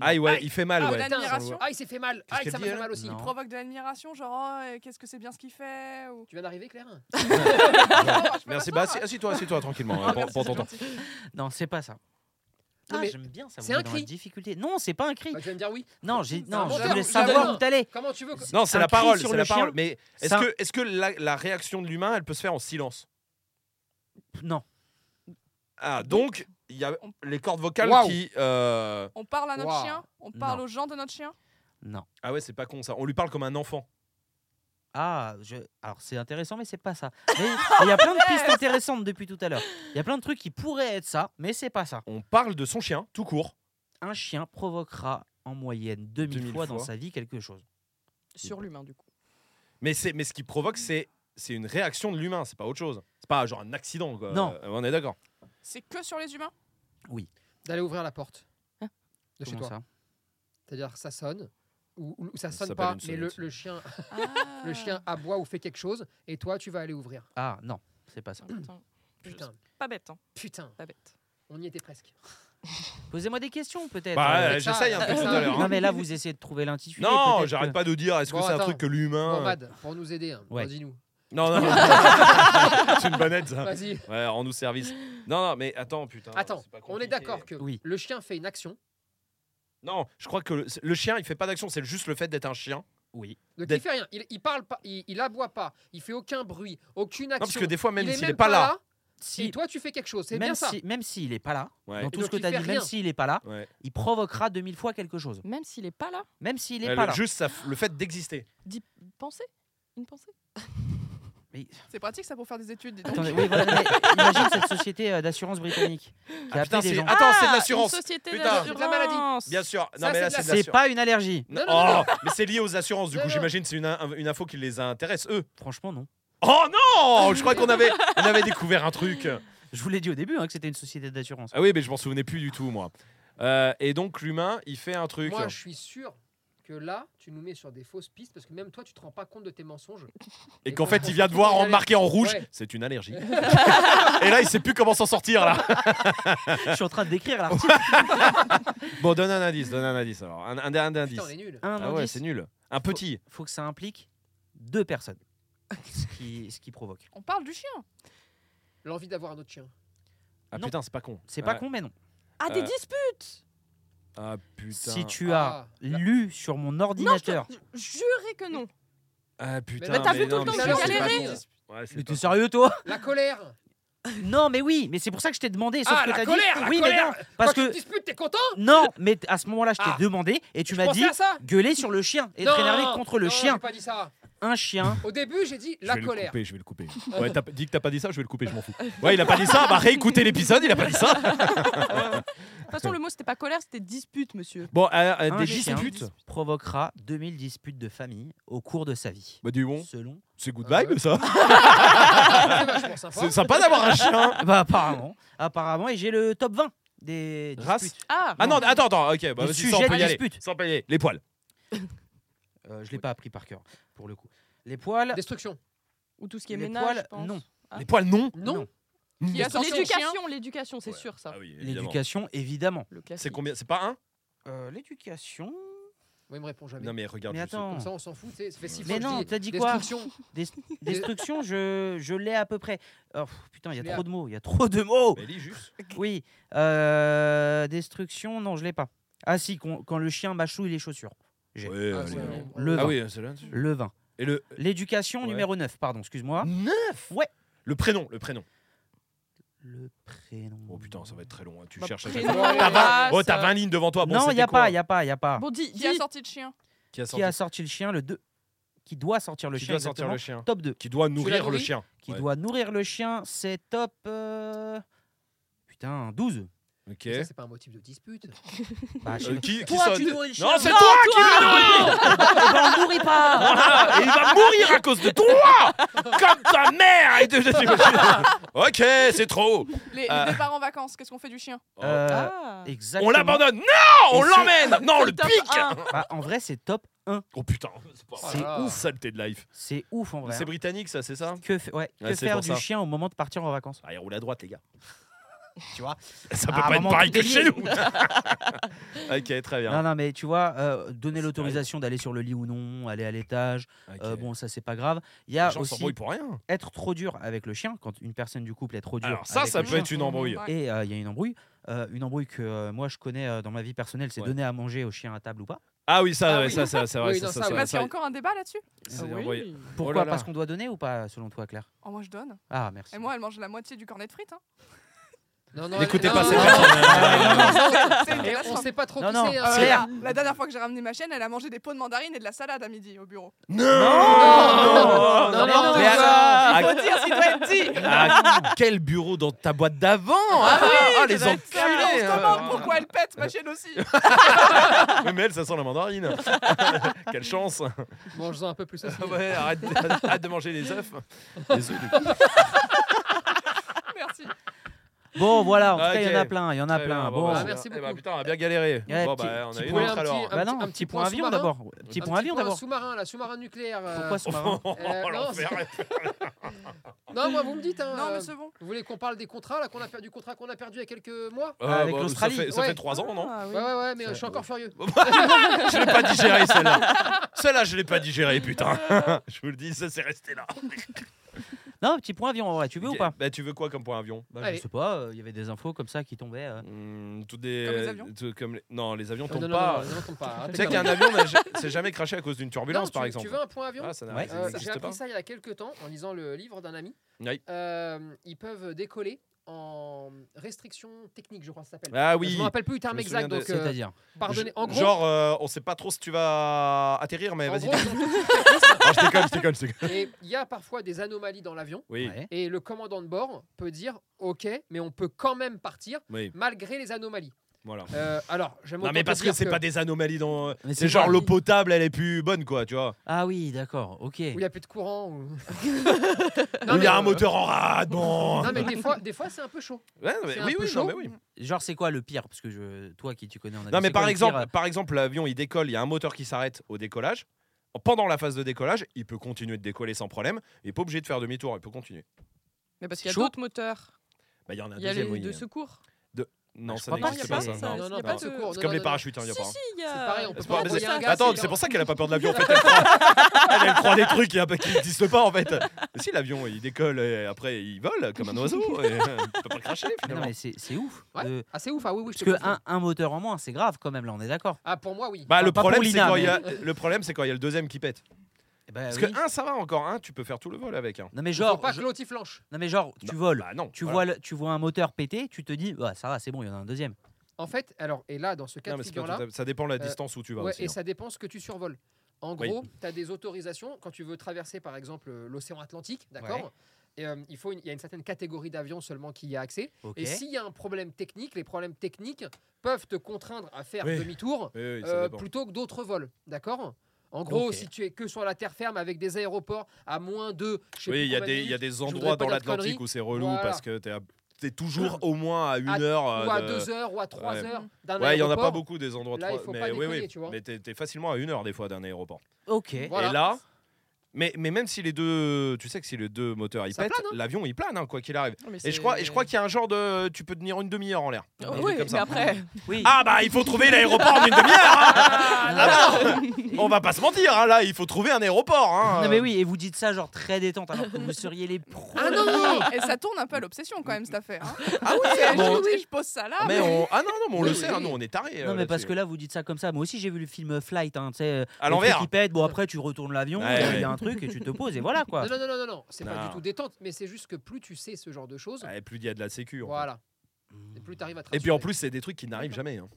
[SPEAKER 1] Aïe, ouais, il fait mal,
[SPEAKER 7] Ah,
[SPEAKER 1] ouais.
[SPEAKER 7] la-
[SPEAKER 3] Putain,
[SPEAKER 7] L'admiration.
[SPEAKER 3] Ah, il s'est fait mal.
[SPEAKER 1] Qu'est-ce
[SPEAKER 3] Ah, ça
[SPEAKER 1] qu'elle
[SPEAKER 3] m'a
[SPEAKER 1] dit,
[SPEAKER 3] fait
[SPEAKER 1] elle
[SPEAKER 3] mal aussi.
[SPEAKER 2] Non.
[SPEAKER 7] Ils provoquent de l'admiration, genre oh, euh, qu'est-ce que c'est bien ce qu'il fait
[SPEAKER 1] *laughs*
[SPEAKER 7] ou...
[SPEAKER 3] Tu viens d'arriver, Claire Bah,
[SPEAKER 7] *laughs*
[SPEAKER 1] Merci, bah, assis- assis-toi, assis-toi tranquillement,
[SPEAKER 7] Ah,
[SPEAKER 1] euh, pour,
[SPEAKER 7] merci,
[SPEAKER 1] pour
[SPEAKER 7] c'est
[SPEAKER 1] ton temps.
[SPEAKER 7] gentil.
[SPEAKER 2] Non, c'est pas ça.
[SPEAKER 3] Non,
[SPEAKER 2] Ah,
[SPEAKER 3] mais
[SPEAKER 2] j'aime bien ça. vous
[SPEAKER 3] c'est
[SPEAKER 2] met
[SPEAKER 3] un
[SPEAKER 2] dans
[SPEAKER 3] cri.
[SPEAKER 2] la difficulté. Non, c'est pas un cri.
[SPEAKER 3] Bah, Tu vas me dire oui.
[SPEAKER 2] Non, j'ai non, je
[SPEAKER 3] menteur,
[SPEAKER 2] voulais
[SPEAKER 3] vous
[SPEAKER 2] savoir
[SPEAKER 3] avez-
[SPEAKER 2] où t'allais.
[SPEAKER 3] Comment tu veux que-
[SPEAKER 1] Non, c'est
[SPEAKER 2] Un
[SPEAKER 1] la
[SPEAKER 2] cri
[SPEAKER 1] parole,
[SPEAKER 2] sur
[SPEAKER 1] c'est
[SPEAKER 2] le
[SPEAKER 1] la parole.
[SPEAKER 2] chien.
[SPEAKER 1] Mais est-ce
[SPEAKER 2] Ça-
[SPEAKER 1] que, est-ce que la, la réaction de l'humain, elle peut se faire en silence
[SPEAKER 2] Non.
[SPEAKER 1] Ah, donc, il y a les cordes vocales
[SPEAKER 3] Waouh.
[SPEAKER 1] qui. euh,
[SPEAKER 7] On parle à notre
[SPEAKER 3] Waouh.
[SPEAKER 2] Oh.
[SPEAKER 7] chien On parle
[SPEAKER 2] Non.
[SPEAKER 7] aux gens de notre chien
[SPEAKER 2] Non.
[SPEAKER 1] Ah ouais, c'est pas con ça. On lui parle comme un enfant.
[SPEAKER 2] Ah, je... alors c'est intéressant, mais c'est pas ça. Mais Il y a plein de *laughs* pistes intéressantes depuis tout à l'heure. Il y a plein de trucs qui pourraient être ça, mais c'est pas ça.
[SPEAKER 1] On parle de son chien, tout court.
[SPEAKER 2] Un chien provoquera en moyenne 2000,
[SPEAKER 1] 2000
[SPEAKER 2] fois dans
[SPEAKER 1] fois.
[SPEAKER 2] sa vie quelque chose.
[SPEAKER 4] Sur l'humain, du coup.
[SPEAKER 1] Mais, c'est, mais ce qui provoque, c'est, c'est une réaction de l'humain, c'est pas autre chose. C'est pas genre un accident, quoi.
[SPEAKER 2] Non.
[SPEAKER 1] Euh, on est d'accord.
[SPEAKER 7] C'est que sur les humains
[SPEAKER 3] D'aller ouvrir la porte
[SPEAKER 4] Hein
[SPEAKER 3] de chez
[SPEAKER 2] Comment
[SPEAKER 3] toi.
[SPEAKER 2] ça
[SPEAKER 3] C'est-à-dire que ça sonne ou, ou- ou ça
[SPEAKER 1] Ça
[SPEAKER 3] sonne
[SPEAKER 1] s'appelle
[SPEAKER 3] pas,
[SPEAKER 1] une
[SPEAKER 3] mais le,
[SPEAKER 1] sonnette.
[SPEAKER 3] le chien,
[SPEAKER 7] Ah.
[SPEAKER 3] *laughs* le chien aboie ou fait quelque chose, et toi tu vas aller ouvrir.
[SPEAKER 2] Ah non, c'est pas ça.
[SPEAKER 4] Putain.
[SPEAKER 3] Putain,
[SPEAKER 4] Pas bête, hein.
[SPEAKER 3] putain,
[SPEAKER 4] Pas bête.
[SPEAKER 3] on y était presque.
[SPEAKER 2] Posez-moi des questions peut-être.
[SPEAKER 1] Bah,
[SPEAKER 2] Euh, *laughs*
[SPEAKER 1] euh,
[SPEAKER 3] ça,
[SPEAKER 1] j'essaye un peu
[SPEAKER 3] avec
[SPEAKER 1] tout
[SPEAKER 3] ça.
[SPEAKER 1] à l'heure.
[SPEAKER 2] Non
[SPEAKER 1] hein.
[SPEAKER 2] mais là vous essayez de trouver l'intitulé.
[SPEAKER 1] Non,
[SPEAKER 2] peut-être
[SPEAKER 1] j'arrête
[SPEAKER 2] que-
[SPEAKER 1] pas de dire, est-ce que
[SPEAKER 3] Bon,
[SPEAKER 1] c'est un
[SPEAKER 3] attends.
[SPEAKER 1] truc que l'humain. euh,
[SPEAKER 3] Nomade, pour nous aider, hein.
[SPEAKER 2] Ouais.
[SPEAKER 3] Vas-y, nous.
[SPEAKER 1] Non, non,
[SPEAKER 3] *laughs*
[SPEAKER 1] c'est une bonnette ça.
[SPEAKER 3] Vas-y.
[SPEAKER 1] Ouais, rends-nous service. Non, non, mais attends, putain.
[SPEAKER 3] Attends,
[SPEAKER 1] c'est pas
[SPEAKER 3] on
[SPEAKER 1] compliqué.
[SPEAKER 3] est d'accord que
[SPEAKER 2] Oui.
[SPEAKER 3] le chien fait une action.
[SPEAKER 1] Non, je crois que le, le chien, il fait pas d'action, c'est juste le fait d'être un chien. Non,
[SPEAKER 2] Oui.
[SPEAKER 3] Donc il
[SPEAKER 1] D'être-
[SPEAKER 3] fait rien, il, il parle pas, il, il aboie pas, il fait aucun bruit, aucune action.
[SPEAKER 1] parce que des fois, même
[SPEAKER 3] il est
[SPEAKER 1] s'il
[SPEAKER 3] même
[SPEAKER 1] est pas là,
[SPEAKER 2] si,
[SPEAKER 3] Et toi, tu fais quelque chose. C'est bien
[SPEAKER 2] même
[SPEAKER 3] ça.
[SPEAKER 2] si, même s'il est pas là,
[SPEAKER 1] Ouais.
[SPEAKER 2] dans tout
[SPEAKER 3] Donc
[SPEAKER 2] ce que
[SPEAKER 3] il
[SPEAKER 2] tu as dit,
[SPEAKER 3] fait rien.
[SPEAKER 2] même s'il est pas là,
[SPEAKER 1] Ouais.
[SPEAKER 2] il provoquera 2000 fois quelque chose.
[SPEAKER 4] Même s'il est pas là,
[SPEAKER 2] Même s'il est
[SPEAKER 1] Ouais,
[SPEAKER 2] pas
[SPEAKER 1] le-
[SPEAKER 2] là.
[SPEAKER 1] Juste ça f- le fait d'exister.
[SPEAKER 4] d'y penser Une pensée
[SPEAKER 7] C'est pratique ça pour faire des études. dis donc.
[SPEAKER 2] Attendez, oui, voilà, mais
[SPEAKER 3] *laughs*
[SPEAKER 2] imagine cette société euh, d'assurance britannique qui a
[SPEAKER 1] Putain,
[SPEAKER 2] appelé des
[SPEAKER 1] c'est-
[SPEAKER 2] gens.
[SPEAKER 1] Attends, c'est de
[SPEAKER 4] Ah,
[SPEAKER 1] l'assurance.
[SPEAKER 4] Une société
[SPEAKER 1] Putain.
[SPEAKER 4] d'assurance.
[SPEAKER 3] C'est de la maladie.
[SPEAKER 1] Bien sûr. Non,
[SPEAKER 3] Ça,
[SPEAKER 1] mais là,
[SPEAKER 3] c'est de
[SPEAKER 1] c'est de
[SPEAKER 2] C'est
[SPEAKER 1] l'assurance.
[SPEAKER 2] pas une allergie.
[SPEAKER 3] Non, non,
[SPEAKER 1] Oh, mais c'est lié aux assurances, du
[SPEAKER 3] Non,
[SPEAKER 1] coup,
[SPEAKER 3] non.
[SPEAKER 1] j'imagine que c'est une, in- une info qui les intéresse, eux.
[SPEAKER 2] Franchement, non.
[SPEAKER 1] Oh non Je crois qu'on avait, on avait découvert un
[SPEAKER 3] *laughs*
[SPEAKER 1] truc.
[SPEAKER 2] Je vous l'ai dit au début hein, que c'était une société d'assurance.
[SPEAKER 1] Ah oui, mais je m'en souvenais plus du tout, moi. Euh, et donc, l'humain, il fait un truc.
[SPEAKER 3] Moi, je suis sûr que là, tu nous mets sur des fausses pistes parce que même toi, tu te rends pas compte de tes mensonges.
[SPEAKER 1] et qu'en fait, il vient de voir en marqué en rouge,
[SPEAKER 3] Ouais.
[SPEAKER 1] c'est une allergie. et là, il sait plus comment s'en sortir, là.
[SPEAKER 2] Je suis en train de
[SPEAKER 3] *laughs*
[SPEAKER 2] décrire l'article.
[SPEAKER 1] Bon, donne un indice, donne un indice alors. Un, un, un indice.
[SPEAKER 3] Putain, on est nul.
[SPEAKER 2] Un
[SPEAKER 1] Ah ouais,
[SPEAKER 2] indice,
[SPEAKER 1] c'est nul. Un petit.
[SPEAKER 2] hein, faut que ça implique deux personnes. Ce qui, ce qui provoque.
[SPEAKER 7] On parle du chien.
[SPEAKER 3] L'envie d'avoir un autre chien.
[SPEAKER 1] Ah
[SPEAKER 2] Non.
[SPEAKER 1] putain, c'est pas con.
[SPEAKER 2] C'est
[SPEAKER 1] Ouais.
[SPEAKER 2] pas con, mais non.
[SPEAKER 4] Ah, des
[SPEAKER 1] Euh,
[SPEAKER 4] disputes
[SPEAKER 1] Ah putain.
[SPEAKER 2] Si tu as
[SPEAKER 3] Ah.
[SPEAKER 2] lu sur mon ordinateur.
[SPEAKER 4] Jurez que non.
[SPEAKER 1] Ah putain.
[SPEAKER 3] Mais t'as vu
[SPEAKER 1] non,
[SPEAKER 4] tout le temps
[SPEAKER 1] mais
[SPEAKER 4] que
[SPEAKER 1] c'est-
[SPEAKER 4] tu
[SPEAKER 1] c'est pas
[SPEAKER 4] galérais.
[SPEAKER 1] con. Ouais, c'est
[SPEAKER 2] Mais
[SPEAKER 1] pas
[SPEAKER 2] t'es sérieux, toi
[SPEAKER 3] La colère.
[SPEAKER 2] Non, mais oui, mais c'est pour ça que je t'ai demandé. Sauf
[SPEAKER 3] Ah,
[SPEAKER 2] que
[SPEAKER 3] la
[SPEAKER 2] t'as
[SPEAKER 3] colère,
[SPEAKER 2] dit.
[SPEAKER 3] la
[SPEAKER 2] oui,
[SPEAKER 3] colère.
[SPEAKER 2] mais non, parce
[SPEAKER 3] Quand tu
[SPEAKER 2] que
[SPEAKER 3] te disputes, t'es content
[SPEAKER 2] non, mais t- à ce moment-là, je t'ai
[SPEAKER 3] Ah.
[SPEAKER 2] demandé et tu
[SPEAKER 3] Je
[SPEAKER 2] m'as
[SPEAKER 3] pensais
[SPEAKER 2] dit
[SPEAKER 3] à ça
[SPEAKER 2] gueuler sur le chien et te énerver contre le
[SPEAKER 3] non,
[SPEAKER 2] chien.
[SPEAKER 3] J'ai pas dit ça.
[SPEAKER 2] Un chien.
[SPEAKER 3] Au début, j'ai dit la
[SPEAKER 1] je vais le
[SPEAKER 3] colère.
[SPEAKER 1] couper, je vais le couper. Ouais, t'as dit que t'as pas dit ça, je vais le couper, je m'en fous. Ouais, il a pas dit ça, bah réécoutez l'épisode, il a pas dit ça.
[SPEAKER 4] De toute façon, le mot, c'était pas colère, c'était dispute, monsieur.
[SPEAKER 1] Bon, euh, euh,
[SPEAKER 2] Ah, Un
[SPEAKER 1] des
[SPEAKER 2] chien.
[SPEAKER 1] disputes.
[SPEAKER 2] provoquera 2000 disputes de famille au cours de sa vie.
[SPEAKER 1] Bah du bon,
[SPEAKER 2] Selon.
[SPEAKER 1] c'est good
[SPEAKER 3] Ah
[SPEAKER 1] vibe
[SPEAKER 3] ouais.
[SPEAKER 1] ça.
[SPEAKER 3] Ah,
[SPEAKER 2] *laughs*
[SPEAKER 3] C'est vachement
[SPEAKER 1] *laughs*
[SPEAKER 3] sympa.
[SPEAKER 1] C'est sympa d'avoir un chien.
[SPEAKER 2] Bah apparemment, apparemment, et j'ai le top 20 des disputes.
[SPEAKER 1] Race.
[SPEAKER 4] Ah,
[SPEAKER 1] Ah non, attends, attends, ok, bah
[SPEAKER 2] Le
[SPEAKER 1] vas-y,
[SPEAKER 2] sujet
[SPEAKER 1] ça on peut
[SPEAKER 2] de
[SPEAKER 1] y aller.
[SPEAKER 2] dispute.
[SPEAKER 1] Ça, on peut y aller. Les poils.
[SPEAKER 2] Euh, je l'ai pas appris par cœur pour le coup. Les poils.
[SPEAKER 3] Destruction.
[SPEAKER 4] Ou tout ce qui est
[SPEAKER 2] Les
[SPEAKER 4] ménage,
[SPEAKER 2] poils,
[SPEAKER 4] je pense.
[SPEAKER 2] non.
[SPEAKER 4] Ah.
[SPEAKER 1] Les poils non.
[SPEAKER 3] Non.
[SPEAKER 7] Qui a sorti son chien.
[SPEAKER 4] L'éducation, l'éducation, c'est sûr, ça.
[SPEAKER 1] Ah oui,
[SPEAKER 2] L'éducation, évidemment.
[SPEAKER 4] Le classique.
[SPEAKER 1] C'est combien C'est pas un
[SPEAKER 2] Euh, L'éducation.
[SPEAKER 3] Moi, il me répond jamais.
[SPEAKER 1] Non mais regarde.
[SPEAKER 2] Mais
[SPEAKER 1] je sais-
[SPEAKER 2] attends.
[SPEAKER 3] Comme ça, on s'en fout. tu sais, Ça fait six
[SPEAKER 2] Mais
[SPEAKER 3] fois que je
[SPEAKER 2] non,
[SPEAKER 3] dis
[SPEAKER 2] t'as dit quoi
[SPEAKER 3] Destruction. *laughs*
[SPEAKER 2] Des- Destruction, je, je l'ai à peu près. Oh, pff, putain, il y
[SPEAKER 3] Je
[SPEAKER 2] a
[SPEAKER 3] l'ai
[SPEAKER 2] trop de mots. Il y a trop de mots.
[SPEAKER 1] Mais lis juste.
[SPEAKER 2] Oui. euh, destruction, non, je l'ai pas. Ah si, quand, quand le chien mâchouille les chaussures. J'ai-
[SPEAKER 1] Ouais,
[SPEAKER 3] Ah,
[SPEAKER 1] allez,
[SPEAKER 3] c'est-
[SPEAKER 1] allez.
[SPEAKER 2] Le
[SPEAKER 1] Ah
[SPEAKER 2] vin.
[SPEAKER 1] oui, c'est là.
[SPEAKER 2] Le vin.
[SPEAKER 1] Et le
[SPEAKER 2] L'éducation
[SPEAKER 1] Ouais.
[SPEAKER 2] numéro 9, pardon, excuse-moi.
[SPEAKER 1] 9
[SPEAKER 2] Ouais.
[SPEAKER 1] Le prénom, le prénom.
[SPEAKER 2] Le prénom.
[SPEAKER 1] Oh putain, ça va être très long. hein. Tu
[SPEAKER 4] Bah,
[SPEAKER 1] cherches à chaque
[SPEAKER 4] prénom,
[SPEAKER 1] fois.
[SPEAKER 3] fois.
[SPEAKER 1] T'as vingt-
[SPEAKER 4] race,
[SPEAKER 1] Oh, t'as 20 lignes devant toi. Bon,
[SPEAKER 2] non, il
[SPEAKER 1] c'était
[SPEAKER 2] n'y a
[SPEAKER 1] quoi
[SPEAKER 2] pas, il n'y a pas, il n'y a pas.
[SPEAKER 4] Bon, dis,
[SPEAKER 7] Qui a
[SPEAKER 4] dis.
[SPEAKER 7] sorti le chien
[SPEAKER 1] Qui a sorti
[SPEAKER 2] qui a sorti le chien Le 2. Qui doit sortir le
[SPEAKER 1] Qui
[SPEAKER 2] chien
[SPEAKER 1] doit sortir le
[SPEAKER 2] exactement.
[SPEAKER 1] chien
[SPEAKER 2] Top 2.
[SPEAKER 1] Qui doit
[SPEAKER 3] l'as
[SPEAKER 1] nourrir le
[SPEAKER 3] nourri
[SPEAKER 1] chien
[SPEAKER 2] Qui
[SPEAKER 1] Ouais.
[SPEAKER 2] doit nourrir le chien, c'est top. euh, Putain,
[SPEAKER 1] *laughs*
[SPEAKER 2] 12.
[SPEAKER 1] Ok.
[SPEAKER 3] Ça, c'est pas un motif de dispute.
[SPEAKER 2] Bah, je sais
[SPEAKER 1] Euh, qui, qui
[SPEAKER 2] Toi,
[SPEAKER 1] sonne
[SPEAKER 2] tu nourris le chien.
[SPEAKER 1] Non, c'est
[SPEAKER 2] Non,
[SPEAKER 1] toi, qui le
[SPEAKER 2] pas.
[SPEAKER 1] nourris
[SPEAKER 2] Eh ben, on le nourrit
[SPEAKER 4] Euh,
[SPEAKER 2] pas
[SPEAKER 1] Voilà, Et il va mourir à cause de toi Comme ta mère Et de- *laughs* Ok, c'est trop
[SPEAKER 7] les, les
[SPEAKER 1] Euh.
[SPEAKER 7] départs en vacances, qu'est-ce qu'on fait du chien
[SPEAKER 2] Euh,
[SPEAKER 4] Ah.
[SPEAKER 2] Exactement.
[SPEAKER 1] On l'abandonne Non On
[SPEAKER 2] Et
[SPEAKER 1] l'emmène Non, on le
[SPEAKER 4] Top
[SPEAKER 1] pique
[SPEAKER 4] un.
[SPEAKER 2] Bah, en vrai, c'est top 1.
[SPEAKER 1] Oh putain, c'est pas
[SPEAKER 2] C'est
[SPEAKER 1] Oh, Saleté de life.
[SPEAKER 2] C'est ouf en vrai.
[SPEAKER 1] C'est
[SPEAKER 2] hein.
[SPEAKER 1] britannique ça, c'est ça
[SPEAKER 2] Que, fa- ouais,
[SPEAKER 1] Ouais,
[SPEAKER 2] que
[SPEAKER 1] c'est
[SPEAKER 2] faire
[SPEAKER 1] pour
[SPEAKER 2] du
[SPEAKER 1] ça.
[SPEAKER 2] chien au moment de partir en vacances
[SPEAKER 1] Ah, il roule à droite, les gars.
[SPEAKER 2] Tu vois
[SPEAKER 1] Ça peut
[SPEAKER 2] Ah,
[SPEAKER 1] pas être
[SPEAKER 2] maman,
[SPEAKER 1] pareil
[SPEAKER 2] tout
[SPEAKER 1] que
[SPEAKER 2] est
[SPEAKER 1] chez
[SPEAKER 2] lié.
[SPEAKER 1] nous Ok, très
[SPEAKER 2] Non,
[SPEAKER 1] bien.
[SPEAKER 2] non, mais tu vois, euh, donner
[SPEAKER 1] C'est
[SPEAKER 2] l'autorisation d'aller sur le lit ou non, aller à l'étage,
[SPEAKER 1] Ok.
[SPEAKER 2] euh, bon, ça c'est pas grave. Il y
[SPEAKER 1] Les
[SPEAKER 2] a
[SPEAKER 1] gens
[SPEAKER 2] aussi
[SPEAKER 1] s'embrouillent pour rien.
[SPEAKER 2] être trop dur avec le chien, quand une personne du couple est trop dure.
[SPEAKER 1] Alors ça,
[SPEAKER 2] avec
[SPEAKER 1] ça
[SPEAKER 2] le
[SPEAKER 1] peut
[SPEAKER 2] chien.
[SPEAKER 1] être une embrouille.
[SPEAKER 7] Ouais.
[SPEAKER 2] Et euh, il y a une embrouille. Euh, une embrouille que euh, moi je connais euh, dans ma vie personnelle, c'est
[SPEAKER 1] Ouais.
[SPEAKER 2] donner à manger au chien à table ou pas.
[SPEAKER 1] Ah oui, ça,
[SPEAKER 7] Ah
[SPEAKER 1] ouais,
[SPEAKER 7] oui.
[SPEAKER 1] ça, ça, c'est vrai.
[SPEAKER 3] Oui,
[SPEAKER 1] ça,
[SPEAKER 3] non,
[SPEAKER 1] ça,
[SPEAKER 3] ça,
[SPEAKER 1] ça,
[SPEAKER 7] Là, il y
[SPEAKER 1] ça,
[SPEAKER 7] a encore un débat là-dessus
[SPEAKER 1] c'est
[SPEAKER 4] Ah oui.
[SPEAKER 1] embrouillé.
[SPEAKER 2] Pourquoi
[SPEAKER 1] là là.
[SPEAKER 2] Parce qu'on doit donner ou pas, selon toi, Claire
[SPEAKER 7] Oh, moi je donne.
[SPEAKER 2] Ah, merci.
[SPEAKER 7] Et moi, elle mange la moitié du cornet
[SPEAKER 1] *laughs*
[SPEAKER 7] de frites. Hein.
[SPEAKER 3] Non, non,
[SPEAKER 1] N'écoutez
[SPEAKER 3] non,
[SPEAKER 1] pas
[SPEAKER 3] non,
[SPEAKER 1] cette Ah,
[SPEAKER 3] non,
[SPEAKER 1] personne.
[SPEAKER 7] C'est une
[SPEAKER 3] non, non, On
[SPEAKER 7] catastrophe.
[SPEAKER 3] sait pas trop
[SPEAKER 2] Non,
[SPEAKER 3] qui
[SPEAKER 2] non,
[SPEAKER 3] c'est.
[SPEAKER 7] Euh,
[SPEAKER 3] hein.
[SPEAKER 2] Claire.
[SPEAKER 7] la- La dernière fois que j'ai ramené ma chienne, elle a mangé des pots de mandarine et de la salade à midi au bureau.
[SPEAKER 1] Non,
[SPEAKER 3] Non, non,
[SPEAKER 1] non,
[SPEAKER 3] non,
[SPEAKER 1] mais
[SPEAKER 3] non,
[SPEAKER 1] à-
[SPEAKER 7] Il faut dire ce qu'il doit
[SPEAKER 1] *laughs*
[SPEAKER 7] être dit.
[SPEAKER 1] à- à quel bureau dans ta boîte d'avant Ah, ah, les
[SPEAKER 7] Ça, On
[SPEAKER 1] enculés
[SPEAKER 7] se demande pourquoi elle pète ma chienne
[SPEAKER 1] *laughs*
[SPEAKER 7] aussi.
[SPEAKER 1] hein. Mais elle, ça sent la mandarine. Quelle chance
[SPEAKER 3] Mange-en un peu plus aussi.
[SPEAKER 1] Ah ouais, arrête, de- arrête de manger les œufs. Les œufs, du coup.
[SPEAKER 7] Merci.
[SPEAKER 2] Bon, voilà, en tout
[SPEAKER 1] Ah,
[SPEAKER 2] cas, il y en a
[SPEAKER 1] ok.
[SPEAKER 2] plein, il y en a
[SPEAKER 1] Très
[SPEAKER 2] plein.
[SPEAKER 1] bien,
[SPEAKER 2] Bon, Eh,
[SPEAKER 1] bah,
[SPEAKER 3] Ah, merci
[SPEAKER 1] eh ben,
[SPEAKER 3] beaucoup.
[SPEAKER 1] putain, on a bien galéré.
[SPEAKER 2] Ouais,
[SPEAKER 1] bon,
[SPEAKER 2] petit-
[SPEAKER 1] bah, on a
[SPEAKER 2] petit
[SPEAKER 1] une
[SPEAKER 2] point,
[SPEAKER 1] autre
[SPEAKER 3] un
[SPEAKER 1] alors.
[SPEAKER 2] bah non,
[SPEAKER 3] petit-
[SPEAKER 2] un
[SPEAKER 3] un
[SPEAKER 2] petit
[SPEAKER 3] petit
[SPEAKER 2] point
[SPEAKER 3] point
[SPEAKER 2] avion
[SPEAKER 3] sous-marin.
[SPEAKER 2] d'abord. Petit
[SPEAKER 3] Un
[SPEAKER 2] point avion
[SPEAKER 3] point
[SPEAKER 2] d'abord.
[SPEAKER 3] Sous-marin, là, sous-marin nucléaire. euh,
[SPEAKER 2] Pourquoi ce marin
[SPEAKER 1] *laughs* Oh,
[SPEAKER 3] Euh,
[SPEAKER 1] l'enfer.
[SPEAKER 3] Non, moi, vous me dites. hein,
[SPEAKER 7] Non,
[SPEAKER 3] euh,
[SPEAKER 7] mais c'est bon.
[SPEAKER 3] Vous voulez qu'on parle des contrats, là, qu'on a perdu, du contrat qu'on a perdu il y a quelques mois
[SPEAKER 1] Euh,
[SPEAKER 2] Avec
[SPEAKER 1] bah,
[SPEAKER 2] l'Australie,
[SPEAKER 1] Ça fait, ça fait
[SPEAKER 3] ouais.
[SPEAKER 1] trois
[SPEAKER 2] *laughs*
[SPEAKER 1] ans, non
[SPEAKER 4] Ah, oui.
[SPEAKER 3] Ouais, ouais, ouais, mais
[SPEAKER 2] Ça-
[SPEAKER 3] euh, je suis encore furieux.
[SPEAKER 1] Je l'ai pas *laughs* digéré celle-là. Celle-là, je l'ai pas digéré, putain. je vous le dis, ça c'est resté là.
[SPEAKER 2] Non, petit point avion, en vrai, tu veux ou pas
[SPEAKER 1] Bah, tu veux quoi comme point avion
[SPEAKER 2] bah,
[SPEAKER 3] Allez.
[SPEAKER 2] Je sais pas, euh, il y avait des infos comme ça qui tombaient. euh.
[SPEAKER 1] Hmm, tous des-
[SPEAKER 7] Comme les avions
[SPEAKER 1] tout- comme les- Non, les avions
[SPEAKER 3] Non,
[SPEAKER 1] tombent
[SPEAKER 3] non, non,
[SPEAKER 1] pas.
[SPEAKER 3] non, non, non, tombe pas. hein,
[SPEAKER 1] Tu sais qu'un avion n'a ja- s'est jamais craché à cause d'une turbulence,
[SPEAKER 3] Non, tu-
[SPEAKER 1] par exemple.
[SPEAKER 3] Tu veux un point avion
[SPEAKER 1] Ah, ça n'a-
[SPEAKER 2] Ouais.
[SPEAKER 1] ça
[SPEAKER 3] Euh, J'ai
[SPEAKER 1] n'existe
[SPEAKER 3] appris
[SPEAKER 1] pas.
[SPEAKER 3] ça il y a quelques temps en lisant le livre d'un ami.
[SPEAKER 1] Oui.
[SPEAKER 3] Euh, ils peuvent décoller en restriction technique, je crois que ça s'appelle.
[SPEAKER 1] Ah oui.
[SPEAKER 3] Je me rappelle plus le terme
[SPEAKER 1] me
[SPEAKER 3] exact,
[SPEAKER 1] souviens de-
[SPEAKER 3] donc euh,
[SPEAKER 2] C'est-à-dire
[SPEAKER 3] pardonnez. En gros,
[SPEAKER 1] Genre, euh, on sait pas trop si tu vas atterrir, mais
[SPEAKER 3] en
[SPEAKER 1] vas-y.
[SPEAKER 3] gros, ils ont tous-
[SPEAKER 1] Ah, je déconne, je déconne, je déconne.
[SPEAKER 3] et il y a parfois des anomalies dans l'avion.
[SPEAKER 1] Oui,
[SPEAKER 2] Ouais.
[SPEAKER 3] Et le commandant de bord peut dire OK, mais on peut quand même partir
[SPEAKER 1] oui,
[SPEAKER 3] malgré les anomalies.
[SPEAKER 1] voilà.
[SPEAKER 3] Euh, alors, j'aime
[SPEAKER 1] Non,
[SPEAKER 3] autant
[SPEAKER 1] mais
[SPEAKER 3] te
[SPEAKER 1] parce que
[SPEAKER 3] dire
[SPEAKER 1] c'est pas des anomalies dans. euh,
[SPEAKER 2] Mais
[SPEAKER 1] C'est
[SPEAKER 2] c'est
[SPEAKER 1] genre
[SPEAKER 2] quoi
[SPEAKER 1] l'eau potable, elle est plus bonne, quoi, tu vois.
[SPEAKER 2] Ah oui, d'accord, ok.
[SPEAKER 3] où il n'y a plus
[SPEAKER 1] *laughs*
[SPEAKER 3] de courant. ou-
[SPEAKER 1] Ou
[SPEAKER 3] Non,
[SPEAKER 1] Il y a
[SPEAKER 3] mais- euh,
[SPEAKER 1] un moteur en rade, bon.
[SPEAKER 3] Non, mais des fois, des fois c'est un peu chaud.
[SPEAKER 1] Ouais, mais-
[SPEAKER 3] c'est un
[SPEAKER 1] oui,
[SPEAKER 3] peu
[SPEAKER 1] oui, non,
[SPEAKER 3] chaud.
[SPEAKER 1] mais oui.
[SPEAKER 2] Genre, c'est quoi le pire Parce que je... toi qui tu connais en avion,
[SPEAKER 1] Non, mais
[SPEAKER 2] c'est quoi
[SPEAKER 1] par
[SPEAKER 2] le
[SPEAKER 1] exemple,
[SPEAKER 2] pire
[SPEAKER 1] par exemple, l'avion il décolle, il y a un moteur qui s'arrête au décollage. Pendant la phase de décollage, il peut continuer de décoller sans problème. Il n'est pas obligé de faire demi-tour, il peut continuer.
[SPEAKER 4] Mais parce qu'il y a
[SPEAKER 2] Chaud.
[SPEAKER 4] d'autres moteurs.
[SPEAKER 1] Bah, il y en a un
[SPEAKER 4] Il y a les
[SPEAKER 1] deuxième, oui.
[SPEAKER 4] de secours.
[SPEAKER 1] Non,
[SPEAKER 2] Ah, je
[SPEAKER 1] ça
[SPEAKER 2] crois pas
[SPEAKER 1] n'existe
[SPEAKER 2] qu'il y
[SPEAKER 1] pas,
[SPEAKER 2] a
[SPEAKER 1] ça.
[SPEAKER 2] pas ça.
[SPEAKER 1] Non.
[SPEAKER 3] Non, non,
[SPEAKER 1] non,
[SPEAKER 3] pas de
[SPEAKER 4] c'est-
[SPEAKER 3] secours.
[SPEAKER 1] C'est
[SPEAKER 3] non,
[SPEAKER 1] comme
[SPEAKER 3] non,
[SPEAKER 1] les
[SPEAKER 3] non, non.
[SPEAKER 1] parachutes, hein, il n'y a pas.
[SPEAKER 4] Si, si, il y a.
[SPEAKER 3] C'est pareil, on peut
[SPEAKER 1] C'est
[SPEAKER 3] pas
[SPEAKER 1] pas- mais
[SPEAKER 3] envoyer
[SPEAKER 1] c'est-
[SPEAKER 3] un gars.
[SPEAKER 1] Attends,
[SPEAKER 3] c'est-
[SPEAKER 1] c'est pour ça qu'elle a pas peur de l'avion. En
[SPEAKER 3] *laughs*
[SPEAKER 1] fait, elle croit, elle, elle croit des trucs qui n'existent pas en fait. Mais si l'avion il décolle et après il vole comme un oiseau, et, euh, il peut pas cracher
[SPEAKER 2] Ah Non,
[SPEAKER 1] finalement.
[SPEAKER 2] mais c'est c'est ouf.
[SPEAKER 3] Ouais.
[SPEAKER 1] Euh,
[SPEAKER 2] de-
[SPEAKER 3] Ah, c'est ouf. Ah oui, oui, je
[SPEAKER 2] Parce
[SPEAKER 3] te
[SPEAKER 2] que
[SPEAKER 3] confirme.
[SPEAKER 2] un, un moteur en moins, c'est grave quand même, là, on est d'accord.
[SPEAKER 3] Ah, pour moi, oui.
[SPEAKER 1] Bah, le
[SPEAKER 2] Pas pour
[SPEAKER 1] problème, c'est
[SPEAKER 2] Lina,
[SPEAKER 1] quand il y a- le problème, c'est quand il y a le deuxième qui pète.
[SPEAKER 2] Eh ben,
[SPEAKER 1] Parce
[SPEAKER 2] oui.
[SPEAKER 1] que un, ça va encore. Un, tu peux faire tout le vol avec. un.
[SPEAKER 2] Non, mais
[SPEAKER 3] Il faut
[SPEAKER 2] genre,
[SPEAKER 3] pas
[SPEAKER 2] je-
[SPEAKER 3] que l'autre y flanche.
[SPEAKER 2] non, mais genre tu voles,
[SPEAKER 1] Bah non.
[SPEAKER 2] tu,
[SPEAKER 1] voilà.
[SPEAKER 2] vois le- tu vois un moteur péter, tu te dis, bah, ça va, c'est bon, il y en a un deuxième.
[SPEAKER 3] En fait, alors, et là, dans ce cas
[SPEAKER 1] Non,
[SPEAKER 3] de
[SPEAKER 1] mais c'est pas
[SPEAKER 3] figure-là,
[SPEAKER 1] tout à fait- ça dépend de la
[SPEAKER 3] euh,
[SPEAKER 1] distance où tu vas
[SPEAKER 3] ouais,
[SPEAKER 1] aussi.
[SPEAKER 3] et
[SPEAKER 1] hein.
[SPEAKER 3] ça dépend ce que tu survoles. En
[SPEAKER 1] Oui.
[SPEAKER 3] gros, tu as des autorisations quand tu veux traverser, par exemple, euh, l'océan Atlantique, d'accord
[SPEAKER 2] Ouais.
[SPEAKER 3] Et, euh, il, faut une- il y a une certaine catégorie d'avions seulement qui y a accès.
[SPEAKER 2] Ok.
[SPEAKER 3] Et s'il y a un problème technique, les problèmes techniques peuvent te contraindre à faire
[SPEAKER 1] Oui.
[SPEAKER 3] demi-tour
[SPEAKER 1] Oui, oui, ça
[SPEAKER 3] euh,
[SPEAKER 1] dépend.
[SPEAKER 3] plutôt que d'autres vols, d'accord En gros,
[SPEAKER 2] Ok.
[SPEAKER 3] si tu es que sur la terre ferme avec des aéroports à moins de, je sais
[SPEAKER 1] Oui,
[SPEAKER 3] plus
[SPEAKER 1] il y a
[SPEAKER 3] combien de
[SPEAKER 1] des, il y a
[SPEAKER 3] minutes,
[SPEAKER 1] des
[SPEAKER 3] voudrais
[SPEAKER 1] endroits
[SPEAKER 3] pas
[SPEAKER 1] dans
[SPEAKER 3] dire de
[SPEAKER 1] l'Atlantique
[SPEAKER 3] conneries.
[SPEAKER 1] où c'est relou
[SPEAKER 3] Voilà.
[SPEAKER 1] parce que t'es, à- t'es toujours au moins à une heure. euh,
[SPEAKER 3] ou à
[SPEAKER 1] de-
[SPEAKER 3] deux heures ou à trois
[SPEAKER 1] Ouais.
[SPEAKER 3] heures d'un
[SPEAKER 1] Ouais, il y en a pas
[SPEAKER 3] aéroport.
[SPEAKER 1] beaucoup des endroits.
[SPEAKER 3] Là, il
[SPEAKER 1] trois-
[SPEAKER 3] faut
[SPEAKER 1] mais
[SPEAKER 3] pas
[SPEAKER 1] oui,
[SPEAKER 3] déconner,
[SPEAKER 1] oui,
[SPEAKER 3] tu vois.
[SPEAKER 1] Mais t'es, t'es facilement à une heure des fois d'un aéroport.
[SPEAKER 2] Ok.
[SPEAKER 3] Voilà.
[SPEAKER 1] Et là, mais, mais même si les deux, tu sais que si les deux moteurs ils
[SPEAKER 3] Ça
[SPEAKER 1] pètent,
[SPEAKER 3] plane,
[SPEAKER 1] l'avion il plane hein, quoi qu'il arrive.
[SPEAKER 4] Non, mais
[SPEAKER 1] Et
[SPEAKER 4] c'est-
[SPEAKER 1] je crois, et je crois qu'il y a un genre de, tu peux tenir une demi-heure en l'air.
[SPEAKER 4] Oh,
[SPEAKER 1] Un truc
[SPEAKER 4] oui,
[SPEAKER 1] comme
[SPEAKER 4] mais
[SPEAKER 1] ça.
[SPEAKER 4] après.
[SPEAKER 2] Oui.
[SPEAKER 1] Ah bah il faut trouver l'aéroport en une demi-heure. hein.
[SPEAKER 3] *laughs*
[SPEAKER 2] Ah,
[SPEAKER 1] Ah bah, on va pas se mentir hein, là, il faut trouver un aéroport. hein.
[SPEAKER 2] ah, non, mais oui, et vous dites ça genre très détente alors que vous seriez les pros.
[SPEAKER 7] Ah non Et ça tourne un peu à l'obsession quand même cette affaire. hein.
[SPEAKER 1] Ah oui,
[SPEAKER 7] C'est-
[SPEAKER 1] bon,
[SPEAKER 7] je, je pose ça là.
[SPEAKER 1] mais on- ah non non, mais on le
[SPEAKER 3] Oui,
[SPEAKER 1] sait,
[SPEAKER 3] oui,
[SPEAKER 1] hein,
[SPEAKER 3] oui.
[SPEAKER 1] nous on est tarés.
[SPEAKER 2] Non
[SPEAKER 1] euh,
[SPEAKER 2] mais parce
[SPEAKER 1] là-dessus.
[SPEAKER 2] que là vous dites ça comme ça. Moi aussi j'ai vu le film Flight, hein, tu sais, euh,
[SPEAKER 1] à
[SPEAKER 2] le truc
[SPEAKER 1] l'envers.
[SPEAKER 2] qui pète. Bon après tu retournes l'avion, il
[SPEAKER 1] Ouais, ouais.
[SPEAKER 2] y a un truc et tu te poses et voilà quoi.
[SPEAKER 3] *laughs* Non, non, non, non, non, non, c'est pas
[SPEAKER 1] Non.
[SPEAKER 3] du tout détente, mais c'est juste que plus tu sais ce genre de choses,
[SPEAKER 1] Ouais, plus Ah, il y a de la sécu. en fait.
[SPEAKER 3] voilà, et plus tu arrives à te
[SPEAKER 1] Et puis en
[SPEAKER 3] rassurer.
[SPEAKER 1] plus, c'est des trucs qui n'arrivent jamais. hein,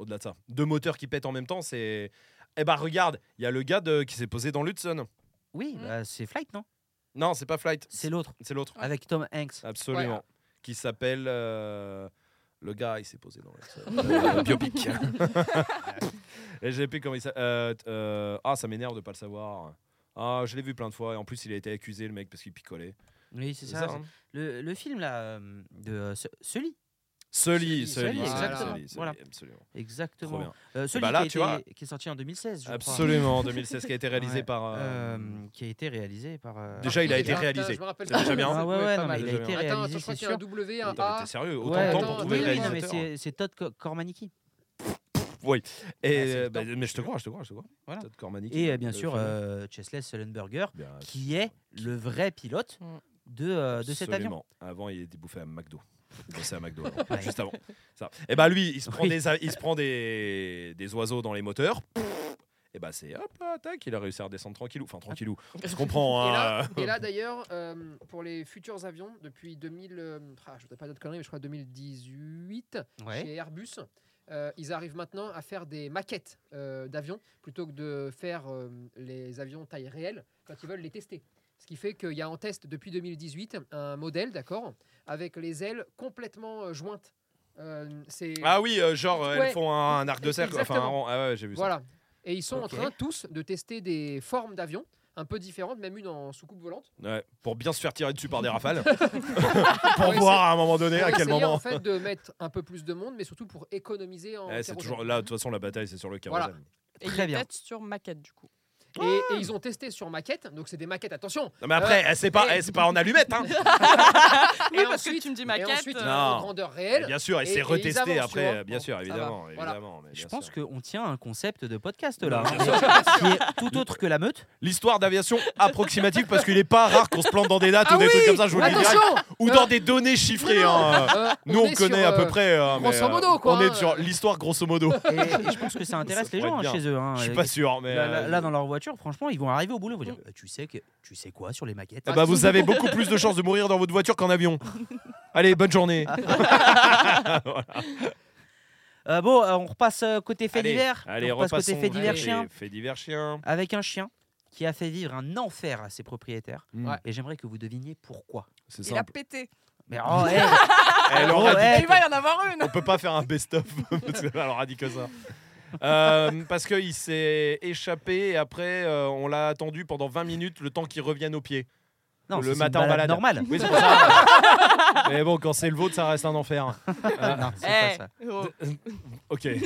[SPEAKER 1] Au-delà de ça, deux moteurs qui pètent en même temps, c'est. Eh bah regarde, il y a le gars de- qui s'est posé dans l'Hudson.
[SPEAKER 2] Oui,
[SPEAKER 7] Mm.
[SPEAKER 2] bah, c'est Flight non
[SPEAKER 1] Non, c'est pas Flight,
[SPEAKER 2] C'est l'autre
[SPEAKER 1] c'est l'autre.
[SPEAKER 2] avec Tom Hanks.
[SPEAKER 1] Absolument.
[SPEAKER 3] Ouais.
[SPEAKER 1] Qui s'appelle. euh, Le gars, il s'est posé dans
[SPEAKER 2] *laughs*
[SPEAKER 1] le. biopic. *laughs* et j'ai plus comment il s'appelle. Euh, t- euh, Ah, ça m'énerve de pas le savoir. Ah, je l'ai vu plein de fois. Et en plus, il a été accusé, le mec, parce qu'il picolait.
[SPEAKER 2] Oui c'est ça.
[SPEAKER 1] hein.
[SPEAKER 2] Le, le film là euh, de euh, Ce- Sully.
[SPEAKER 1] Sully, Sully,
[SPEAKER 3] Sully, Sully,
[SPEAKER 2] exactement.
[SPEAKER 1] Sully, Sully,
[SPEAKER 2] Voilà.
[SPEAKER 1] absolument. Trop
[SPEAKER 2] Exactement.
[SPEAKER 1] bien.
[SPEAKER 2] Euh, Sully
[SPEAKER 1] bah là,
[SPEAKER 2] qui, a
[SPEAKER 1] tu
[SPEAKER 2] été-
[SPEAKER 1] vois-
[SPEAKER 2] qui est sorti en 2016 je crois.
[SPEAKER 1] Absolument, 2016, qui a été réalisé
[SPEAKER 2] Ouais.
[SPEAKER 1] par. euh,
[SPEAKER 2] Euh, qui a été réalisé par.
[SPEAKER 3] Ah,
[SPEAKER 2] euh,
[SPEAKER 1] Déjà, il a été
[SPEAKER 3] Putain,
[SPEAKER 1] réalisé.
[SPEAKER 3] je me rappelle
[SPEAKER 1] C'est
[SPEAKER 3] pas,
[SPEAKER 1] déjà bien.
[SPEAKER 3] ça
[SPEAKER 2] Ah ouais,
[SPEAKER 3] pouvait
[SPEAKER 2] ouais,
[SPEAKER 3] pas
[SPEAKER 2] non, mais
[SPEAKER 3] mal.
[SPEAKER 2] il a
[SPEAKER 1] Déjà
[SPEAKER 2] été
[SPEAKER 1] bien.
[SPEAKER 3] Attends,
[SPEAKER 2] réalisé,
[SPEAKER 3] attends, je crois
[SPEAKER 2] c'est
[SPEAKER 3] qu'il y a
[SPEAKER 2] sûr.
[SPEAKER 3] un W, hein. Ah. un
[SPEAKER 1] Putain, mais
[SPEAKER 3] A.
[SPEAKER 1] T'es sérieux Autant
[SPEAKER 2] Ouais,
[SPEAKER 1] de temps
[SPEAKER 3] attends,
[SPEAKER 1] pour trouver le
[SPEAKER 2] oui, oui, non, mais
[SPEAKER 1] réalisateur.
[SPEAKER 2] c'est c'est Todd Co- Cormanicky.
[SPEAKER 1] Et,
[SPEAKER 2] Ah, c'est
[SPEAKER 1] euh,
[SPEAKER 2] le temps.
[SPEAKER 1] bah, mais je te crois, je te crois, je te crois.
[SPEAKER 2] Voilà.
[SPEAKER 1] Todd Cormanick,
[SPEAKER 2] Et euh,
[SPEAKER 1] le
[SPEAKER 2] bien sûr,
[SPEAKER 1] film.
[SPEAKER 2] euh, Chesley Sullenberger,
[SPEAKER 1] Bien,
[SPEAKER 2] qui est le vrai pilote
[SPEAKER 4] Mm.
[SPEAKER 2] de, euh, de cet avion.
[SPEAKER 1] absolument. Avant, il était bouffé à McDo. Il bossait à McDo, avant,
[SPEAKER 2] *laughs* Ouais.
[SPEAKER 1] juste avant. Ça. Et bah lui, il se prend,
[SPEAKER 2] Oui.
[SPEAKER 1] des, a- il se prend des, des oiseaux dans les moteurs. Et bah c'est hop, là, tac, il a réussi à redescendre tranquillou. Enfin, tranquillou.
[SPEAKER 2] Ah.
[SPEAKER 1] On se comprend.
[SPEAKER 3] Et
[SPEAKER 1] hein, euh.
[SPEAKER 3] là, et là, d'ailleurs, euh, pour les futurs avions, depuis 2000, euh, ah, je voudrais pas dire de conneries, mais je crois 2018,
[SPEAKER 2] Ouais.
[SPEAKER 3] chez Airbus, euh, ils arrivent maintenant à faire des maquettes euh, d'avions plutôt que de faire euh, les avions taille réelle quand ils veulent les tester. Ce qui fait qu'il y a en test depuis 2018 un modèle, d'accord, avec les ailes complètement euh, jointes. Euh, c'est
[SPEAKER 1] *laughs* Ah oui, euh, genre, euh,
[SPEAKER 3] Ouais.
[SPEAKER 1] elles font un, un arc de cercle. Enfin, un
[SPEAKER 3] Exactement.
[SPEAKER 1] rond. Ah ouais, j'ai vu ça.
[SPEAKER 3] Voilà. Et ils sont
[SPEAKER 2] Ok.
[SPEAKER 3] en train tous de tester des formes d'avions un peu différentes, même une en soucoupe volante.
[SPEAKER 1] Ouais, pour bien se faire tirer dessus par
[SPEAKER 2] *laughs*
[SPEAKER 1] des rafales. *laughs*
[SPEAKER 3] Pour
[SPEAKER 1] pour voir à un moment donné
[SPEAKER 3] essayer-
[SPEAKER 1] à
[SPEAKER 3] pour
[SPEAKER 1] quel
[SPEAKER 3] essayer,
[SPEAKER 1] moment.
[SPEAKER 3] en fait de mettre un peu plus de monde, mais surtout pour économiser en
[SPEAKER 1] Eh, c'est
[SPEAKER 3] kérosène.
[SPEAKER 1] toujours là. De toute façon, la bataille, c'est sur le
[SPEAKER 3] Voilà.
[SPEAKER 1] kérosène.
[SPEAKER 4] Et il
[SPEAKER 2] Très
[SPEAKER 4] est
[SPEAKER 2] bien.
[SPEAKER 1] *laughs*
[SPEAKER 4] peut-être sur maquette du coup.
[SPEAKER 3] Et, et ils ont testé sur maquette, donc c'est des maquettes, attention.
[SPEAKER 1] Non, mais après, eh, c'est pas,
[SPEAKER 3] et-
[SPEAKER 1] eh, c'est pas en allumette,
[SPEAKER 3] *laughs*
[SPEAKER 1] hein.
[SPEAKER 4] Oui,
[SPEAKER 3] et
[SPEAKER 4] parce que
[SPEAKER 3] ensuite-
[SPEAKER 4] tu me dis
[SPEAKER 3] et
[SPEAKER 4] maquette.
[SPEAKER 1] *laughs*
[SPEAKER 3] ensuite,
[SPEAKER 4] euh,
[SPEAKER 1] Non.
[SPEAKER 3] en grandeur réelle.
[SPEAKER 1] Bien sûr, et,
[SPEAKER 3] et- et
[SPEAKER 1] c'est
[SPEAKER 3] ils
[SPEAKER 1] retesté
[SPEAKER 3] avancent, tu
[SPEAKER 1] après,
[SPEAKER 3] vois.
[SPEAKER 1] bien sûr,
[SPEAKER 3] Ça
[SPEAKER 1] évidemment.
[SPEAKER 3] va, voilà.
[SPEAKER 1] évidemment mais
[SPEAKER 2] Je
[SPEAKER 1] bien
[SPEAKER 2] pense
[SPEAKER 1] sûr.
[SPEAKER 2] qu'on tient un concept de podcast là,
[SPEAKER 1] Non,
[SPEAKER 2] hein,
[SPEAKER 1] bien sûr.
[SPEAKER 2] qui est tout autre que la meute.
[SPEAKER 1] L'histoire d'aviation *laughs* approximative, parce qu'il est pas rare qu'on se plante dans des dates ou des trucs comme ça, je vous le dis direct.
[SPEAKER 3] Ah Attention
[SPEAKER 1] Ou dans des données chiffrées.
[SPEAKER 3] *laughs*
[SPEAKER 1] hein.
[SPEAKER 3] Euh,
[SPEAKER 1] Nous, on
[SPEAKER 3] est
[SPEAKER 1] connaît
[SPEAKER 3] sur,
[SPEAKER 1] à peu
[SPEAKER 3] euh,
[SPEAKER 1] près. hein, mais,
[SPEAKER 3] grosso
[SPEAKER 1] euh,
[SPEAKER 3] modo, quoi,
[SPEAKER 1] On est
[SPEAKER 3] hein.
[SPEAKER 1] sur l'histoire grosso modo.
[SPEAKER 2] Et, et je pense que ça intéresse
[SPEAKER 1] *laughs* Ça
[SPEAKER 2] les gens
[SPEAKER 1] pourrait être
[SPEAKER 2] hein,
[SPEAKER 1] bien.
[SPEAKER 2] chez eux. hein.
[SPEAKER 1] Je suis pas sûr, mais.
[SPEAKER 2] Là, là-
[SPEAKER 1] euh, Mm.
[SPEAKER 2] là, dans leur voiture, franchement, ils vont arriver au boulot, ils vont dire, Euh, tu sais que, tu sais quoi sur les maquettes
[SPEAKER 1] eh ben, vous avez beaucoup plus de chances de mourir dans votre voiture qu'en
[SPEAKER 3] *laughs*
[SPEAKER 1] avion. Allez, bonne journée.
[SPEAKER 2] Euh, Bon, euh, on repasse euh, côté fait
[SPEAKER 1] Allez,
[SPEAKER 2] divers.
[SPEAKER 1] Allez,
[SPEAKER 2] on repasse côté
[SPEAKER 1] repassons
[SPEAKER 2] fait divers
[SPEAKER 1] côté
[SPEAKER 2] chien
[SPEAKER 1] Fait divers chien.
[SPEAKER 2] avec un chien qui a fait vivre un enfer à ses propriétaires.
[SPEAKER 1] Mm.
[SPEAKER 2] Et j'aimerais que vous deviniez pourquoi.
[SPEAKER 1] C'est
[SPEAKER 7] Il a
[SPEAKER 1] simple. Eh,
[SPEAKER 7] pété.
[SPEAKER 2] Mais oh, hey,
[SPEAKER 1] Elle
[SPEAKER 2] oh,
[SPEAKER 1] aura dit-
[SPEAKER 2] hey,
[SPEAKER 7] Il va y en avoir une.
[SPEAKER 1] On peut pas faire un best-of *laughs* parce qu'elle aura dit que ça. Euh, parce qu'il s'est échappé et après euh, on l'a attendu pendant 20 minutes le temps qu'il revienne au pied.
[SPEAKER 2] non,
[SPEAKER 1] le
[SPEAKER 2] c'est- c'est
[SPEAKER 1] matin en
[SPEAKER 2] une balade
[SPEAKER 1] balade. *laughs*
[SPEAKER 2] normale.
[SPEAKER 1] Oui, c'est
[SPEAKER 2] *laughs*
[SPEAKER 1] pour ça. Mais bon, quand c'est le vôtre, ça reste un enfer.
[SPEAKER 2] Ah. Non, c'est
[SPEAKER 4] eh,
[SPEAKER 2] pas ça.
[SPEAKER 4] oh,
[SPEAKER 1] Ok.
[SPEAKER 2] *laughs*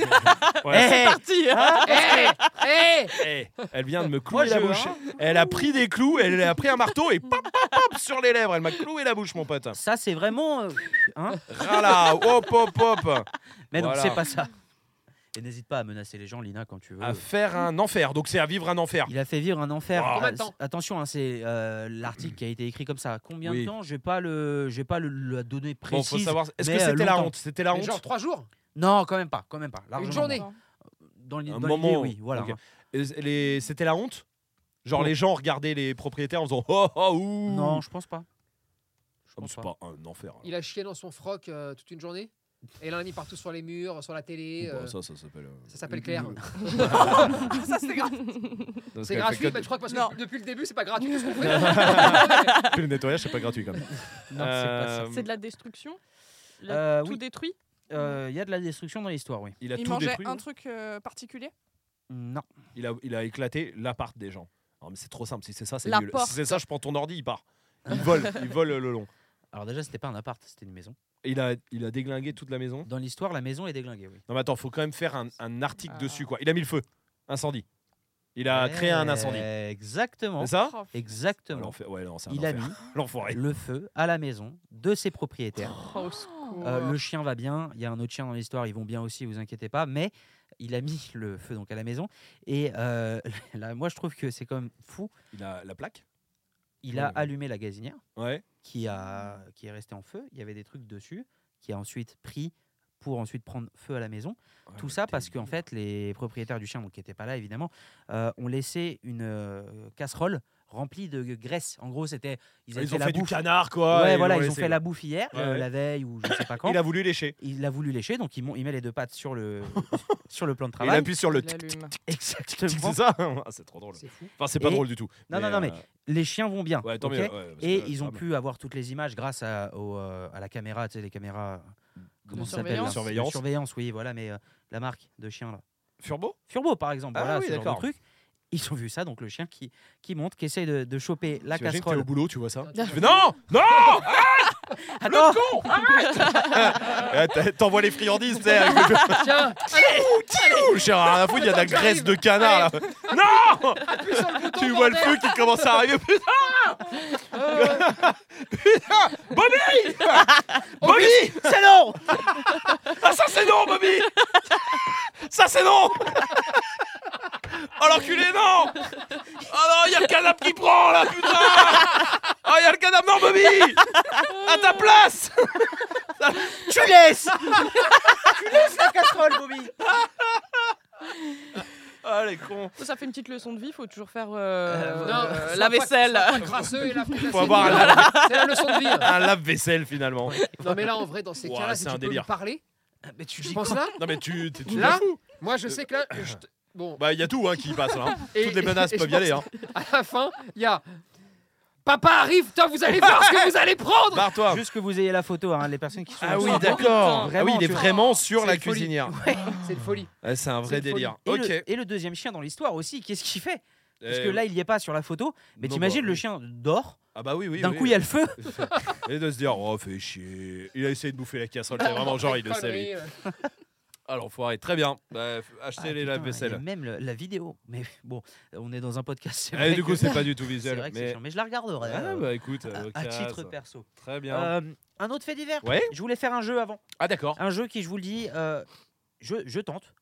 [SPEAKER 2] Eh,
[SPEAKER 1] Ouais,
[SPEAKER 2] eh,
[SPEAKER 4] parti,
[SPEAKER 1] Ah,
[SPEAKER 4] hein.
[SPEAKER 3] Eh eh,
[SPEAKER 1] eh, elle vient de me
[SPEAKER 2] Moi,
[SPEAKER 1] clouer la
[SPEAKER 2] je- hein.
[SPEAKER 1] bouche. Elle a pris des clous, elle a pris un marteau et pop, pop, pop sur les lèvres. Elle m'a cloué la bouche, mon pote.
[SPEAKER 2] ça c'est vraiment. euh, hein
[SPEAKER 1] Voilà, hop, hop, hop.
[SPEAKER 2] Mais non,
[SPEAKER 1] Voilà.
[SPEAKER 2] c'est pas ça. Et n'hésite pas à menacer les gens, Lina, quand tu veux.
[SPEAKER 1] À faire un enfer. Donc c'est à vivre un enfer.
[SPEAKER 2] Il a fait vivre un enfer.
[SPEAKER 1] Wow.
[SPEAKER 2] Euh,
[SPEAKER 3] Combien de temps
[SPEAKER 2] s- attention, hein, c'est euh, l'article qui a été écrit comme ça. Combien
[SPEAKER 1] Oui.
[SPEAKER 2] de temps J'ai pas le, j'ai pas le, la donnée
[SPEAKER 1] Bon, faut
[SPEAKER 2] précise.
[SPEAKER 1] savoir. Est-ce
[SPEAKER 2] mais,
[SPEAKER 1] que
[SPEAKER 2] euh,
[SPEAKER 1] c'était la
[SPEAKER 2] longtemps.
[SPEAKER 1] honte C'était *laughs* la
[SPEAKER 3] Mais
[SPEAKER 1] honte.
[SPEAKER 3] genre trois jours
[SPEAKER 2] non, quand même pas, quand même pas. Largement
[SPEAKER 3] journée.
[SPEAKER 2] moins. Dans l'idée,
[SPEAKER 1] Un
[SPEAKER 2] dans
[SPEAKER 1] moment.
[SPEAKER 2] l'idée, oui, voilà.
[SPEAKER 1] Ok.
[SPEAKER 2] hein.
[SPEAKER 1] Et c- les- C'était la honte Genre les gens regardaient les propriétaires en faisant oh oh ouh.
[SPEAKER 2] Non, je pense pas. Je
[SPEAKER 1] Ah, mais
[SPEAKER 2] pense
[SPEAKER 1] c'est
[SPEAKER 2] pas.
[SPEAKER 1] pas un enfer. là.
[SPEAKER 3] Il a chié dans son froc euh, toute une journée Et il en a mis partout sur les murs, sur la télé.
[SPEAKER 1] Bon,
[SPEAKER 3] euh,
[SPEAKER 1] ça, ça s'appelle. euh,
[SPEAKER 3] ça s'appelle Claire.
[SPEAKER 7] Ça, c'est grave.
[SPEAKER 1] parce
[SPEAKER 3] C'est
[SPEAKER 1] qu'elle
[SPEAKER 3] gratuit,
[SPEAKER 1] fait
[SPEAKER 3] mais je crois que parce que
[SPEAKER 7] Non.
[SPEAKER 3] depuis le début, c'est pas gratuit. qu'est-ce qu'on
[SPEAKER 1] *laughs*
[SPEAKER 3] fait
[SPEAKER 1] que- Le nettoyage, c'est pas gratuit quand même.
[SPEAKER 2] Non, c'est pas ça.
[SPEAKER 1] Euh, ah
[SPEAKER 4] c'est de la destruction. Il a
[SPEAKER 2] Euh,
[SPEAKER 4] tout
[SPEAKER 2] oui,
[SPEAKER 4] détruit.
[SPEAKER 2] euh, il y a de la destruction dans l'histoire, oui.
[SPEAKER 1] Il a
[SPEAKER 7] Il
[SPEAKER 1] tout
[SPEAKER 7] mangeait
[SPEAKER 1] détruit.
[SPEAKER 7] un truc euh, particulier.
[SPEAKER 2] Non.
[SPEAKER 1] Il a, il a éclaté l'appart des gens. Non, mais c'est trop simple. Si c'est ça, c'est
[SPEAKER 4] La
[SPEAKER 1] nul.
[SPEAKER 4] porte.
[SPEAKER 1] Si c'est ça, je prends ton ordi, il part. Il vole, il vole le long.
[SPEAKER 2] Alors déjà, c'était pas un appart, c'était une maison.
[SPEAKER 1] Il a, il a déglingué toute la maison.
[SPEAKER 2] Dans l'histoire, la maison est déglinguée, oui.
[SPEAKER 1] Non, mais attends, faut quand même faire un, un article
[SPEAKER 4] Ah.
[SPEAKER 1] dessus quoi. Il a mis le feu. Incendie. Il a créé un incendie.
[SPEAKER 2] Euh, Exactement.
[SPEAKER 1] C'est ça Ah,
[SPEAKER 7] Oh,
[SPEAKER 2] Exactement.
[SPEAKER 1] L'enfer- Ouais, non, c'est un
[SPEAKER 2] Il a
[SPEAKER 1] enfer.
[SPEAKER 2] mis
[SPEAKER 1] *laughs* L'enfoiré.
[SPEAKER 2] le feu à la maison de ses propriétaires.
[SPEAKER 4] Oh, au secours.
[SPEAKER 2] Euh, le chien va bien, il y a un autre chien dans l'histoire, ils vont bien aussi, vous inquiétez pas, mais il a mis *laughs* le feu donc à la maison. Et euh, *laughs* là, moi, je trouve que c'est quand même fou.
[SPEAKER 1] Il a la plaque
[SPEAKER 2] Il a
[SPEAKER 1] Ouais.
[SPEAKER 2] allumé la gazinière
[SPEAKER 1] Ouais.
[SPEAKER 2] qui, a, qui est restée en feu, il y avait des trucs dessus, qui a ensuite pris pour ensuite prendre feu à la maison.
[SPEAKER 1] Ouais,
[SPEAKER 2] Tout
[SPEAKER 1] mais
[SPEAKER 2] ça
[SPEAKER 1] t'es
[SPEAKER 2] parce qu'en fait, les propriétaires du chien, donc, qui n'étaient pas là évidemment, euh, ont laissé une euh, casserole remplie de graisse. En gros, c'était. Ils, avaient
[SPEAKER 1] Ils ont
[SPEAKER 2] la
[SPEAKER 1] fait du
[SPEAKER 2] bouffe.
[SPEAKER 1] canard, quoi.
[SPEAKER 2] Ouais,
[SPEAKER 1] et
[SPEAKER 2] voilà,
[SPEAKER 1] l'ont
[SPEAKER 2] ils ont
[SPEAKER 1] laissé,
[SPEAKER 2] fait
[SPEAKER 1] quoi.
[SPEAKER 2] la bouffe hier,
[SPEAKER 1] Ouais,
[SPEAKER 2] euh,
[SPEAKER 1] ouais.
[SPEAKER 2] la veille ou je sais pas quand.
[SPEAKER 1] Il a voulu lécher.
[SPEAKER 2] il a voulu lécher, donc il, mon- il met les deux pattes sur
[SPEAKER 1] *laughs*
[SPEAKER 2] le, sur le plan de
[SPEAKER 1] Et il
[SPEAKER 2] travail.
[SPEAKER 1] appuie sur le.
[SPEAKER 4] Oh, Il
[SPEAKER 1] tic, tic,
[SPEAKER 4] allume.
[SPEAKER 1] tic,
[SPEAKER 2] Exactement.
[SPEAKER 1] C'est ça *laughs* Ah, C'est trop drôle.
[SPEAKER 3] C'est fou.
[SPEAKER 1] Enfin, c'est pas
[SPEAKER 2] Et-
[SPEAKER 1] drôle du tout.
[SPEAKER 2] Non, non, non, mais
[SPEAKER 1] euh,
[SPEAKER 2] les chiens vont bien.
[SPEAKER 1] Ouais, tant
[SPEAKER 2] ok
[SPEAKER 1] mieux. ouais, parce
[SPEAKER 2] Et
[SPEAKER 1] que,
[SPEAKER 2] ils
[SPEAKER 1] ah,
[SPEAKER 2] ont
[SPEAKER 1] mais-
[SPEAKER 2] pu avoir toutes les images grâce à, au, euh, à la caméra, tu sais, les caméras. Comment
[SPEAKER 4] De
[SPEAKER 2] ça s'appelle là
[SPEAKER 4] surveillance.
[SPEAKER 2] De
[SPEAKER 1] Surveillance.
[SPEAKER 2] Surveillance, oui, voilà, mais euh, la marque de chien, là.
[SPEAKER 1] Furbo
[SPEAKER 2] Furbo, par exemple,
[SPEAKER 1] Ah
[SPEAKER 2] voilà,
[SPEAKER 1] oui,
[SPEAKER 2] ce genre de
[SPEAKER 1] d'accord.
[SPEAKER 2] truc. Ils ont vu ça, donc le chien qui, qui monte, qui essaye de, de choper la
[SPEAKER 1] T'imagines que t'es au
[SPEAKER 2] casserole.
[SPEAKER 1] boulot, tu
[SPEAKER 2] *laughs*
[SPEAKER 1] vois ça.
[SPEAKER 3] Putain,
[SPEAKER 1] Tu fais, non Non
[SPEAKER 2] Ah non *laughs*
[SPEAKER 1] *laughs* Ah, t'as- T'envoies les friandises, tu sais. avec le-
[SPEAKER 3] Tiens,
[SPEAKER 1] Ouh, J'ai rien à foutre, il y a de la
[SPEAKER 3] Attends que
[SPEAKER 1] graisse
[SPEAKER 3] j'arrive.
[SPEAKER 1] de canard là. Non
[SPEAKER 3] appuie sur le
[SPEAKER 1] *laughs*
[SPEAKER 3] bouton.
[SPEAKER 1] Tu vois le feu
[SPEAKER 3] bordel.
[SPEAKER 1] qui commence à arriver. Putain Putain Bobby Bobby
[SPEAKER 2] C'est non
[SPEAKER 1] Ah, ça c'est non, Bobby Ça c'est non Oh l'enculé, non Oh non, il y a le canapé qui prend là, putain Oh, il y a le canapé, non, Bobby À ta place
[SPEAKER 2] Tu laisses Tu laisses la casserole, Bobby
[SPEAKER 1] Ah, les cons
[SPEAKER 4] Ça, ça fait une petite leçon de vie, faut toujours faire euh,
[SPEAKER 2] Euh,
[SPEAKER 3] Non,
[SPEAKER 4] euh,
[SPEAKER 3] sois pas-
[SPEAKER 4] la
[SPEAKER 3] *laughs*
[SPEAKER 4] vaisselle.
[SPEAKER 3] sois pas crasseux et la frite
[SPEAKER 1] Faut
[SPEAKER 3] acide.
[SPEAKER 1] avoir un,
[SPEAKER 3] C'est la leçon de vie. hein.
[SPEAKER 1] un lave-vaisselle finalement.
[SPEAKER 3] *laughs* Non, mais là, en vrai, dans ces
[SPEAKER 1] Ouah,
[SPEAKER 3] cas-là,
[SPEAKER 1] c'est
[SPEAKER 3] si
[SPEAKER 1] un
[SPEAKER 3] tu peux
[SPEAKER 1] délire.
[SPEAKER 3] me parler,
[SPEAKER 2] Mais tu
[SPEAKER 3] je
[SPEAKER 2] dis
[SPEAKER 3] pense là,
[SPEAKER 1] Non, mais tu t'es tout
[SPEAKER 3] Là
[SPEAKER 1] à fou.
[SPEAKER 3] moi, je sais
[SPEAKER 1] *laughs*
[SPEAKER 3] que là. je te- Bon,
[SPEAKER 1] Bah, il y a tout hein, qui passe là. hein.
[SPEAKER 3] Et-
[SPEAKER 1] Toutes les menaces
[SPEAKER 3] et je
[SPEAKER 1] peuvent y aller. Hein.
[SPEAKER 3] à la fin, il y a. Papa arrive, putain, vous allez voir ce que vous allez
[SPEAKER 1] *laughs*
[SPEAKER 3] prendre
[SPEAKER 1] Barre-toi.
[SPEAKER 2] Juste que vous ayez la photo, hein, les personnes qui sont
[SPEAKER 1] Ah
[SPEAKER 2] là-
[SPEAKER 1] oui,
[SPEAKER 4] Oh,
[SPEAKER 1] d'accord.
[SPEAKER 2] putain.
[SPEAKER 1] Ah oui, il est
[SPEAKER 2] Vraiment,
[SPEAKER 1] vraiment sur
[SPEAKER 3] C'est
[SPEAKER 1] la
[SPEAKER 3] une folie.
[SPEAKER 1] cuisinière.
[SPEAKER 3] C'est une folie.
[SPEAKER 1] Ah, c'est un
[SPEAKER 3] C'est
[SPEAKER 1] vrai
[SPEAKER 3] une folie.
[SPEAKER 1] délire.
[SPEAKER 2] Et,
[SPEAKER 1] Ok.
[SPEAKER 2] le, et le deuxième chien dans l'histoire aussi, qu'est-ce qu'il fait Parce
[SPEAKER 1] Euh,
[SPEAKER 2] que là, il n'y est pas sur la photo, mais
[SPEAKER 1] non,
[SPEAKER 2] t'imagines
[SPEAKER 1] bah,
[SPEAKER 2] le
[SPEAKER 1] oui.
[SPEAKER 2] chien dort,
[SPEAKER 1] Ah bah oui, oui.
[SPEAKER 2] d'un
[SPEAKER 1] oui.
[SPEAKER 2] coup il y a le
[SPEAKER 1] *laughs*
[SPEAKER 2] feu.
[SPEAKER 1] Et de se dire, oh, fais chier. Il a essayé de bouffer la casserole. C'est vraiment genre, il le sait. lui.
[SPEAKER 3] Connerie, euh.
[SPEAKER 1] Ah, l'enfoiré, très bien. Bah, f- achetez
[SPEAKER 2] Ah,
[SPEAKER 1] les
[SPEAKER 2] putain, il y a
[SPEAKER 1] lave-vaisselle.
[SPEAKER 2] Même le- la vidéo. Mais bon, on est dans un podcast. c'est
[SPEAKER 1] Eh,
[SPEAKER 2] vrai
[SPEAKER 1] du
[SPEAKER 2] que- *laughs*
[SPEAKER 1] coup, c'est pas du tout
[SPEAKER 2] c'est
[SPEAKER 1] visuel.
[SPEAKER 2] vrai que c'est
[SPEAKER 1] mais...
[SPEAKER 2] chiant, mais je la regarderai.
[SPEAKER 1] Ah,
[SPEAKER 2] euh,
[SPEAKER 1] bah écoute,
[SPEAKER 2] à-
[SPEAKER 1] euh,
[SPEAKER 2] à,
[SPEAKER 1] Ocas,
[SPEAKER 2] titre perso.
[SPEAKER 1] Très bien.
[SPEAKER 2] Euh, un autre fait divers.
[SPEAKER 1] Ouais.
[SPEAKER 2] Je voulais faire un jeu avant.
[SPEAKER 1] Ah, d'accord.
[SPEAKER 2] Un jeu qui, je vous le dis, euh, je, je tente.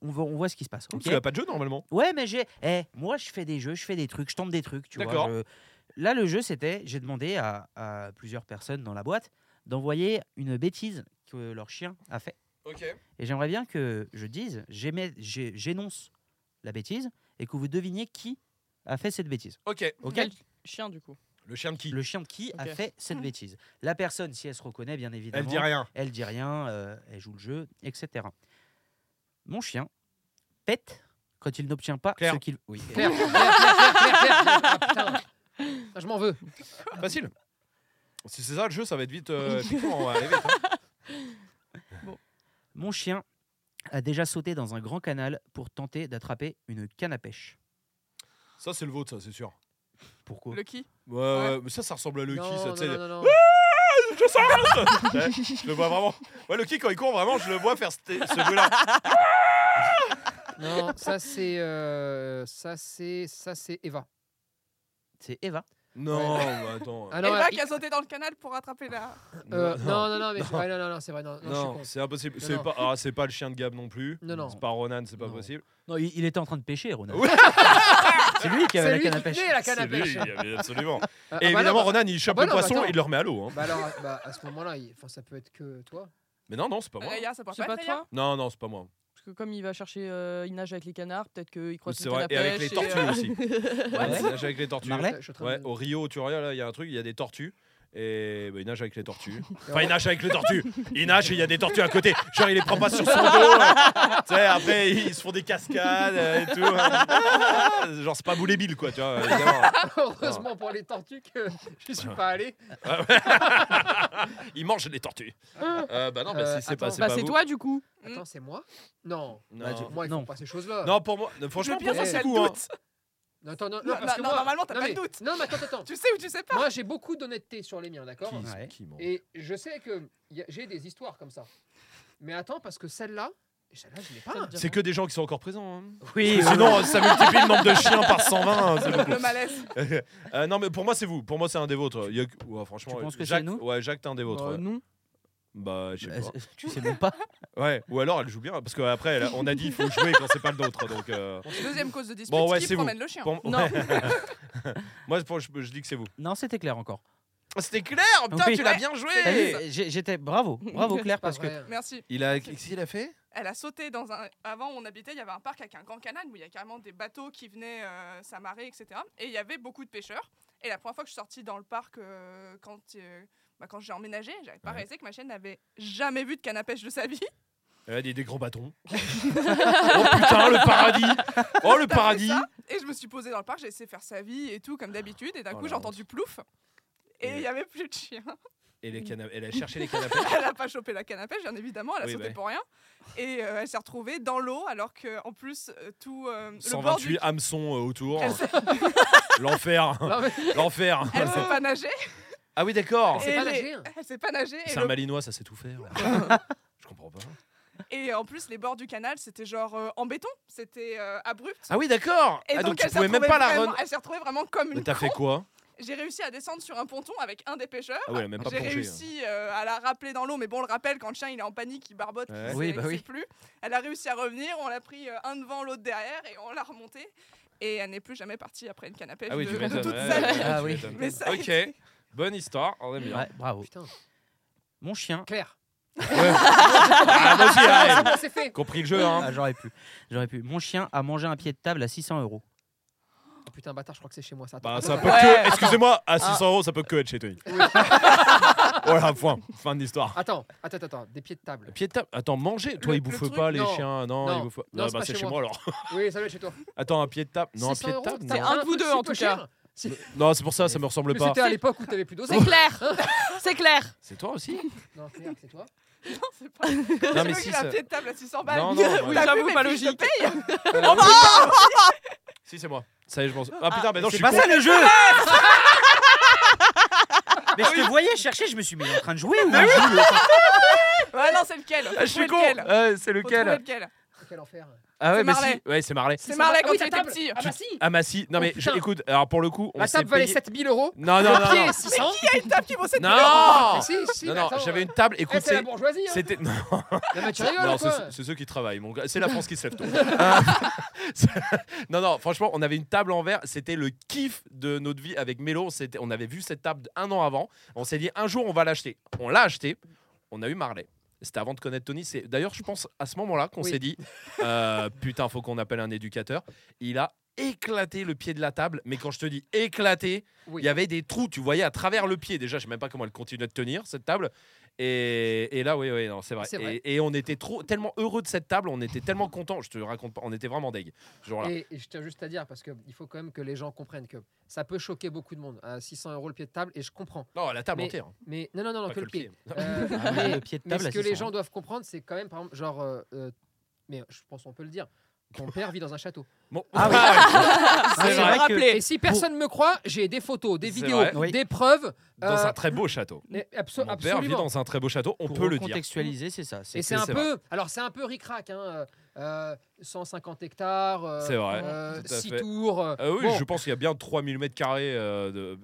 [SPEAKER 2] On, va- on voit ce qui se passe.
[SPEAKER 1] Parce
[SPEAKER 2] ok
[SPEAKER 1] qu'il n'y a pas de jeu normalement.
[SPEAKER 2] Ouais, mais j'ai. Eh, moi, je fais des jeux, je fais des trucs, je tente des trucs, tu vois.
[SPEAKER 1] D'accord.
[SPEAKER 2] je- Là, le jeu, c'était. J'ai demandé à, à plusieurs personnes dans la boîte d'envoyer une bêtise que leur chien a fait.
[SPEAKER 1] Ok.
[SPEAKER 2] Et j'aimerais bien que je dise, j'émets- j'ai- j'énonce la bêtise et que vous deviniez qui a fait cette bêtise.
[SPEAKER 1] Ok.
[SPEAKER 2] Ok
[SPEAKER 4] Quel chien, du coup
[SPEAKER 1] Le chien de qui
[SPEAKER 2] Le chien de qui a
[SPEAKER 4] Ok.
[SPEAKER 2] fait cette bêtise La personne, si elle se reconnaît, bien évidemment.
[SPEAKER 1] Elle dit
[SPEAKER 2] *laughs*
[SPEAKER 1] rien.
[SPEAKER 2] elle dit rien, euh, elle joue le jeu, etc. Mon chien pète quand il n'obtient pas
[SPEAKER 1] Claire.
[SPEAKER 2] ce qu'il. Oui.
[SPEAKER 3] Claire, Claire, Claire, Claire, Claire, Claire, Claire. Ah, putain. Ah, je m'en veux.
[SPEAKER 1] Facile. Si c'est ça le jeu, ça va être vite. euh, effectivement, on va aller vite, hein.
[SPEAKER 2] Mon chien a déjà sauté dans un grand canal pour tenter d'attraper une canne à pêche.
[SPEAKER 1] Ça, c'est le vôtre, ça, c'est sûr.
[SPEAKER 2] Pourquoi
[SPEAKER 7] Le qui
[SPEAKER 1] Ouais, ouais, mais ça, ça ressemble à le qui,
[SPEAKER 3] non,
[SPEAKER 1] ça,
[SPEAKER 3] non,
[SPEAKER 1] tu sais.
[SPEAKER 3] non, non, non.
[SPEAKER 1] Je saute Ouais, Je le vois vraiment. Ouais, le qui, quand il court, vraiment, je le vois faire ce, ce
[SPEAKER 3] *laughs*
[SPEAKER 1] bruit-là.
[SPEAKER 3] Non, ça c'est euh, ça c'est ça c'est Eva.
[SPEAKER 2] C'est Eva.
[SPEAKER 1] Non, bah, attends.
[SPEAKER 3] Ah non,
[SPEAKER 7] Eva
[SPEAKER 3] il-
[SPEAKER 7] qui a sauté dans le canal pour rattraper la.
[SPEAKER 3] euh, non, non, non, mais ouais, non, non, non, c'est vrai, non, non, je suis
[SPEAKER 1] Non,
[SPEAKER 3] con.
[SPEAKER 1] c'est impossible.
[SPEAKER 3] Non,
[SPEAKER 1] C'est
[SPEAKER 3] non.
[SPEAKER 1] pas, ah, c'est pas le chien de Gab non plus.
[SPEAKER 3] Non, non.
[SPEAKER 1] C'est pas Ronan, c'est pas
[SPEAKER 2] Non.
[SPEAKER 1] possible.
[SPEAKER 2] Non, il, il était en train de pêcher, Ronan.
[SPEAKER 1] Ouais.
[SPEAKER 2] C'est lui qui avait
[SPEAKER 3] C'est
[SPEAKER 2] la
[SPEAKER 3] lui
[SPEAKER 2] canne à
[SPEAKER 3] qui
[SPEAKER 2] pêche.
[SPEAKER 3] tenait la canne
[SPEAKER 1] C'est
[SPEAKER 3] à
[SPEAKER 1] lui,
[SPEAKER 3] pêche.
[SPEAKER 1] il y a- absolument.
[SPEAKER 3] Ah,
[SPEAKER 1] Et
[SPEAKER 3] bah non,
[SPEAKER 1] évidemment,
[SPEAKER 3] bah-
[SPEAKER 1] Ronan, il chope
[SPEAKER 3] bah
[SPEAKER 1] le
[SPEAKER 3] non, bah
[SPEAKER 1] poisson,
[SPEAKER 3] attends.
[SPEAKER 1] il le remet à l'eau. hein.
[SPEAKER 3] Bah alors, bah, à ce moment-là, il- enfin, ça peut être que toi.
[SPEAKER 1] Mais non, non, c'est pas moi.
[SPEAKER 7] Raya, ça pourrait
[SPEAKER 4] C'est
[SPEAKER 7] pas
[SPEAKER 4] pas
[SPEAKER 7] être Raya
[SPEAKER 4] toi
[SPEAKER 1] Non, non, c'est pas moi.
[SPEAKER 4] Parce que comme il va chercher, euh, il nage avec les canards, peut-être qu'il croise
[SPEAKER 1] C'est
[SPEAKER 4] une
[SPEAKER 1] vrai,
[SPEAKER 4] canne à
[SPEAKER 1] et avec
[SPEAKER 4] pêche
[SPEAKER 1] les tortues
[SPEAKER 4] euh,
[SPEAKER 1] aussi.
[SPEAKER 4] *laughs*
[SPEAKER 2] Ouais.
[SPEAKER 1] Ouais, il nage avec les tortues.
[SPEAKER 2] Marley
[SPEAKER 3] Je suis en train
[SPEAKER 1] Ouais,
[SPEAKER 3] de-
[SPEAKER 1] au Rio, au Turia, là, il y a un truc, il y a des tortues. Et bah, il nage avec les *laughs* tortues.
[SPEAKER 3] Et
[SPEAKER 1] Enfin, il
[SPEAKER 3] Ro-
[SPEAKER 1] nage avec les *laughs* tortues. Il nage et il y a des tortues à côté. Genre, il les prend pas sur son dos. hein. tu sais, après, ils se font des cascades euh, et tout. hein. Ah, Genre, c'est pas boulet Bill, quoi, tu vois. évidemment.
[SPEAKER 3] *laughs* Heureusement pour les tortues que *laughs* je suis pas allé.
[SPEAKER 1] Il mange les tortues.
[SPEAKER 7] Hum.
[SPEAKER 1] Euh, bah non, bah,
[SPEAKER 3] Euh,
[SPEAKER 1] si c'est pas,
[SPEAKER 3] attends.
[SPEAKER 1] c'est
[SPEAKER 4] Bah,
[SPEAKER 1] pas
[SPEAKER 4] c'est
[SPEAKER 1] vous.
[SPEAKER 4] toi, du coup
[SPEAKER 3] Attends, c'est moi Non.
[SPEAKER 1] Non.
[SPEAKER 2] Bah, tu-
[SPEAKER 3] Moi, ils
[SPEAKER 2] Non.
[SPEAKER 3] font pas ces choses-là.
[SPEAKER 1] Non, pour moi, franchement,
[SPEAKER 7] Le pire,
[SPEAKER 1] pour moi,
[SPEAKER 3] c'est
[SPEAKER 1] c'est
[SPEAKER 7] le
[SPEAKER 1] vous. hein.
[SPEAKER 7] doute.
[SPEAKER 3] non, attends, non,
[SPEAKER 7] Non,
[SPEAKER 3] non, parce
[SPEAKER 7] non,
[SPEAKER 3] que moi-
[SPEAKER 7] normalement, t'as
[SPEAKER 3] non,
[SPEAKER 7] pas de
[SPEAKER 3] mais-
[SPEAKER 7] doute.
[SPEAKER 3] Non, mais attends, attends.
[SPEAKER 7] Tu sais ou tu sais pas
[SPEAKER 3] *laughs* Moi, j'ai beaucoup d'honnêteté sur les miens, d'accord
[SPEAKER 1] Qui-
[SPEAKER 2] Ouais.
[SPEAKER 1] qui mange
[SPEAKER 3] Et je sais que y a- j'ai des histoires comme ça. Mais attends, parce que celle-là, celle-là, je l'ai
[SPEAKER 4] Ça
[SPEAKER 3] pas.
[SPEAKER 4] me dit
[SPEAKER 1] C'est que des gens qui sont encore présents. hein.
[SPEAKER 2] Oui,
[SPEAKER 1] Parce que Sinon, euh, ça multiplie le nombre de chiens par 120. hein, c'est *laughs*
[SPEAKER 7] Le
[SPEAKER 1] beaucoup.
[SPEAKER 7] malaise.
[SPEAKER 1] Euh, non, mais pour moi, c'est vous. Pour moi, c'est un des vôtres. Il y a que- ouais, franchement,
[SPEAKER 2] Tu
[SPEAKER 1] ouais.
[SPEAKER 2] penses que c'est
[SPEAKER 1] Jacques,
[SPEAKER 2] nous
[SPEAKER 1] Ouais, Jacques, t'es un des vôtres.
[SPEAKER 4] Euh,
[SPEAKER 1] ouais.
[SPEAKER 4] Non.
[SPEAKER 1] Bah, je sais
[SPEAKER 2] Bah,
[SPEAKER 1] pas.
[SPEAKER 2] c'est- tu sais même pas.
[SPEAKER 1] Ouais, ou alors elle joue bien. Parce qu'après, elle- on a dit il faut jouer quand c'est pas le nôtre. Donc, euh,
[SPEAKER 7] Deuxième cause de dispute
[SPEAKER 1] Bon, ouais, c'est
[SPEAKER 7] qui
[SPEAKER 1] vous.
[SPEAKER 7] promène le chien.
[SPEAKER 1] pour-
[SPEAKER 4] Non.
[SPEAKER 1] *laughs* moi, pour- je, je dis que c'est vous.
[SPEAKER 2] Non, c'était clair encore.
[SPEAKER 1] C'était clair
[SPEAKER 2] putain, Oui. tu l'as
[SPEAKER 1] bien joué
[SPEAKER 2] T'as vu, j'ai- J'étais
[SPEAKER 3] *laughs*
[SPEAKER 2] bravo, bravo Claire
[SPEAKER 3] Pas
[SPEAKER 2] parce que
[SPEAKER 3] vrai, hein.
[SPEAKER 7] Merci.
[SPEAKER 1] Il a. Qu'est-ce qu'il a fait
[SPEAKER 7] Elle a sauté dans un. Avant, on habitait, il y avait un parc avec un grand canal où il y a carrément des bateaux qui venaient euh, s'amarrer, etc. Et il y avait beaucoup de pêcheurs. Et la première fois que je suis sortie dans le parc, euh, quand, euh, bah, quand j'ai emménagé, j'avais pas
[SPEAKER 1] Ouais.
[SPEAKER 7] réalisé que ma chienne n'avait jamais vu de canne à pêche de sa vie.
[SPEAKER 1] Elle a des, des gros bâtons. *laughs* oh putain, le paradis Oh le
[SPEAKER 7] *laughs* T'as fait
[SPEAKER 1] paradis
[SPEAKER 7] ça Et je me suis posée dans le parc, j'ai laissé faire sa vie et tout, comme d'habitude. Et d'un
[SPEAKER 1] Oh
[SPEAKER 7] coup,
[SPEAKER 1] la
[SPEAKER 7] j'ai entendu plouf. Et
[SPEAKER 1] Et-
[SPEAKER 7] il n'y avait plus de chien. *laughs*
[SPEAKER 1] Et les cana- Elle a cherché les canapés.
[SPEAKER 7] Elle n'a pas chopé la canne à pêche, bien évidemment, elle a
[SPEAKER 1] Oui,
[SPEAKER 7] sauté
[SPEAKER 1] bah.
[SPEAKER 7] pour rien. Et euh, elle s'est retrouvée dans l'eau, alors que en plus, euh, tout. euh, le bord
[SPEAKER 1] 128
[SPEAKER 7] du...
[SPEAKER 1] hameçons euh, autour.
[SPEAKER 7] Elle sait, *laughs*
[SPEAKER 1] L'enfer
[SPEAKER 3] Non, mais-
[SPEAKER 1] L'enfer
[SPEAKER 7] elle sait pas nager.
[SPEAKER 1] Ah oui, d'accord
[SPEAKER 3] Elle sait
[SPEAKER 7] et
[SPEAKER 3] pas
[SPEAKER 7] les-
[SPEAKER 3] nager, hein.
[SPEAKER 7] *laughs* Elle sait pas nager. Et,
[SPEAKER 1] C'est un
[SPEAKER 7] le-
[SPEAKER 1] malinois, ça sait tout faire. *laughs* Je comprends pas.
[SPEAKER 7] et en plus, les bords du canal, c'était genre euh, en béton, c'était euh, abrupt.
[SPEAKER 1] Ah oui, d'accord
[SPEAKER 7] Et
[SPEAKER 1] Ah donc tu
[SPEAKER 7] elle s'est
[SPEAKER 1] pouvais même
[SPEAKER 7] retrouvée
[SPEAKER 1] pas la
[SPEAKER 7] vraiment-
[SPEAKER 1] run.
[SPEAKER 7] Elle s'est retrouvée vraiment comme
[SPEAKER 1] Mais
[SPEAKER 7] une.
[SPEAKER 1] t'as fait
[SPEAKER 7] con.
[SPEAKER 1] quoi
[SPEAKER 7] J'ai réussi à descendre sur un ponton avec un des pêcheurs.
[SPEAKER 1] Ah ouais, elle a même pas
[SPEAKER 7] J'ai
[SPEAKER 1] plongé.
[SPEAKER 7] réussi euh, à la rappeler dans l'eau, mais bon, on le rappelle, quand le chien il est en panique, il barbote,
[SPEAKER 1] Ouais.
[SPEAKER 7] il sait-
[SPEAKER 2] Oui,
[SPEAKER 7] il
[SPEAKER 2] bah
[SPEAKER 7] sait
[SPEAKER 2] oui.
[SPEAKER 7] plus. Elle a réussi à revenir, on l'a pris euh, un devant, l'autre derrière, et on l'a remonté. Et elle n'est plus jamais partie après une canne à pêche
[SPEAKER 1] Ah oui,
[SPEAKER 7] *laughs* de,
[SPEAKER 1] tu
[SPEAKER 7] de
[SPEAKER 1] m'étonnes.
[SPEAKER 7] toute
[SPEAKER 1] ouais,
[SPEAKER 7] sa
[SPEAKER 1] ouais,
[SPEAKER 7] vie.
[SPEAKER 1] tu
[SPEAKER 2] Ah oui.
[SPEAKER 1] m'étonnes.
[SPEAKER 7] Mais ça a
[SPEAKER 1] Ok,
[SPEAKER 7] *laughs* été-
[SPEAKER 1] bonne histoire, on aime bien.
[SPEAKER 2] ouais, bravo.
[SPEAKER 3] Putain,
[SPEAKER 2] Mon chien,
[SPEAKER 3] Claire. *laughs*
[SPEAKER 1] Ouais. Ah, moi aussi,
[SPEAKER 3] C'est
[SPEAKER 1] ouais.
[SPEAKER 3] bon, c'est fait.
[SPEAKER 1] Compris le jeu, hein
[SPEAKER 2] Ah, j'aurais pu, j'aurais pu. Mon chien a mangé un pied de table à 600 euros.
[SPEAKER 3] Oh, putain, bâtard, je crois que c'est chez moi ça. Attends.
[SPEAKER 1] Bah, ça peut
[SPEAKER 2] Ouais,
[SPEAKER 1] que.
[SPEAKER 2] attends.
[SPEAKER 1] Excusez-moi, à 600 euros, ça peut que être chez Tony.
[SPEAKER 3] Oui.
[SPEAKER 1] voilà, point. Fin de l'histoire.
[SPEAKER 3] Attends, attends, attends, des pieds de table.
[SPEAKER 1] Pied de table. Attends, manger. Toi, ils
[SPEAKER 7] Le- le
[SPEAKER 1] bouffent
[SPEAKER 7] truc,
[SPEAKER 1] pas les
[SPEAKER 3] non.
[SPEAKER 1] chiens. Non,
[SPEAKER 3] Non.
[SPEAKER 1] ils bouffent.
[SPEAKER 3] Non,
[SPEAKER 1] Ah,
[SPEAKER 3] c'est
[SPEAKER 1] bah,
[SPEAKER 3] pas
[SPEAKER 1] c'est
[SPEAKER 3] chez
[SPEAKER 1] chez moi
[SPEAKER 3] moi.
[SPEAKER 1] alors.
[SPEAKER 3] Oui, ça doit être chez toi.
[SPEAKER 1] Attends, un pied de table. Non, un
[SPEAKER 3] 600
[SPEAKER 1] pied de
[SPEAKER 3] euros,
[SPEAKER 1] table.
[SPEAKER 3] putain,
[SPEAKER 1] Non.
[SPEAKER 4] un de
[SPEAKER 3] truc
[SPEAKER 4] vous deux,
[SPEAKER 3] si
[SPEAKER 4] en
[SPEAKER 3] peu
[SPEAKER 4] tout cas.
[SPEAKER 3] cher.
[SPEAKER 1] Non, c'est pour ça, ça me ressemble
[SPEAKER 3] Mais
[SPEAKER 1] pas.
[SPEAKER 3] c'était à l'époque où t'avais plus d'osé.
[SPEAKER 4] C'est clair *laughs* C'est clair
[SPEAKER 1] C'est toi aussi
[SPEAKER 3] Non, Claire, c'est toi.
[SPEAKER 7] Non, c'est pas.
[SPEAKER 1] Non,
[SPEAKER 7] J'ai
[SPEAKER 1] mais
[SPEAKER 7] vu
[SPEAKER 1] si.
[SPEAKER 7] qu'il a
[SPEAKER 1] ça-
[SPEAKER 7] un pied de table à 600 balles.
[SPEAKER 1] Non, non, ouais.
[SPEAKER 7] T'as
[SPEAKER 4] J'avoue,
[SPEAKER 7] vu,
[SPEAKER 4] pas
[SPEAKER 7] mais puis je te
[SPEAKER 4] logique.
[SPEAKER 7] paye.
[SPEAKER 1] hein. Si, c'est moi. Ça y est, je pense. Ah putain, mais non,
[SPEAKER 2] C'est
[SPEAKER 1] je suis
[SPEAKER 2] pas
[SPEAKER 1] con.
[SPEAKER 2] ça le jeu
[SPEAKER 3] Ah, bah *laughs*
[SPEAKER 2] Mais je te voyais chercher, je me suis mis en train de jouer ou je joue, le-
[SPEAKER 7] Ouais, non, c'est lequel
[SPEAKER 1] Ah, je suis
[SPEAKER 7] Faut
[SPEAKER 1] con.
[SPEAKER 7] trouver lequel.
[SPEAKER 1] Euh, c'est
[SPEAKER 7] Faut trouver
[SPEAKER 1] lequel
[SPEAKER 7] lequel.
[SPEAKER 3] Quel enfer.
[SPEAKER 1] Ah ouais,
[SPEAKER 7] C'est
[SPEAKER 1] mais
[SPEAKER 7] Marley.
[SPEAKER 1] si. Ouais, c'est Marley.
[SPEAKER 7] C'est Marley quand
[SPEAKER 3] oui,
[SPEAKER 7] il
[SPEAKER 3] ta
[SPEAKER 7] était
[SPEAKER 3] table. *laughs*
[SPEAKER 7] petit.
[SPEAKER 3] Ah bah si.
[SPEAKER 1] Ah bah si. Non
[SPEAKER 3] Oh,
[SPEAKER 1] mais je-
[SPEAKER 3] putain.
[SPEAKER 1] écoute, alors pour le coup, on
[SPEAKER 3] La
[SPEAKER 1] s'est
[SPEAKER 3] table valait
[SPEAKER 1] payé. Ah,
[SPEAKER 3] 7000 euros.
[SPEAKER 1] Non non
[SPEAKER 3] Le
[SPEAKER 1] non.
[SPEAKER 3] pied,
[SPEAKER 1] non.
[SPEAKER 3] 600.
[SPEAKER 7] Une
[SPEAKER 2] Ah,
[SPEAKER 7] table qui vaut 7
[SPEAKER 1] Non.
[SPEAKER 3] Mais si, si,
[SPEAKER 1] Non,
[SPEAKER 3] mais
[SPEAKER 1] non,
[SPEAKER 3] attends,
[SPEAKER 1] j'avais
[SPEAKER 3] euh,
[SPEAKER 1] une table,
[SPEAKER 3] eh,
[SPEAKER 1] écoute,
[SPEAKER 3] c'est la
[SPEAKER 1] c'est-
[SPEAKER 3] bourgeoisie. hein.
[SPEAKER 1] c'était. Non,
[SPEAKER 3] Non, mais tu
[SPEAKER 1] non,
[SPEAKER 3] rigoles ou
[SPEAKER 1] c'est
[SPEAKER 3] quoi
[SPEAKER 1] c'est ceux qui travaillent, mon gars. C'est
[SPEAKER 3] *laughs*
[SPEAKER 1] la France qui se lève tôt. Euh, c'est- non, non, franchement, on avait une table en verre. C'était le kiff de notre vie avec Mélo. C'était- On avait vu cette table un an avant. On s'est dit, un jour, on va l'acheter. On l'a acheté. On a eu Marley. C'était avant de connaître Tony. C'est- D'ailleurs, je pense à ce moment-là qu'on
[SPEAKER 3] Oui.
[SPEAKER 1] s'est dit, euh, putain, faut qu'on appelle un éducateur. Il a éclaté le pied de la table. Mais quand je te dis éclaté,
[SPEAKER 3] Oui.
[SPEAKER 1] il y avait des trous. Tu voyais à travers le pied. Déjà, je sais même pas comment elle continuait de tenir, cette table. Et, et là, oui, oui, non, c'est vrai.
[SPEAKER 3] C'est vrai.
[SPEAKER 1] Et, et on était trop, tellement heureux de cette table, on était tellement contents. Je te raconte pas, on était vraiment deg. ce jour-là.
[SPEAKER 3] Et, et je tiens juste à dire, parce qu'il faut quand même que les gens comprennent que ça peut choquer beaucoup de monde. À 600 euros le pied de table, et je comprends.
[SPEAKER 1] Non, la table
[SPEAKER 3] Mais-
[SPEAKER 1] entière. hein,
[SPEAKER 3] Mais non, non, non, non,
[SPEAKER 1] Pas
[SPEAKER 3] que le pied.
[SPEAKER 1] pied.
[SPEAKER 3] Euh,
[SPEAKER 2] Ah ouais,
[SPEAKER 3] mais-
[SPEAKER 2] le pied de
[SPEAKER 3] Mais
[SPEAKER 2] table,
[SPEAKER 3] ce
[SPEAKER 2] là,
[SPEAKER 3] que
[SPEAKER 2] c'est
[SPEAKER 3] les
[SPEAKER 2] ça.
[SPEAKER 3] gens doivent comprendre, c'est quand même, par exemple, genre, euh, euh, mais je pense qu'on peut le dire, ton père vit dans un château.
[SPEAKER 1] Bon.
[SPEAKER 3] *laughs*
[SPEAKER 2] Ah,
[SPEAKER 1] c'est
[SPEAKER 2] c'est
[SPEAKER 1] vrai.
[SPEAKER 2] vrai
[SPEAKER 4] Rappelez.
[SPEAKER 3] Et si personne ne me croit, j'ai des photos, des
[SPEAKER 1] C'est
[SPEAKER 3] vidéos,
[SPEAKER 1] vrai.
[SPEAKER 2] Oui.
[SPEAKER 3] des preuves.
[SPEAKER 1] Dans
[SPEAKER 3] euh,
[SPEAKER 1] un très beau château.
[SPEAKER 3] mais abso-
[SPEAKER 1] Mon père vit
[SPEAKER 3] absolument.
[SPEAKER 1] dans un très beau château, on
[SPEAKER 2] Pour
[SPEAKER 1] peut le dire.
[SPEAKER 2] contextualiser, c'est ça.
[SPEAKER 3] Et
[SPEAKER 2] C'est
[SPEAKER 3] c'est
[SPEAKER 1] que
[SPEAKER 3] un
[SPEAKER 1] c'est
[SPEAKER 3] peu, alors c'est un peu ric-rac, hein, euh, euh, 150 hectares, euh,
[SPEAKER 1] C'est vrai,
[SPEAKER 3] euh,
[SPEAKER 1] tout à
[SPEAKER 3] 6
[SPEAKER 1] fait.
[SPEAKER 3] tours. euh,
[SPEAKER 1] Euh, oui,
[SPEAKER 3] bon,
[SPEAKER 1] je pense qu'il y a bien 3000 mètres carrés euh, de.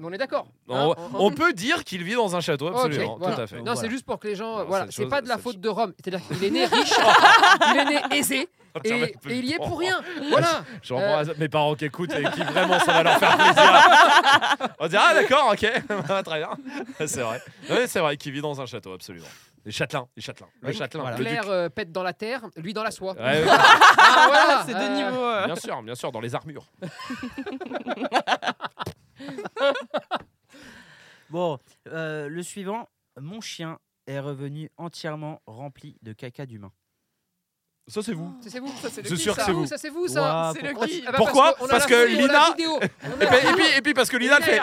[SPEAKER 3] mais on est d'accord.
[SPEAKER 1] On,
[SPEAKER 3] hein,
[SPEAKER 1] on peut dire qu'il vit dans un château,
[SPEAKER 3] Ok,
[SPEAKER 1] absolument,
[SPEAKER 3] voilà.
[SPEAKER 1] tout à fait.
[SPEAKER 3] Non,
[SPEAKER 2] Voilà.
[SPEAKER 3] c'est juste pour que les gens.
[SPEAKER 1] Alors,
[SPEAKER 3] voilà,
[SPEAKER 1] cette
[SPEAKER 3] c'est
[SPEAKER 1] chose-
[SPEAKER 3] pas de la
[SPEAKER 1] cette
[SPEAKER 3] faute de Rome. C'est-à-dire qu'il est né
[SPEAKER 1] *laughs*
[SPEAKER 3] riche, il est né aisé, et,
[SPEAKER 1] Tiens, mais-
[SPEAKER 3] et il y est pour rien. Euh. Voilà.
[SPEAKER 1] Je reprends à mes parents qui écoutent et qui vraiment ça va leur faire plaisir.
[SPEAKER 3] *laughs*
[SPEAKER 1] On dirait ah d'accord ok *laughs* très bien c'est vrai Ouais, c'est vrai qui vit dans un château absolument les châtelains les châtelains le
[SPEAKER 2] Oui,
[SPEAKER 1] châtelain
[SPEAKER 2] voilà.
[SPEAKER 1] le duc.
[SPEAKER 3] Claire euh, pète dans la terre, lui dans la soie.
[SPEAKER 1] Ouais,
[SPEAKER 3] Ah, voilà,
[SPEAKER 4] *laughs* C'est
[SPEAKER 3] euh,
[SPEAKER 4] deux niveaux.
[SPEAKER 1] ouais, *laughs*
[SPEAKER 4] euh.
[SPEAKER 1] bien sûr bien sûr dans les armures
[SPEAKER 2] Bon, euh, le suivant. Mon chien est revenu entièrement rempli de caca d'humain.
[SPEAKER 1] ça c'est vous
[SPEAKER 3] ça, C'est vous.
[SPEAKER 7] Ça, c'est le
[SPEAKER 1] C'est
[SPEAKER 7] qui,
[SPEAKER 1] sûr
[SPEAKER 7] ça
[SPEAKER 1] que c'est vous.
[SPEAKER 3] Ça, c'est vous, ça.
[SPEAKER 2] Ouah,
[SPEAKER 7] C'est le
[SPEAKER 3] On-
[SPEAKER 7] qui
[SPEAKER 3] ah bah
[SPEAKER 1] Pourquoi
[SPEAKER 3] qu'on a
[SPEAKER 1] Parce
[SPEAKER 3] la
[SPEAKER 1] que
[SPEAKER 3] photo, on a la
[SPEAKER 1] Lina- *laughs*
[SPEAKER 3] vidéo. On a
[SPEAKER 1] et
[SPEAKER 3] la
[SPEAKER 1] puis, et
[SPEAKER 3] vidéo.
[SPEAKER 1] puis- et puis parce que Lina le fait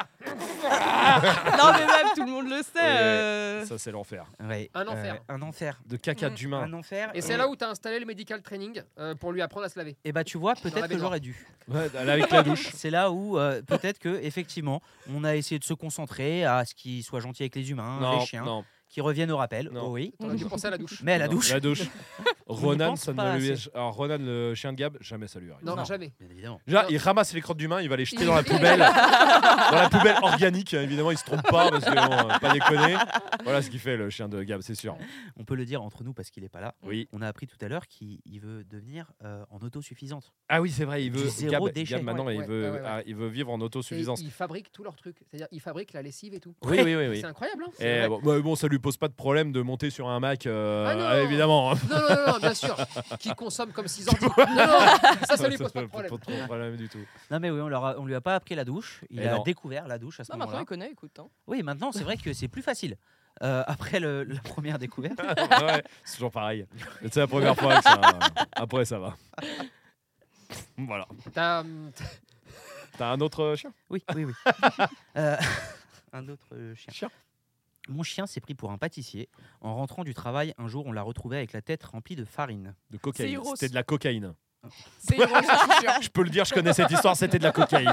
[SPEAKER 4] Non, mais même, tout le monde le
[SPEAKER 1] Oui, oui, oui.
[SPEAKER 4] sait. euh.
[SPEAKER 1] ça c'est l'enfer
[SPEAKER 2] Ouais, euh,
[SPEAKER 3] Un enfer.
[SPEAKER 2] un enfer.
[SPEAKER 1] de caca
[SPEAKER 7] Mm.
[SPEAKER 1] d'humain
[SPEAKER 2] Un enfer.
[SPEAKER 3] Et c'est là où tu as installé le medical training euh, pour lui apprendre à se laver.
[SPEAKER 2] Et bah tu vois, peut-être que
[SPEAKER 3] baignoire.
[SPEAKER 2] j'aurais dû.
[SPEAKER 1] Ouais, avec la douche
[SPEAKER 2] *laughs* C'est là où euh, peut-être que effectivement, on a essayé de se concentrer à ce qu'il soit gentil avec les humains,
[SPEAKER 1] non
[SPEAKER 2] Ah, les chiens,
[SPEAKER 1] non
[SPEAKER 2] qui reviennent au rappel.
[SPEAKER 1] Non.
[SPEAKER 2] oh oui.
[SPEAKER 3] T'aurais dû penser à
[SPEAKER 1] *laughs*
[SPEAKER 3] la douche.
[SPEAKER 2] Mais à la
[SPEAKER 1] non,
[SPEAKER 2] douche.
[SPEAKER 1] la douche
[SPEAKER 2] n'y
[SPEAKER 1] Ronan
[SPEAKER 2] pense
[SPEAKER 1] ça
[SPEAKER 2] pas
[SPEAKER 1] ne lui
[SPEAKER 2] assez.
[SPEAKER 1] alors Ronan le chien de Gab jamais ça lui arrive
[SPEAKER 3] Non,
[SPEAKER 2] Non.
[SPEAKER 3] jamais.
[SPEAKER 2] *laughs* Bien évidemment.
[SPEAKER 1] Déjà,
[SPEAKER 3] Non.
[SPEAKER 1] il ramasse les crottes d'humains, il va les jeter
[SPEAKER 3] Il-
[SPEAKER 1] dans la poubelle. dans la poubelle organique, hein, évidemment, il se trompe pas parce que bon, euh, pas déconner. Voilà ce qu'il fait le chien de Gab, c'est sûr.
[SPEAKER 2] On peut le dire entre nous parce qu'il est pas là.
[SPEAKER 1] Oui.
[SPEAKER 2] On a appris tout à l'heure qu'il il veut devenir euh, en autosuffisante.
[SPEAKER 1] Ah oui, c'est vrai, il
[SPEAKER 2] Du
[SPEAKER 1] veut
[SPEAKER 2] zéro
[SPEAKER 1] Gab,
[SPEAKER 2] déchet.
[SPEAKER 1] Gab, maintenant
[SPEAKER 3] Ouais,
[SPEAKER 1] il
[SPEAKER 3] ouais,
[SPEAKER 1] veut
[SPEAKER 3] ouais, ouais, ouais.
[SPEAKER 1] ah, il veut vivre en
[SPEAKER 3] Et
[SPEAKER 1] autosuffisance.
[SPEAKER 3] ils fabriquent tous leurs trucs. C'est-à-dire, ils fabriquent la lessive et tout.
[SPEAKER 1] Oui, oui, oui, oui.
[SPEAKER 3] C'est incroyable. hein, c'est
[SPEAKER 1] Et
[SPEAKER 3] vrai.
[SPEAKER 1] bon, bah, bon, ça lui pose pas de problème de monter sur un Mac, euh,
[SPEAKER 3] Ah non.
[SPEAKER 1] ah, évidemment. hein.
[SPEAKER 3] Non, non, non, non,
[SPEAKER 1] *laughs*
[SPEAKER 3] bien sûr. Qui consomme comme 6 ans. Non, non, Ah, ça, ça lui pose pas de problème.
[SPEAKER 1] pose pas de problème du
[SPEAKER 3] *laughs*
[SPEAKER 1] tout.
[SPEAKER 2] Non mais oui, on, leur a- on lui a pas appris la douche. Il
[SPEAKER 1] Et
[SPEAKER 2] a
[SPEAKER 1] Eh non.
[SPEAKER 2] découvert la douche à ce
[SPEAKER 4] Non, maintenant,
[SPEAKER 2] moment-là.
[SPEAKER 4] il connaît, écoute. hein.
[SPEAKER 2] Oui, maintenant c'est vrai que c'est plus facile. Euh, *laughs* après le- la première découverte.
[SPEAKER 1] Ah, bah Ouais, c'est toujours
[SPEAKER 3] *laughs*
[SPEAKER 1] pareil. C'est la première fois que ça. Après, ça va. Voilà.
[SPEAKER 3] T'as, hum,
[SPEAKER 1] T'as un autre chien
[SPEAKER 2] Oui, oui,
[SPEAKER 1] *laughs*
[SPEAKER 2] oui. Euh, *laughs* un autre euh, chien.
[SPEAKER 1] Chien.
[SPEAKER 2] Mon chien s'est pris pour un pâtissier. En rentrant du travail, un jour, on l'a retrouvé avec la tête remplie de farine.
[SPEAKER 1] De
[SPEAKER 7] C'est
[SPEAKER 1] cocaïne.
[SPEAKER 7] Heroes.
[SPEAKER 1] C'était de la cocaïne.
[SPEAKER 7] C'est Heroes, c'est sûr.
[SPEAKER 1] *laughs* Je peux le dire, je connais cette histoire, c'était de la cocaïne.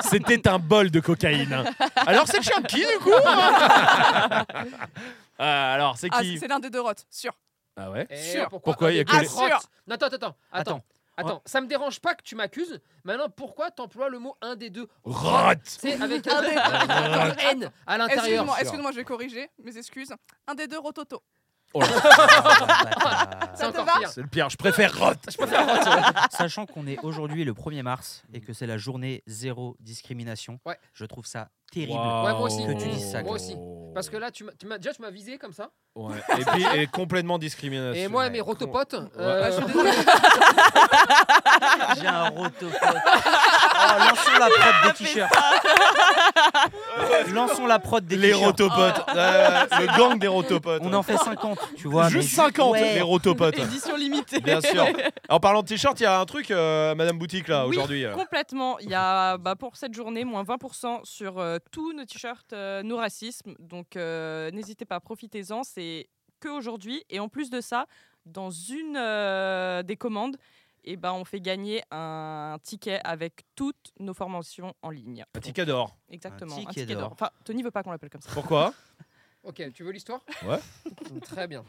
[SPEAKER 1] C'était un bol de cocaïne. Alors c'est le chien de qui du coup Euh, Alors c'est
[SPEAKER 7] Ah,
[SPEAKER 1] qui
[SPEAKER 7] c'est l'un des deux rotes, sûr.
[SPEAKER 1] Ah ouais
[SPEAKER 3] eh,
[SPEAKER 7] Sûr.
[SPEAKER 1] Pourquoi il y a
[SPEAKER 3] Ah,
[SPEAKER 1] que
[SPEAKER 3] des
[SPEAKER 7] les-
[SPEAKER 3] crottes
[SPEAKER 7] Ah, sûr.
[SPEAKER 3] Non, attends, attends, attends.
[SPEAKER 2] Attends.
[SPEAKER 3] Attends, ça me dérange pas que tu m'accuses. Maintenant, pourquoi t'emploies le mot un des deux
[SPEAKER 1] Rot
[SPEAKER 7] *laughs*
[SPEAKER 3] C'est avec un avec un accent de haine à l'intérieur.
[SPEAKER 7] Excuse-moi, excuse-moi, je vais corriger mes excuses. Un des deux rototo.
[SPEAKER 2] *laughs*
[SPEAKER 3] C'est
[SPEAKER 7] Ça te
[SPEAKER 3] encore
[SPEAKER 7] va
[SPEAKER 3] pire.
[SPEAKER 1] C'est le pire, je préfère Rot
[SPEAKER 2] Sachant qu'on est aujourd'hui le 1er mars et que c'est la journée zéro discrimination,
[SPEAKER 3] Ouais.
[SPEAKER 2] je trouve ça terrible.
[SPEAKER 3] Ouais, moi aussi.
[SPEAKER 2] Que tu dises ça,
[SPEAKER 3] Moi aussi. Parce que là, tu m'as, tu m'as- déjà, tu m'as visé comme ça.
[SPEAKER 1] Ouais. Et puis, et complètement discrimination.
[SPEAKER 3] Et moi, mes
[SPEAKER 1] Ouais.
[SPEAKER 3] rotopotes.
[SPEAKER 7] Ah, je
[SPEAKER 3] euh,
[SPEAKER 7] suis désolée.
[SPEAKER 2] J'ai un rotopote. Oh, lançons la prod des t-shirts. *laughs* lançons la prod des
[SPEAKER 1] Les
[SPEAKER 2] t-shirts.
[SPEAKER 1] rotopotes. Euh, le gang des rotopotes.
[SPEAKER 2] On en fait 50, tu vois. mais
[SPEAKER 1] Juste 50,
[SPEAKER 2] ouais.
[SPEAKER 1] les
[SPEAKER 4] *laughs*
[SPEAKER 1] rotopotes.
[SPEAKER 4] Édition limitée.
[SPEAKER 1] Bien sûr. En parlant de t-shirt, il y a un truc, euh, Madame Boutique, là,
[SPEAKER 4] Oui,
[SPEAKER 1] aujourd'hui. *laughs* euh.
[SPEAKER 4] Complètement. Il y a bah, pour cette journée moins 20% sur euh, tous nos t-shirts euh, No Racisme. Donc euh, n'hésitez pas, profitez-en. C'est que aujourd'hui. Et en plus de ça, dans une euh, des commandes, eh ben, on fait gagner un ticket avec toutes nos formations en ligne.
[SPEAKER 1] Un ticket d'or.
[SPEAKER 4] Exactement.
[SPEAKER 2] Un ticket d'or.
[SPEAKER 4] Enfin, Tony veut pas qu'on l'appelle comme ça.
[SPEAKER 1] Pourquoi
[SPEAKER 3] *laughs* Ok, tu veux l'histoire
[SPEAKER 1] Ouais.
[SPEAKER 3] Très bien.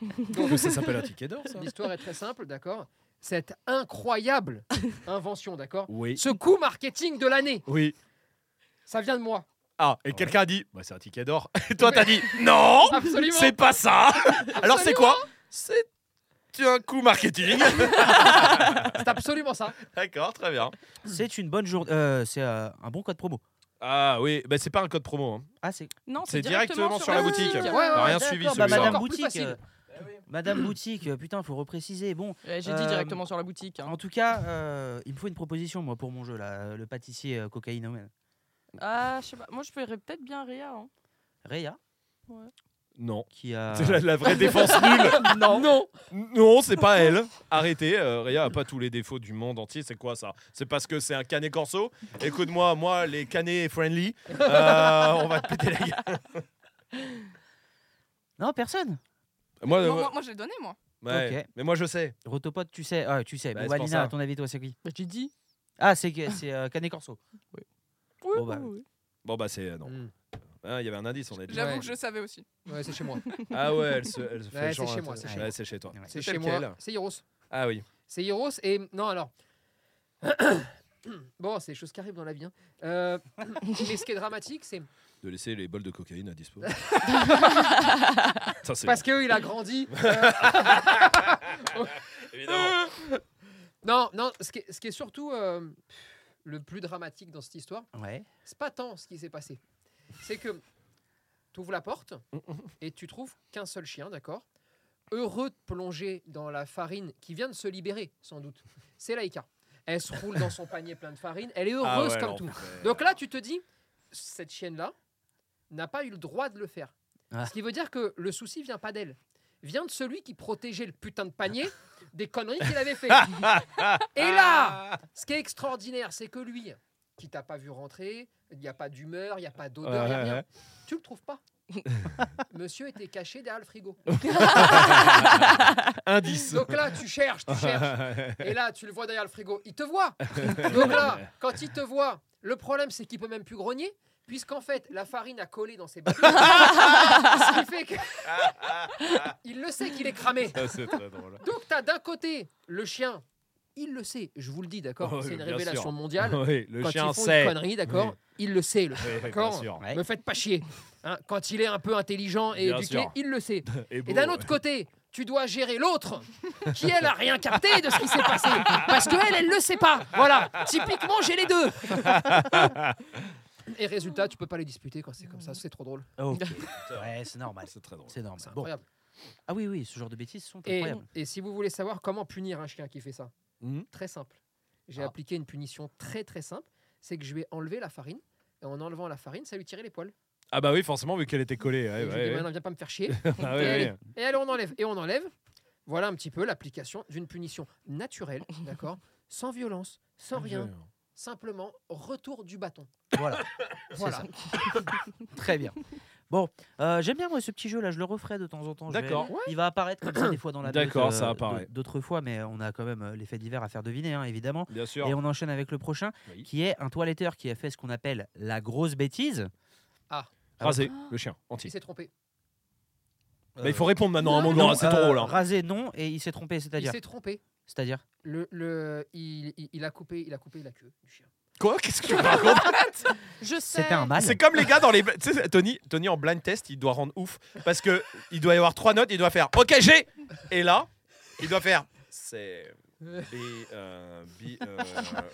[SPEAKER 1] Mais ça s'appelle un ticket d'or, ça
[SPEAKER 3] L'histoire est très simple, d'accord Cette
[SPEAKER 1] *laughs*
[SPEAKER 3] incroyable invention, d'accord
[SPEAKER 1] Oui.
[SPEAKER 3] Ce coup marketing de l'année,
[SPEAKER 1] Oui.
[SPEAKER 3] ça vient de moi.
[SPEAKER 1] Ah, et quelqu'un a dit, bah, c'est un ticket d'or. *laughs* Et toi, t'as dit, non,
[SPEAKER 3] Absolument.
[SPEAKER 1] c'est pas
[SPEAKER 7] *laughs*
[SPEAKER 1] ça. Alors, c'est quoi C'est un coup
[SPEAKER 7] *laughs*
[SPEAKER 1] marketing.
[SPEAKER 3] C'est absolument ça.
[SPEAKER 1] D'accord, très bien.
[SPEAKER 2] C'est une bonne journée. euh, c'est euh, un bon code promo.
[SPEAKER 1] Ah oui, bah, c'est pas un code promo. hein.
[SPEAKER 2] Ah, c'est.
[SPEAKER 4] Non,
[SPEAKER 1] C'est directement sur la boutique.
[SPEAKER 3] Ouais,
[SPEAKER 1] T'as
[SPEAKER 3] ouais, ouais,
[SPEAKER 1] rien
[SPEAKER 3] d'accord,
[SPEAKER 1] suivi,
[SPEAKER 2] bah,
[SPEAKER 1] celui-là.
[SPEAKER 2] Madame
[SPEAKER 3] Encore plus
[SPEAKER 2] Boutique.
[SPEAKER 3] facile. Eh
[SPEAKER 2] euh, Madame Boutique, euh, putain, faut repréciser. Bon,
[SPEAKER 4] Ouais, J'ai
[SPEAKER 2] Euh,
[SPEAKER 4] dit directement sur la boutique. hein.
[SPEAKER 2] en tout cas, euh, il me faut une proposition, moi, pour mon jeu, là, euh, le pâtissier euh, cocaïnomane.
[SPEAKER 4] Ah, je sais pas. Moi, je ferais peut-être bien Ria. hein.
[SPEAKER 2] Réa,
[SPEAKER 1] Non.
[SPEAKER 2] qui a.
[SPEAKER 1] C'est la, la *laughs* vraie défense nulle.
[SPEAKER 3] *laughs* Non. non.
[SPEAKER 1] Non, c'est pas elle. Arrêtez, euh, Réa a pas tous les défauts du monde entier. C'est quoi ça C'est parce que c'est un canet corso Écoute-moi, moi, les canets friendly, euh, on va te péter la gueule.
[SPEAKER 2] Non, personne.
[SPEAKER 1] Moi,
[SPEAKER 7] Non,
[SPEAKER 1] euh,
[SPEAKER 7] moi, moi, je l'ai donné, moi.
[SPEAKER 1] ouais,
[SPEAKER 2] ok.
[SPEAKER 1] mais moi, je sais.
[SPEAKER 2] Rotopod, tu sais. Ah, tu sais.
[SPEAKER 1] Bah,
[SPEAKER 2] bon,
[SPEAKER 1] c'est
[SPEAKER 2] bah,
[SPEAKER 1] pour
[SPEAKER 2] Lina,
[SPEAKER 1] ça.
[SPEAKER 2] à ton avis, toi, c'est qui
[SPEAKER 4] Bah, J'ai dit.
[SPEAKER 2] Ah, c'est c'est euh, Canet Corso.
[SPEAKER 4] Oui,
[SPEAKER 2] Bon, bah,
[SPEAKER 4] oui, oui.
[SPEAKER 1] Bon, bah, c'est. euh, non. Ah, Il y avait un indice, on a dit.
[SPEAKER 7] J'avoue
[SPEAKER 3] Ouais.
[SPEAKER 7] que je savais aussi.
[SPEAKER 3] Ouais, c'est chez moi.
[SPEAKER 1] Ah ouais, elle se, elle se fait
[SPEAKER 3] Ouais,
[SPEAKER 1] genre.
[SPEAKER 3] c'est chez
[SPEAKER 1] un-
[SPEAKER 3] moi, c'est chez
[SPEAKER 1] Ouais,
[SPEAKER 3] moi.
[SPEAKER 1] c'est chez toi.
[SPEAKER 2] Ouais.
[SPEAKER 3] C'est
[SPEAKER 1] tel
[SPEAKER 3] chez moi.
[SPEAKER 1] quel.
[SPEAKER 3] C'est Heroes.
[SPEAKER 1] Ah oui.
[SPEAKER 3] C'est Heroes et. Non, alors. *coughs* bon, c'est des choses qui arrivent dans la vie. hein. Euh, *coughs* mais ce qui est dramatique, c'est
[SPEAKER 1] De laisser les bols de cocaïne à
[SPEAKER 3] *laughs*
[SPEAKER 1] dispo. ça, c'est.
[SPEAKER 3] parce qu'il
[SPEAKER 1] *coughs*
[SPEAKER 3] a grandi. euh,
[SPEAKER 1] bon, Évidemment.
[SPEAKER 3] Non, non, ce qui est, ce qui est surtout euh, le plus dramatique dans cette histoire,
[SPEAKER 2] Ouais.
[SPEAKER 3] c'est pas tant ce qui s'est passé. C'est que tu ouvres
[SPEAKER 1] *coughs*
[SPEAKER 3] la porte et tu trouves qu'un seul chien, d'accord Heureux de plonger dans la farine qui vient de se libérer, sans doute. C'est Laïka. Elle se roule dans son panier plein de farine. Elle est heureuse
[SPEAKER 1] Ah ouais,
[SPEAKER 3] Oh, comme tout.
[SPEAKER 1] l'enfer.
[SPEAKER 3] Donc là, tu te dis, cette chienne-là n'a pas eu le droit de le faire.
[SPEAKER 2] Ah.
[SPEAKER 3] Ce qui veut dire que le souci vient pas d'elle, vient de celui qui protégeait le putain
[SPEAKER 1] *laughs*
[SPEAKER 3] de panier des conneries qu'il avait fait. Et là, ce qui est extraordinaire, c'est que lui, qui t'a pas vu rentrer, il n'y a pas d'humeur, il n'y a pas d'odeur,
[SPEAKER 1] Ouais,
[SPEAKER 3] il n'y a
[SPEAKER 1] ouais,
[SPEAKER 3] rien.
[SPEAKER 1] ouais.
[SPEAKER 3] Tu le trouves
[SPEAKER 1] *laughs*
[SPEAKER 3] pas. Monsieur était caché derrière le frigo.
[SPEAKER 1] Indice. *laughs*
[SPEAKER 3] Donc là, tu cherches, tu cherches. Et là, tu le vois derrière le frigo, il te voit. Donc là, quand il te voit, le problème, c'est qu'il peut même plus grogner, puisqu'en fait, la farine a
[SPEAKER 1] *laughs*
[SPEAKER 3] collé dans ses babines. Ce qui fait que. il le sait qu'il est cramé.
[SPEAKER 1] Ça, c'est très
[SPEAKER 3] *laughs*
[SPEAKER 1] drôle.
[SPEAKER 3] Donc, tu as d'un côté le chien, il le sait, je vous le dis, d'accord
[SPEAKER 1] Oh,
[SPEAKER 3] C'est une
[SPEAKER 1] bien sûr.
[SPEAKER 3] révélation mondiale.
[SPEAKER 1] Oui, *laughs* le
[SPEAKER 3] quand
[SPEAKER 1] chien
[SPEAKER 3] ils font
[SPEAKER 1] sait.
[SPEAKER 3] une connerie, d'accord
[SPEAKER 1] Oui.
[SPEAKER 3] Il le sait, le
[SPEAKER 1] Oui, oui, bien
[SPEAKER 3] D'accord.
[SPEAKER 1] sûr.
[SPEAKER 2] Ouais.
[SPEAKER 3] Me faites pas chier. Hein, quand il est un peu intelligent et
[SPEAKER 1] Bien
[SPEAKER 3] éduqué,
[SPEAKER 1] sûr.
[SPEAKER 3] il le sait.
[SPEAKER 1] beau,
[SPEAKER 3] Et d'un
[SPEAKER 1] ouais.
[SPEAKER 3] autre côté, tu dois gérer l'autre qui, elle, a rien capté de ce qui s'est passé. Parce que elle, elle le sait pas. Voilà. Typiquement, j'ai les deux. Et résultat, tu peux pas les disputer quand c'est comme ça. C'est trop drôle.
[SPEAKER 2] Ok. ouais, c'est normal.
[SPEAKER 1] C'est très drôle.
[SPEAKER 2] C'est normal.
[SPEAKER 3] C'est
[SPEAKER 2] Bon.
[SPEAKER 3] incroyable.
[SPEAKER 2] Ah oui, oui, ce genre de bêtises sont
[SPEAKER 3] Et,
[SPEAKER 2] incroyables.
[SPEAKER 3] et si vous voulez savoir comment punir un chien qui fait ça,
[SPEAKER 1] Mhm.
[SPEAKER 3] très simple. J'ai
[SPEAKER 2] Ah.
[SPEAKER 3] appliqué une punition très très simple. C'est que je vais enlever la farine. Et en enlevant la farine, ça lui tirait les poils.
[SPEAKER 1] Ah bah oui, forcément, vu qu'elle était collée.
[SPEAKER 3] Et
[SPEAKER 1] ouais,
[SPEAKER 3] je lui
[SPEAKER 1] ouais,
[SPEAKER 3] dis,
[SPEAKER 1] ouais.
[SPEAKER 3] maintenant, viens pas me faire chier.
[SPEAKER 1] Ah oui,
[SPEAKER 3] Et allez,
[SPEAKER 1] oui.
[SPEAKER 3] et allez, on enlève. Et on enlève. Voilà un petit peu l'application d'une punition naturelle, d'accord Sans violence, sans rien, simplement retour du bâton.
[SPEAKER 2] Voilà. C'est
[SPEAKER 3] Voilà.
[SPEAKER 2] ça. Très bien. Bon, euh, j'aime bien moi ce petit jeu là, je le referai de temps en temps. je vais-
[SPEAKER 1] D'accord.
[SPEAKER 3] Ouais.
[SPEAKER 2] Il va apparaître comme ça des fois dans la note,
[SPEAKER 1] D'accord, ça
[SPEAKER 2] euh,
[SPEAKER 1] apparaît.
[SPEAKER 2] d- D'autres fois, mais on a quand même euh, les faits divers à faire deviner, hein, évidemment.
[SPEAKER 1] Bien sûr.
[SPEAKER 2] Et on enchaîne avec le prochain,
[SPEAKER 1] Oui.
[SPEAKER 2] qui est un toiletteur qui a fait ce qu'on appelle la grosse bêtise.
[SPEAKER 1] Rasé, le chien,
[SPEAKER 3] Il
[SPEAKER 1] entier.
[SPEAKER 3] s'est trompé.
[SPEAKER 1] Ah. Bah, il faut répondre maintenant à un
[SPEAKER 7] Non,
[SPEAKER 1] moment,
[SPEAKER 2] Euh, Non,
[SPEAKER 1] c'est
[SPEAKER 2] euh,
[SPEAKER 1] ton rôle. hein.
[SPEAKER 2] Rasé, non, et il s'est trompé,
[SPEAKER 3] Il
[SPEAKER 2] c'est-à-dire.
[SPEAKER 3] s'est trompé.
[SPEAKER 2] C'est-à-dire.
[SPEAKER 3] Le, le, il, il- il a coupé, il a coupé la queue du chien.
[SPEAKER 1] Quoi Qu'est-ce que tu racontes
[SPEAKER 4] Je sais.
[SPEAKER 2] C'était
[SPEAKER 3] Ah,
[SPEAKER 2] un mal.
[SPEAKER 1] C'est comme les gars dans les. bl- Tu sais, Tony, Tony en blind test, il doit rendre ouf parce que il doit y avoir trois notes. Il doit faire OK G et là, il doit faire c'est B euh, B euh,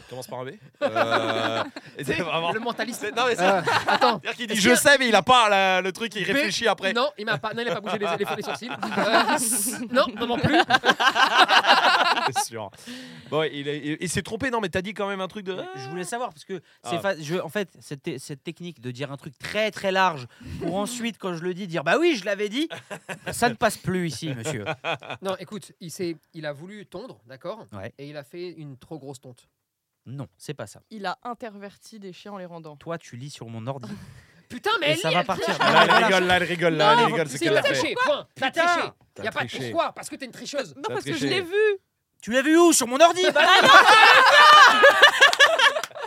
[SPEAKER 1] commence par un B. Euh, et c'est vraiment.
[SPEAKER 3] Le
[SPEAKER 1] *laughs*
[SPEAKER 3] mentaliste.
[SPEAKER 1] c'est- Non mais ça.
[SPEAKER 3] Euh, attends.
[SPEAKER 1] C'est-à-dire qu'il dit
[SPEAKER 3] Est-ce
[SPEAKER 1] je
[SPEAKER 3] que-
[SPEAKER 1] sais mais il a pas la- le truc il
[SPEAKER 3] B-
[SPEAKER 1] réfléchit après.
[SPEAKER 3] Non, il m'a pas, non, il a pas bougé les, les, les sourcils. Euh, non, non, non plus.
[SPEAKER 1] *laughs* C'est sûr. Bon il, est- il- il s'est trompé non mais t'as dit quand même un truc
[SPEAKER 3] Ah,
[SPEAKER 1] de.
[SPEAKER 2] Je voulais savoir parce que c'est
[SPEAKER 1] Ah.
[SPEAKER 2] fa- je, en fait cette, te- cette technique de dire un truc très très large pour ensuite quand je le dis dire bah oui je l'avais dit ça ne passe plus ici monsieur.
[SPEAKER 3] Non, écoute, il, s'est- il a voulu tondre, d'accord
[SPEAKER 2] Ouais.
[SPEAKER 3] Et il a fait une trop grosse tonte.
[SPEAKER 2] Non c'est pas ça.
[SPEAKER 4] Il a interverti des chiens en les rendant.
[SPEAKER 2] Toi tu lis sur mon ordi
[SPEAKER 3] Putain, mais
[SPEAKER 2] et
[SPEAKER 3] elle
[SPEAKER 2] ça
[SPEAKER 3] lit,
[SPEAKER 2] va
[SPEAKER 3] elle
[SPEAKER 2] partir.
[SPEAKER 3] triche.
[SPEAKER 1] Ah, Là elle rigole là elle rigole là elle rigole c'est
[SPEAKER 3] C'est
[SPEAKER 1] qu'elle
[SPEAKER 3] une
[SPEAKER 1] l'a fait.
[SPEAKER 3] trichée, point. T'as triché.
[SPEAKER 1] T'as
[SPEAKER 3] Y a pas de
[SPEAKER 1] triché.
[SPEAKER 3] pourquoi, parce que t'es une tricheuse.
[SPEAKER 4] Non,
[SPEAKER 1] T'as
[SPEAKER 4] parce que je
[SPEAKER 1] triché.
[SPEAKER 4] l'ai vu.
[SPEAKER 2] Tu l'as vu où sur mon ordi Bah là, non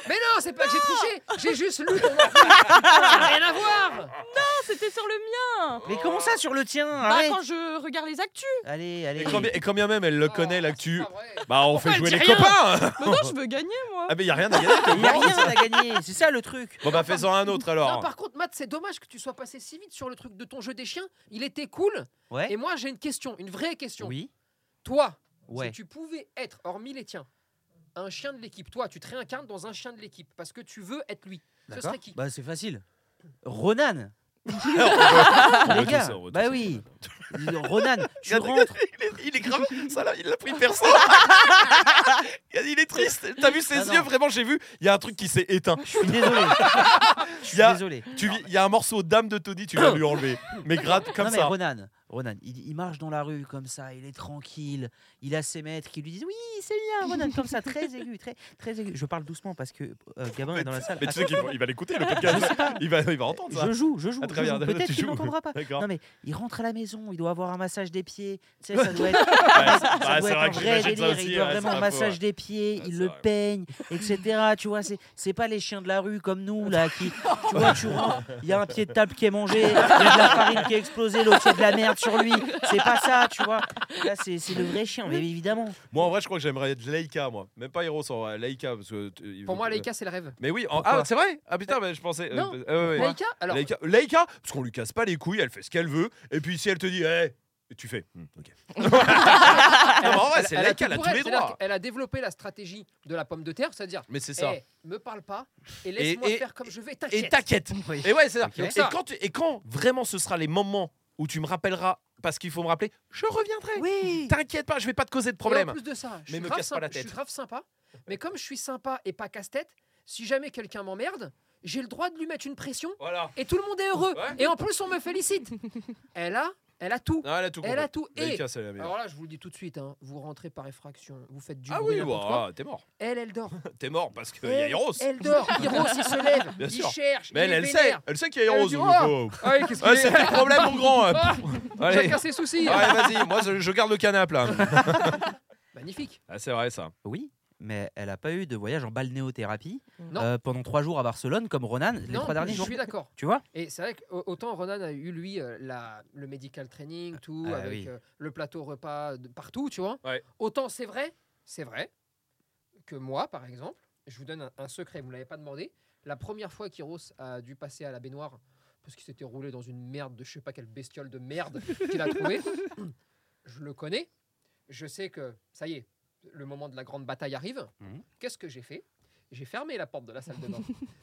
[SPEAKER 3] Mais non, c'est pas que j'ai triché, j'ai juste lu ton article. Ça n'a rien à voir.
[SPEAKER 4] Non, Ah, c'était sur le mien. mien
[SPEAKER 2] Mais comment ça sur le tien
[SPEAKER 4] Bah,
[SPEAKER 2] Arrête
[SPEAKER 4] quand je regarde les actus
[SPEAKER 2] Allallez, allez.
[SPEAKER 1] Et quand, bien- et quand bien même elle le connaît,
[SPEAKER 3] Ah,
[SPEAKER 1] l'actu,
[SPEAKER 3] c'est pas vrai.
[SPEAKER 1] bah on
[SPEAKER 4] Pourquoi
[SPEAKER 1] fait jouer
[SPEAKER 4] elle
[SPEAKER 1] les
[SPEAKER 4] dit rien
[SPEAKER 1] copains hein.
[SPEAKER 4] Mais non, je veux gagner, moi
[SPEAKER 1] Ah mais y a rien à
[SPEAKER 3] *laughs*
[SPEAKER 1] gagner t'es
[SPEAKER 2] Il n'y a
[SPEAKER 1] mort.
[SPEAKER 2] rien à gagner, c'est ça le truc.
[SPEAKER 1] Bon bah fais-en un autre alors *laughs*
[SPEAKER 3] Non, par contre, Matt, c'est dommage que tu sois passé si vite sur le truc de ton jeu des chiens. Il était cool.
[SPEAKER 2] Ouais.
[SPEAKER 3] Et moi, j'ai une question, une vraie question.
[SPEAKER 2] Oui.
[SPEAKER 3] Toi,
[SPEAKER 2] Ouais.
[SPEAKER 3] si tu pouvais être, hormis les tiens, un chien de l'équipe, toi, tu te réincarnes dans un chien de l'équipe parce que tu veux être lui. Ce
[SPEAKER 2] D'accord.
[SPEAKER 3] serait qui
[SPEAKER 2] Bah c'est facile. Ronan.
[SPEAKER 1] On veut
[SPEAKER 2] Les
[SPEAKER 1] tout
[SPEAKER 2] gars,
[SPEAKER 1] ça, on veut tout
[SPEAKER 2] bah
[SPEAKER 1] ça.
[SPEAKER 2] oui.
[SPEAKER 1] *laughs*
[SPEAKER 2] Ronan, tu
[SPEAKER 1] Regarde,
[SPEAKER 2] rentres.
[SPEAKER 1] il est, il est grave ça là il l'a pris
[SPEAKER 2] *laughs*
[SPEAKER 1] perso Regarde, il est triste t'as vu ses
[SPEAKER 2] Ah, non.
[SPEAKER 1] yeux vraiment j'ai vu il y a un truc qui s'est éteint
[SPEAKER 2] Je suis
[SPEAKER 1] *laughs*
[SPEAKER 2] désolé. Je
[SPEAKER 1] Y
[SPEAKER 2] suis
[SPEAKER 1] a-
[SPEAKER 2] désolé.
[SPEAKER 1] tu vis- il y a un morceau d'âme de Tony tu vas lui enlever mais gratte comme
[SPEAKER 2] non, mais
[SPEAKER 1] ça
[SPEAKER 2] Ronan, Ronan il, il marche dans la rue comme ça, il est tranquille, il a ses maîtres qui lui disent Oui, c'est bien, Ronan, comme ça, très
[SPEAKER 1] *laughs*
[SPEAKER 2] aigu, très, très aigu. Je parle doucement parce que euh, Gabin est dans la salle.
[SPEAKER 1] mais tu sais qu'il va- il va l'écouter le podcast il va il va entendre ça
[SPEAKER 2] Je joue, je joue.
[SPEAKER 1] Ah,
[SPEAKER 2] je
[SPEAKER 1] très bien,
[SPEAKER 2] joue.
[SPEAKER 1] tu
[SPEAKER 2] Peut-être qu'il
[SPEAKER 1] joues.
[SPEAKER 2] n'entendra pas.
[SPEAKER 1] d'accord
[SPEAKER 2] Non, mais il rentre à la maison, il doit avoir un massage des pieds. Tu sais,
[SPEAKER 1] *laughs*
[SPEAKER 2] ça doit être,
[SPEAKER 1] Ouais,
[SPEAKER 2] ça
[SPEAKER 1] bah,
[SPEAKER 2] doit
[SPEAKER 1] c'est
[SPEAKER 2] être
[SPEAKER 1] vrai
[SPEAKER 2] un
[SPEAKER 1] que
[SPEAKER 2] vrai
[SPEAKER 1] j'imagine ça
[SPEAKER 2] délire.
[SPEAKER 1] aussi,
[SPEAKER 2] il doit
[SPEAKER 1] ouais,
[SPEAKER 2] vraiment
[SPEAKER 1] c'est
[SPEAKER 2] un
[SPEAKER 1] pas faux,
[SPEAKER 2] massage
[SPEAKER 1] ouais.
[SPEAKER 2] des pieds,
[SPEAKER 1] Ouais,
[SPEAKER 2] il
[SPEAKER 1] c'est
[SPEAKER 2] le
[SPEAKER 1] vrai.
[SPEAKER 2] peigne, etc. Tu vois, c'est, c'est pas les chiens de la rue comme nous, là, qui. Tu vois,
[SPEAKER 1] *laughs*
[SPEAKER 2] tu rentres, il y a un pied de table qui est mangé, il y a de la farine qui est explosée, l'autre, c'est de la merde sur lui. C'est pas ça, tu vois. Là, c'est, c'est le vrai chien, mais évidemment.
[SPEAKER 1] moi en vrai je crois que j'aimerais être Leica moi même pas Hero en vrai Leica parce que euh, il-
[SPEAKER 3] Pour moi, Leica, c'est le rêve.
[SPEAKER 1] mais oui en- ah
[SPEAKER 2] Pourquoi
[SPEAKER 1] c'est vrai ah putain bah, je pensais euh,
[SPEAKER 3] Non.
[SPEAKER 1] euh, ouais, ouais.
[SPEAKER 3] Leica Alors,
[SPEAKER 1] Laïka, Laïka, parce qu'on lui casse pas les couilles, elle fait ce qu'elle veut, et puis si elle te dit, hé, tu fais. Hmm,
[SPEAKER 3] *laughs*
[SPEAKER 1] ok. non, mais en vrai, c'est
[SPEAKER 3] a
[SPEAKER 1] Laïka,
[SPEAKER 3] tout
[SPEAKER 1] elle a
[SPEAKER 3] pour
[SPEAKER 1] tous les
[SPEAKER 3] c'est-à-dire
[SPEAKER 1] droits.
[SPEAKER 3] qu'elle a développé la stratégie de la pomme de terre, c'est-à-dire,
[SPEAKER 1] Mais c'est ça.
[SPEAKER 3] eh, me parle pas et laisse-moi
[SPEAKER 1] et-
[SPEAKER 3] faire comme je vais,
[SPEAKER 1] Et
[SPEAKER 3] t'inquiète.
[SPEAKER 1] t'inquiète. Et ouais, c'est ça.
[SPEAKER 3] Ok.
[SPEAKER 1] Et, quand tu- et quand vraiment ce sera les moments où tu me rappelleras, parce qu'il faut me rappeler, je reviendrai.
[SPEAKER 2] Oui.
[SPEAKER 1] T'inquiète pas, je vais pas te causer de
[SPEAKER 3] Et en
[SPEAKER 1] problème.
[SPEAKER 3] plus de ça, je
[SPEAKER 1] Mais
[SPEAKER 3] suis,
[SPEAKER 1] me
[SPEAKER 3] grave
[SPEAKER 1] casse pas la
[SPEAKER 3] sympa, je suis
[SPEAKER 1] tête.
[SPEAKER 3] grave sympa. Mais comme je suis sympa et pas casse-tête, si jamais quelqu'un m'emmerde, j'ai le droit de lui mettre une pression
[SPEAKER 1] Voilà.
[SPEAKER 3] et tout le monde est heureux.
[SPEAKER 1] Ouais.
[SPEAKER 3] Et en plus, on me félicite. elle a, elle a tout.
[SPEAKER 1] Ah, elle a tout
[SPEAKER 3] Elle
[SPEAKER 1] compris.
[SPEAKER 3] a tout. Et
[SPEAKER 1] Laïka, c'est la meilleure.
[SPEAKER 3] alors là, je vous le dis tout de suite, hein, vous rentrez par effraction, vous faites du
[SPEAKER 1] Ah
[SPEAKER 3] bruit
[SPEAKER 1] oui,
[SPEAKER 3] n'importe
[SPEAKER 1] bah,
[SPEAKER 3] quoi.
[SPEAKER 1] ah, t'es mort.
[SPEAKER 3] Elle, elle dort.
[SPEAKER 1] T'es mort parce qu'il y a
[SPEAKER 3] elle,
[SPEAKER 1] Heroes.
[SPEAKER 3] elle
[SPEAKER 1] *laughs*
[SPEAKER 3] dort. Heroes, il se lève.
[SPEAKER 1] Bien
[SPEAKER 3] il
[SPEAKER 1] sûr.
[SPEAKER 3] cherche.
[SPEAKER 1] Mais elle,
[SPEAKER 3] il est
[SPEAKER 1] elle sait.
[SPEAKER 3] vénère.
[SPEAKER 1] Elle sait qu'il y a
[SPEAKER 3] Elle
[SPEAKER 1] Heroes.
[SPEAKER 3] dit,
[SPEAKER 1] donc, oh.
[SPEAKER 3] oh. Ah oui, qu'est-ce qu'il
[SPEAKER 1] Ah,
[SPEAKER 3] est
[SPEAKER 1] c'est tes problèmes, mon grand. hein.
[SPEAKER 3] *laughs*
[SPEAKER 1] *laughs*
[SPEAKER 3] Ah,
[SPEAKER 1] Allez,
[SPEAKER 3] Chacun ses soucis.
[SPEAKER 1] Allez, Ah vas-y, moi je, je garde le canapé là.
[SPEAKER 3] Magnifique.
[SPEAKER 1] Ah, c'est vrai ça.
[SPEAKER 2] Oui, mais elle n'a pas eu de voyage en balnéothérapie
[SPEAKER 3] Non.
[SPEAKER 2] euh, pendant trois jours à Barcelone, comme Ronan, les
[SPEAKER 3] non,
[SPEAKER 2] trois derniers
[SPEAKER 3] je
[SPEAKER 2] jours.
[SPEAKER 3] suis d'accord.
[SPEAKER 2] Tu *laughs* vois
[SPEAKER 3] Et c'est vrai qu'autant Ronan a eu, lui, euh, la, le medical training, tout,
[SPEAKER 2] Ah,
[SPEAKER 3] avec
[SPEAKER 2] oui.
[SPEAKER 3] euh, le plateau repas de partout, tu vois.
[SPEAKER 1] Ouais.
[SPEAKER 3] Autant c'est vrai, c'est vrai, que moi, par exemple, je vous donne un, un secret, vous ne l'avez pas demandé. La première fois qu'Hiros a dû passer à la baignoire, parce qu'il s'était roulé dans une merde de je sais pas quelle bestiole de merde qu'il a trouvé, je le connais, je sais que ça y est, le moment de la grande bataille arrive.
[SPEAKER 2] Mhm.
[SPEAKER 3] Qu'est-ce que j'ai fait J'ai fermé la porte de la salle de bain.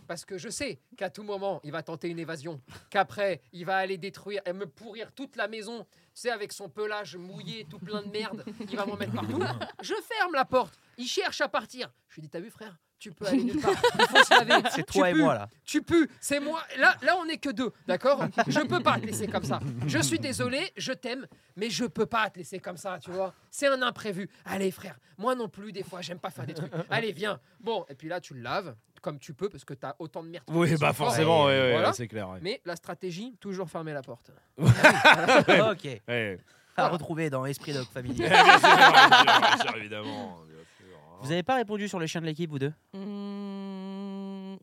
[SPEAKER 3] Parce que je sais qu'à tout moment, il va tenter une évasion, qu'après, il va aller détruire et me pourrir toute la maison. Tu sais, avec son pelage mouillé, tout plein de merde, il va m'en mettre partout. Je ferme la porte. Il cherche à partir. Je lui dis T'as vu, frère Tu peux aller nulle part. Il faut se laver.
[SPEAKER 2] C'est
[SPEAKER 3] Tu
[SPEAKER 2] toi et
[SPEAKER 1] *laughs*
[SPEAKER 3] pues.
[SPEAKER 2] moi là.
[SPEAKER 3] Tu pues, c'est moi. Là, là, on est que deux, d'accord Je peux pas te laisser comme ça. Je suis désolé, je t'aime, mais je peux pas te laisser comme ça, tu vois C'est un imprévu. Allez, frère, moi non plus, des fois, j'aime pas faire des trucs. Allez, viens. Bon, et puis là, tu le laves comme tu peux parce que t'as autant de merde. que
[SPEAKER 1] Oui,
[SPEAKER 3] tu
[SPEAKER 1] bah
[SPEAKER 3] supportes.
[SPEAKER 1] forcément, ouais, ouais,
[SPEAKER 3] Voilà.
[SPEAKER 1] ouais, c'est clair. ouais.
[SPEAKER 3] Mais la stratégie, toujours fermer la porte.
[SPEAKER 2] ok.
[SPEAKER 1] Ouais.
[SPEAKER 2] À retrouver dans Esprit Dog Family.
[SPEAKER 1] bien sûr, bien sûr, évidemment. bien sûr. hein.
[SPEAKER 2] Vous avez pas répondu sur les chiens de l'équipe, vous deux
[SPEAKER 4] Hum,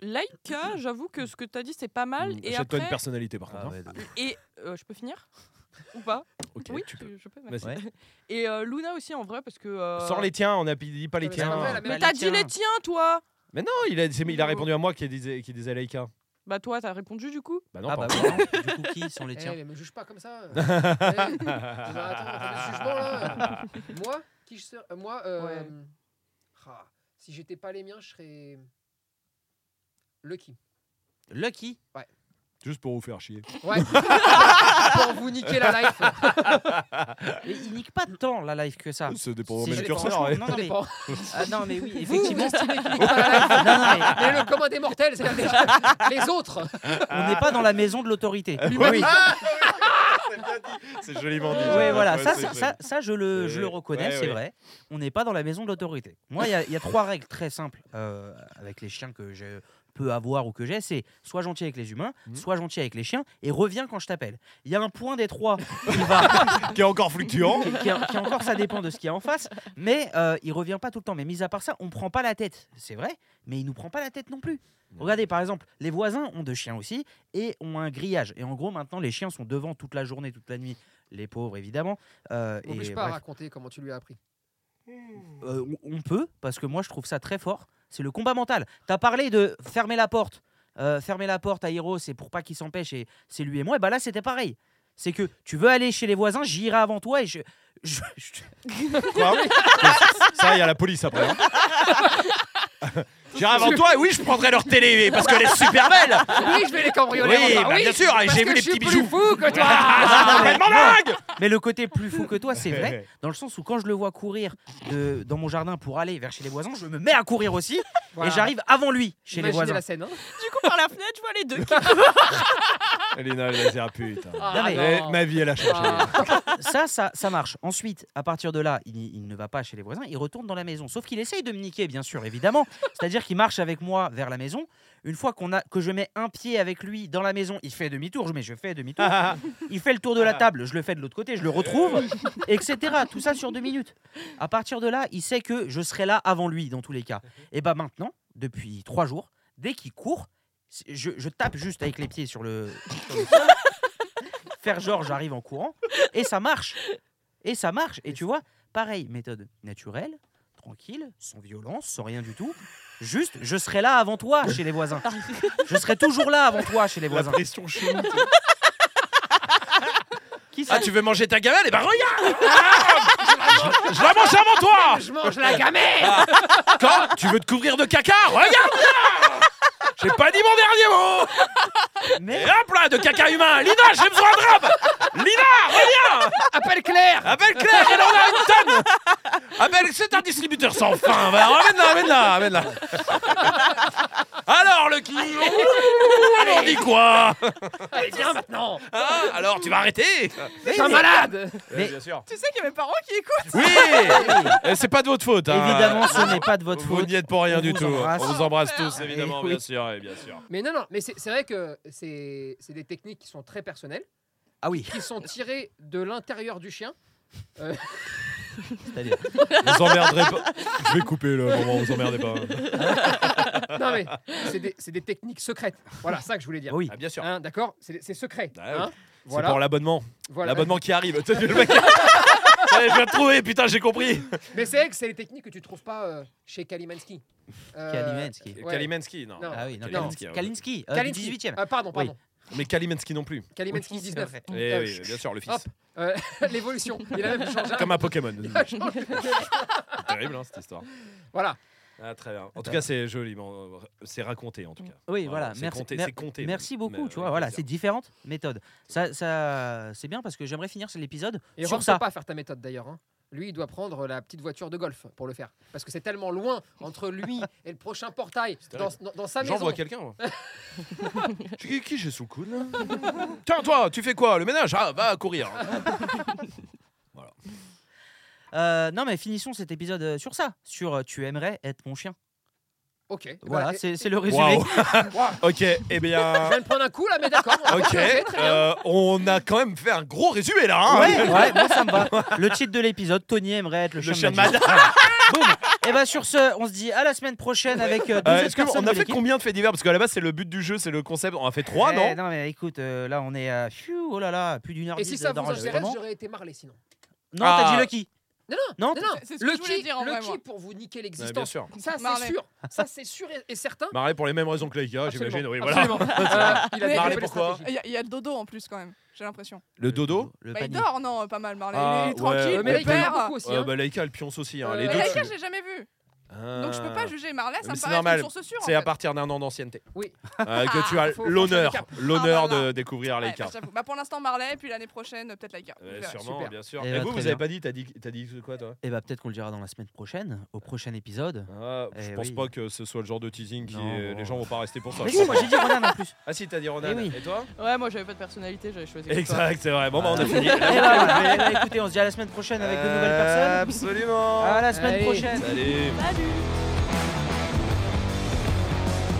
[SPEAKER 4] Laïka, j'avoue que ce que t'as dit, c'est pas mal.
[SPEAKER 1] Mm,
[SPEAKER 4] Et
[SPEAKER 1] Achète-toi
[SPEAKER 4] après...
[SPEAKER 1] une personnalité par
[SPEAKER 2] Ah,
[SPEAKER 1] contre. hein.
[SPEAKER 4] Et... euh, je peux finir *laughs* Ou pas
[SPEAKER 1] Ok,
[SPEAKER 4] Oui,
[SPEAKER 1] tu peux.
[SPEAKER 4] je peux.
[SPEAKER 1] Vas-y.
[SPEAKER 2] Ouais.
[SPEAKER 4] *laughs* Et euh, Luna aussi, en vrai, parce que... euh,
[SPEAKER 1] Sors les tiens, on n'a dit pas les
[SPEAKER 3] Mais c'est pas vrai,
[SPEAKER 1] tiens.
[SPEAKER 3] la
[SPEAKER 2] Bah,
[SPEAKER 4] Mais
[SPEAKER 3] merde.
[SPEAKER 4] t'as dit les tiens, toi
[SPEAKER 1] Mais non, il a, c'est- il a répondu à moi qui disait, qui disait Laïka.
[SPEAKER 4] Bah toi, t'as répondu du coup
[SPEAKER 1] Bah non,
[SPEAKER 2] Ah bah
[SPEAKER 1] pardon.
[SPEAKER 2] voilà. Du coup, qui sont les
[SPEAKER 3] Eh,
[SPEAKER 2] tiens
[SPEAKER 3] mais me juge pas comme ça. Eh, je vais- attends, attends, le jugement, là. Moi, qui je serais- euh, Moi, euh,
[SPEAKER 4] Ouais.
[SPEAKER 3] ah, si j'étais pas les miens, je serais. Lucky.
[SPEAKER 2] Lucky
[SPEAKER 1] *laughs* Juste pour vous faire chier.
[SPEAKER 3] Ouais. *laughs* Pour vous niquer la life.
[SPEAKER 2] Mais il nique pas tant la live que ça.
[SPEAKER 1] Ça dépend où on
[SPEAKER 2] C'est-
[SPEAKER 1] met le
[SPEAKER 3] je
[SPEAKER 1] curseur.
[SPEAKER 2] franchement,
[SPEAKER 1] ouais.
[SPEAKER 2] non,
[SPEAKER 3] Ça
[SPEAKER 2] non, mais,
[SPEAKER 3] dépend.
[SPEAKER 2] ah, non, mais oui,
[SPEAKER 3] Vous, vous
[SPEAKER 2] effectivement. Ah,
[SPEAKER 3] estimez *laughs* qu'il nique pas la life.
[SPEAKER 2] Non, non, mais
[SPEAKER 3] Mais le commun des mortels, c'est les, les autres.
[SPEAKER 2] on n'est pas dans la maison de l'autorité. Oui,
[SPEAKER 1] Ouais.
[SPEAKER 2] oui.
[SPEAKER 1] Ah, c'est bien dit. *laughs* C'est joliment dit.
[SPEAKER 2] Ouais, voilà,
[SPEAKER 1] Ouais,
[SPEAKER 2] ça,
[SPEAKER 1] c'est
[SPEAKER 2] ça,
[SPEAKER 1] joli.
[SPEAKER 2] ça- ça, je le, je le
[SPEAKER 1] Ouais,
[SPEAKER 2] reconnais,
[SPEAKER 1] ouais,
[SPEAKER 2] c'est
[SPEAKER 1] ouais.
[SPEAKER 2] vrai. On n'est pas dans la maison de l'autorité. Moi, il y, a- il y a trois règles très simples euh, avec les chiens que je peut avoir ou que j'ai, c'est soit gentil avec les humains,
[SPEAKER 1] Mhm.
[SPEAKER 2] soit gentil avec les chiens, et reviens quand je t'appelle. Il y a un point des trois qui va
[SPEAKER 1] qui est encore fluctuant. *laughs*
[SPEAKER 2] qui, qui- qui encore ça dépend de ce qu'il y a en face, mais euh, il revient pas tout le temps. Mais mis à part ça, on prend pas la tête, c'est vrai, mais il nous prend pas la tête non plus. Regardez par exemple, les voisins ont deux chiens aussi et ont un grillage. Et en gros, maintenant, les chiens sont devant toute la journée, toute la nuit. Les pauvres, évidemment. Euh, et
[SPEAKER 3] N'oblige pas à
[SPEAKER 2] bref.
[SPEAKER 3] raconter comment tu lui as appris.
[SPEAKER 2] Euh, on on peut, parce que moi je trouve ça très fort. C'est le combat mental. T'as parlé de fermer la porte. Euh, fermer la porte à Hiro, c'est pour pas qu'il s'empêche et c'est lui et moi. Et bah là, c'était pareil. C'est que tu veux aller chez les voisins, j'irai avant toi et je. *laughs* je- je-
[SPEAKER 1] Quoi Ça, il y a la police après. hein. *laughs* J'irai avant toi et oui, je prendrai leur télé parce qu'elle est super belle.
[SPEAKER 3] Oui, je vais les
[SPEAKER 1] Oui,
[SPEAKER 3] cambrioler. enfin,
[SPEAKER 1] bah, bien sûr, et
[SPEAKER 3] parce
[SPEAKER 1] j'ai
[SPEAKER 3] que
[SPEAKER 1] vu les
[SPEAKER 3] je suis
[SPEAKER 1] petits
[SPEAKER 3] plus
[SPEAKER 1] bijoux.
[SPEAKER 3] fou que
[SPEAKER 1] *laughs*
[SPEAKER 3] toi.
[SPEAKER 1] Ah, complètement dingue
[SPEAKER 2] Mais le côté plus fou que toi, c'est
[SPEAKER 1] *laughs*
[SPEAKER 2] vrai. Dans le sens où quand je le vois courir de- dans mon jardin pour aller vers chez les voisins, je me mets à courir aussi
[SPEAKER 3] Voilà.
[SPEAKER 2] et j'arrive avant lui chez
[SPEAKER 3] Imaginez
[SPEAKER 2] les voisins.
[SPEAKER 3] la scène. hein.
[SPEAKER 4] Du coup, par la fenêtre, je vois les deux *laughs* qui
[SPEAKER 1] Elena, elle va dire putain.
[SPEAKER 3] Ah,
[SPEAKER 2] mais-
[SPEAKER 1] Eh,
[SPEAKER 3] non.
[SPEAKER 1] ma vie, elle a *laughs* changé.
[SPEAKER 3] Ah.
[SPEAKER 2] ça, ça, ça marche. Ensuite, à partir de là, il, il ne va pas chez les voisins, il retourne dans la maison. Sauf qu'il essaye de me niquer, bien sûr, évidemment. C'est-à-dire qu'il marche avec moi vers la maison. Une fois qu'on a, que je mets un pied avec lui dans la maison, il fait demi-tour, je- mais je fais demi-tour. Il fait le tour
[SPEAKER 1] Ah.
[SPEAKER 2] de la table, je le fais de l'autre côté, je le
[SPEAKER 1] *laughs*
[SPEAKER 2] retrouve, etc. Tout ça sur deux minutes. À partir de là, il sait que je serai là avant lui, dans tous les cas. Et bah maintenant, depuis trois jours, dès qu'il court, c'est- je, je tape juste avec les pieds sur le, sur le
[SPEAKER 1] *laughs*
[SPEAKER 2] sol. Faire genre, j'arrive en courant. Et ça marche. Et ça marche. Et tu vois, pareil, méthode naturelle, tranquille, sans violence, sans rien du tout. Juste, je serai là avant toi chez les voisins.
[SPEAKER 1] *laughs*
[SPEAKER 2] Je serai toujours là avant toi chez les
[SPEAKER 1] La
[SPEAKER 2] voisins.
[SPEAKER 1] pression chelou.
[SPEAKER 2] Qui ça
[SPEAKER 1] Ah, tu veux manger ta gamelle Eh ben regarde Ah, *laughs* je, je la mange avant toi
[SPEAKER 3] Je mange la gamelle.
[SPEAKER 1] ah. Quand Tu veux te couvrir de caca Regarde bien J'ai pas dit mon dernier mot
[SPEAKER 2] Mais
[SPEAKER 1] Et hop là, de caca humain Lina, j'ai besoin d'un drap Lina,
[SPEAKER 3] Appelle Claire.
[SPEAKER 1] appelle Claire, elle en a une tonne Appelle, c'est un distributeur sans fin va, Ramène-la, ramène-la, ramène-la Alors, le qui Alors, on dit quoi
[SPEAKER 3] Allez, viens maintenant.
[SPEAKER 1] Hein Alors, tu vas arrêter
[SPEAKER 3] T'es un malade.
[SPEAKER 2] Mais-
[SPEAKER 1] Bien sûr
[SPEAKER 7] Tu sais qu'il y a mes parents qui écoutent.
[SPEAKER 1] Oui Et C'est pas de votre faute hein.
[SPEAKER 2] évidemment, ce
[SPEAKER 1] *laughs*
[SPEAKER 2] n'est pas de votre
[SPEAKER 1] Vous
[SPEAKER 2] faute.
[SPEAKER 1] n'y êtes pour rien
[SPEAKER 2] On
[SPEAKER 1] du
[SPEAKER 2] vous
[SPEAKER 1] tout.
[SPEAKER 2] embrasse.
[SPEAKER 1] On vous embrasse
[SPEAKER 7] Oh,
[SPEAKER 1] tous, évidemment,
[SPEAKER 2] oui.
[SPEAKER 1] bien sûr, et bien sûr.
[SPEAKER 3] Mais non, non, mais c'est c'est vrai que c'est c'est des techniques qui sont très personnelles,
[SPEAKER 2] Ah oui,
[SPEAKER 3] qui sont tirées de l'intérieur du chien.
[SPEAKER 1] *laughs*
[SPEAKER 2] c'est-à-dire.
[SPEAKER 1] Vous emmerderez pas. Je vais couper le moment, vous emmerdez pas.
[SPEAKER 3] Non, mais c'est des, c'est des techniques secrètes. Voilà, ça que je voulais dire.
[SPEAKER 2] Oui.
[SPEAKER 1] Ah, bien sûr.
[SPEAKER 3] Hein, D'accord C'est c'est secret.
[SPEAKER 1] Ah oui.
[SPEAKER 3] hein.
[SPEAKER 1] C'est pour l'abonnement.
[SPEAKER 3] voilà.
[SPEAKER 1] L'abonnement qui arrive. *laughs* Tu sais, le mec- Ça y est, Je viens de trouver, putain, j'ai compris.
[SPEAKER 3] Mais c'est vrai que c'est les techniques que tu trouves pas euh, chez Kalimanski. Euh,
[SPEAKER 2] Kalimensky.
[SPEAKER 3] Ouais.
[SPEAKER 1] Kalimensky, non.
[SPEAKER 3] Non.
[SPEAKER 2] Ah oui, non,
[SPEAKER 1] Ah,
[SPEAKER 2] Kalinski.
[SPEAKER 1] Kalinski, ouais.
[SPEAKER 2] Kalinski, euh, du
[SPEAKER 3] Kalinski.
[SPEAKER 2] 18e.
[SPEAKER 3] Ah, pardon,
[SPEAKER 2] Oui.
[SPEAKER 3] pardon.
[SPEAKER 1] Mais Kalimensky non plus.
[SPEAKER 3] Kalimensky
[SPEAKER 2] Oui, c'est
[SPEAKER 3] 19.
[SPEAKER 2] vrai.
[SPEAKER 1] Eh
[SPEAKER 3] Euh,
[SPEAKER 1] oui, bien sûr, le fils.
[SPEAKER 3] Hop. euh, *laughs* L'évolution. Il a même
[SPEAKER 2] *laughs*
[SPEAKER 3] changé.
[SPEAKER 1] Comme un Pokémon.
[SPEAKER 3] un- changé-
[SPEAKER 1] C'est terrible, hein, cette histoire.
[SPEAKER 3] voilà.
[SPEAKER 1] Ah, très bien. En tout cas, c'est joli. mais on- C'est raconté, en tout cas.
[SPEAKER 2] Ah Oui, voilà.
[SPEAKER 1] C'est
[SPEAKER 2] Merci,
[SPEAKER 1] compté,
[SPEAKER 2] mer-
[SPEAKER 1] c'est compté.
[SPEAKER 2] merci beaucoup.
[SPEAKER 1] Mais,
[SPEAKER 2] tu
[SPEAKER 1] euh,
[SPEAKER 2] vois, voilà,
[SPEAKER 1] plaisir.
[SPEAKER 2] c'est différentes méthodes. Ça, ça, c'est bien parce que j'aimerais finir l'épisode
[SPEAKER 3] Et
[SPEAKER 2] sur
[SPEAKER 3] Rome
[SPEAKER 2] ça.
[SPEAKER 3] peut pas faire ta méthode d'ailleurs. hein. Lui, il doit prendre la petite voiture de golf pour le faire. Parce que c'est tellement loin entre lui et le prochain portail dans, dans- dans sa maison.
[SPEAKER 1] J'envoie quelqu'un. moi. Tu- qui qui j'ai sous le coude là *laughs* Tiens, toi, tu fais quoi Le ménage Ah, va courir.
[SPEAKER 2] Euh, non, mais finissons cet épisode euh, sur ça. Sur euh, tu aimerais être mon chien.
[SPEAKER 3] Ok. eh ben,
[SPEAKER 2] Voilà,
[SPEAKER 3] eh,
[SPEAKER 2] c'est c'est le résumé.
[SPEAKER 1] *laughs* ok, eh
[SPEAKER 3] Je *laughs*
[SPEAKER 1] bien.
[SPEAKER 3] viens de prendre un coup là, mais d'accord.
[SPEAKER 1] Ok, euh, on a quand même fait un gros résumé là. hein.
[SPEAKER 2] Ouais, ouais, moi ça me va. Le titre de l'épisode, Tony aimerait être le,
[SPEAKER 1] Le chien de
[SPEAKER 2] Madame.
[SPEAKER 1] madame.
[SPEAKER 2] Boum. Et bah sur ce, on se dit à la semaine prochaine avec euh, 12
[SPEAKER 1] Euh,
[SPEAKER 2] autres
[SPEAKER 1] est-ce que
[SPEAKER 2] personnes
[SPEAKER 1] on a
[SPEAKER 2] de
[SPEAKER 1] fait
[SPEAKER 2] l'équipe.
[SPEAKER 1] combien de faits divers Parce qu'à la base, c'est le but du jeu, c'est le concept. On a fait trois, Bah, non
[SPEAKER 2] Eh, Non mais écoute, euh, là on est à pfiou, oh là là, plus d'une heure
[SPEAKER 3] Et
[SPEAKER 2] dix
[SPEAKER 3] si ça vous intéresse,
[SPEAKER 2] d'enregistrement.
[SPEAKER 3] j'aurais été marlé sinon.
[SPEAKER 2] Non, t'as
[SPEAKER 1] Ah.
[SPEAKER 2] dit Lucky.
[SPEAKER 3] Non,
[SPEAKER 2] non.
[SPEAKER 3] Non, non,
[SPEAKER 7] C'est ce que
[SPEAKER 3] le
[SPEAKER 7] je voulais
[SPEAKER 3] qui,
[SPEAKER 7] dire, en
[SPEAKER 3] le
[SPEAKER 7] vrai,
[SPEAKER 3] qui
[SPEAKER 7] moi.
[SPEAKER 3] pour vous niquer
[SPEAKER 1] Ouais, Bien
[SPEAKER 3] l'existence.
[SPEAKER 1] sûr.
[SPEAKER 3] Ça, c'est
[SPEAKER 7] Marley.
[SPEAKER 3] sûr. Ça, c'est sûr et, et certain.
[SPEAKER 1] Marlé Bah, pour les mêmes raisons que les gars,
[SPEAKER 3] Absolument.
[SPEAKER 1] j'imagine. Oui, voilà. *laughs*
[SPEAKER 3] Absolument. Euh, il a
[SPEAKER 7] Mais-
[SPEAKER 1] Marley
[SPEAKER 3] développé les
[SPEAKER 1] pourquoi
[SPEAKER 7] Il y, a- il y a le dodo en plus quand même, j'ai l'impression.
[SPEAKER 1] Le dodo
[SPEAKER 2] Le
[SPEAKER 7] Bah, il
[SPEAKER 2] panier.
[SPEAKER 7] dort, non, pas mal, Marley.
[SPEAKER 1] Ah,
[SPEAKER 7] il est
[SPEAKER 1] ouais,
[SPEAKER 7] tranquille,
[SPEAKER 1] ouais,
[SPEAKER 3] Mais là, il gagne
[SPEAKER 7] Euh, père.
[SPEAKER 3] beaucoup aussi.
[SPEAKER 1] euh,
[SPEAKER 3] hein.
[SPEAKER 1] bah, Laïka, elle pionce aussi. hein,
[SPEAKER 3] Euh,
[SPEAKER 1] les
[SPEAKER 7] Mais
[SPEAKER 1] deux.
[SPEAKER 7] Laïka,
[SPEAKER 1] tu-
[SPEAKER 7] je l'ai jamais vu.
[SPEAKER 1] Ah.
[SPEAKER 7] Donc je peux pas juger Marley, ça
[SPEAKER 1] Mais
[SPEAKER 7] me
[SPEAKER 1] c'est
[SPEAKER 7] paraît
[SPEAKER 1] normal.
[SPEAKER 7] être une source sûre. en
[SPEAKER 1] C'est à
[SPEAKER 7] fait.
[SPEAKER 1] partir d'un an d'ancienneté
[SPEAKER 3] Oui.
[SPEAKER 1] euh, que tu as
[SPEAKER 3] Faut- faut
[SPEAKER 1] l'honneur,
[SPEAKER 3] faire
[SPEAKER 1] l'honneur
[SPEAKER 7] Ah, voilà.
[SPEAKER 1] de découvrir
[SPEAKER 7] Ouais,
[SPEAKER 1] Laïka.
[SPEAKER 7] bah, j'avoue. Bah, pour l'instant, Marley, puis l'année prochaine, peut-être Laïka. On
[SPEAKER 1] Euh,
[SPEAKER 7] verra.
[SPEAKER 1] sûrement,
[SPEAKER 3] super.
[SPEAKER 1] bien sûr.
[SPEAKER 2] Eh
[SPEAKER 1] Et,
[SPEAKER 2] bah,
[SPEAKER 1] vous,
[SPEAKER 2] très
[SPEAKER 1] vous avez
[SPEAKER 2] bien.
[SPEAKER 1] pas dit T'as dit, t'as dit quoi, toi
[SPEAKER 2] Et bah peut-être qu'on le dira dans la semaine prochaine, au prochain épisode.
[SPEAKER 1] Ah, Je
[SPEAKER 2] Eh
[SPEAKER 1] pense
[SPEAKER 2] oui.
[SPEAKER 1] pas que ce soit le genre de teasing qui.
[SPEAKER 2] Non,
[SPEAKER 1] est-
[SPEAKER 2] non.
[SPEAKER 1] Les gens vont pas rester pour ça.
[SPEAKER 2] Mais
[SPEAKER 1] je
[SPEAKER 2] si,
[SPEAKER 1] crois.
[SPEAKER 2] moi j'ai dit Ronan en plus.
[SPEAKER 1] Ah si, t'as dit Ronan.
[SPEAKER 2] Eh oui.
[SPEAKER 1] Et toi
[SPEAKER 4] Ouais, moi j'avais pas de personnalité,
[SPEAKER 1] *laughs*
[SPEAKER 4] j'avais choisi. comme toi.
[SPEAKER 1] Exact, c'est vrai. Bon, bah,
[SPEAKER 2] *laughs*
[SPEAKER 1] on a fini.
[SPEAKER 2] Et bah, voilà. Eh
[SPEAKER 1] Euh,
[SPEAKER 2] bah, écoutez, on se dit à la semaine prochaine avec de nouvelles personnes.
[SPEAKER 1] Absolument.
[SPEAKER 2] À la semaine
[SPEAKER 3] Allez.
[SPEAKER 2] prochaine.
[SPEAKER 1] Salut.
[SPEAKER 4] Salut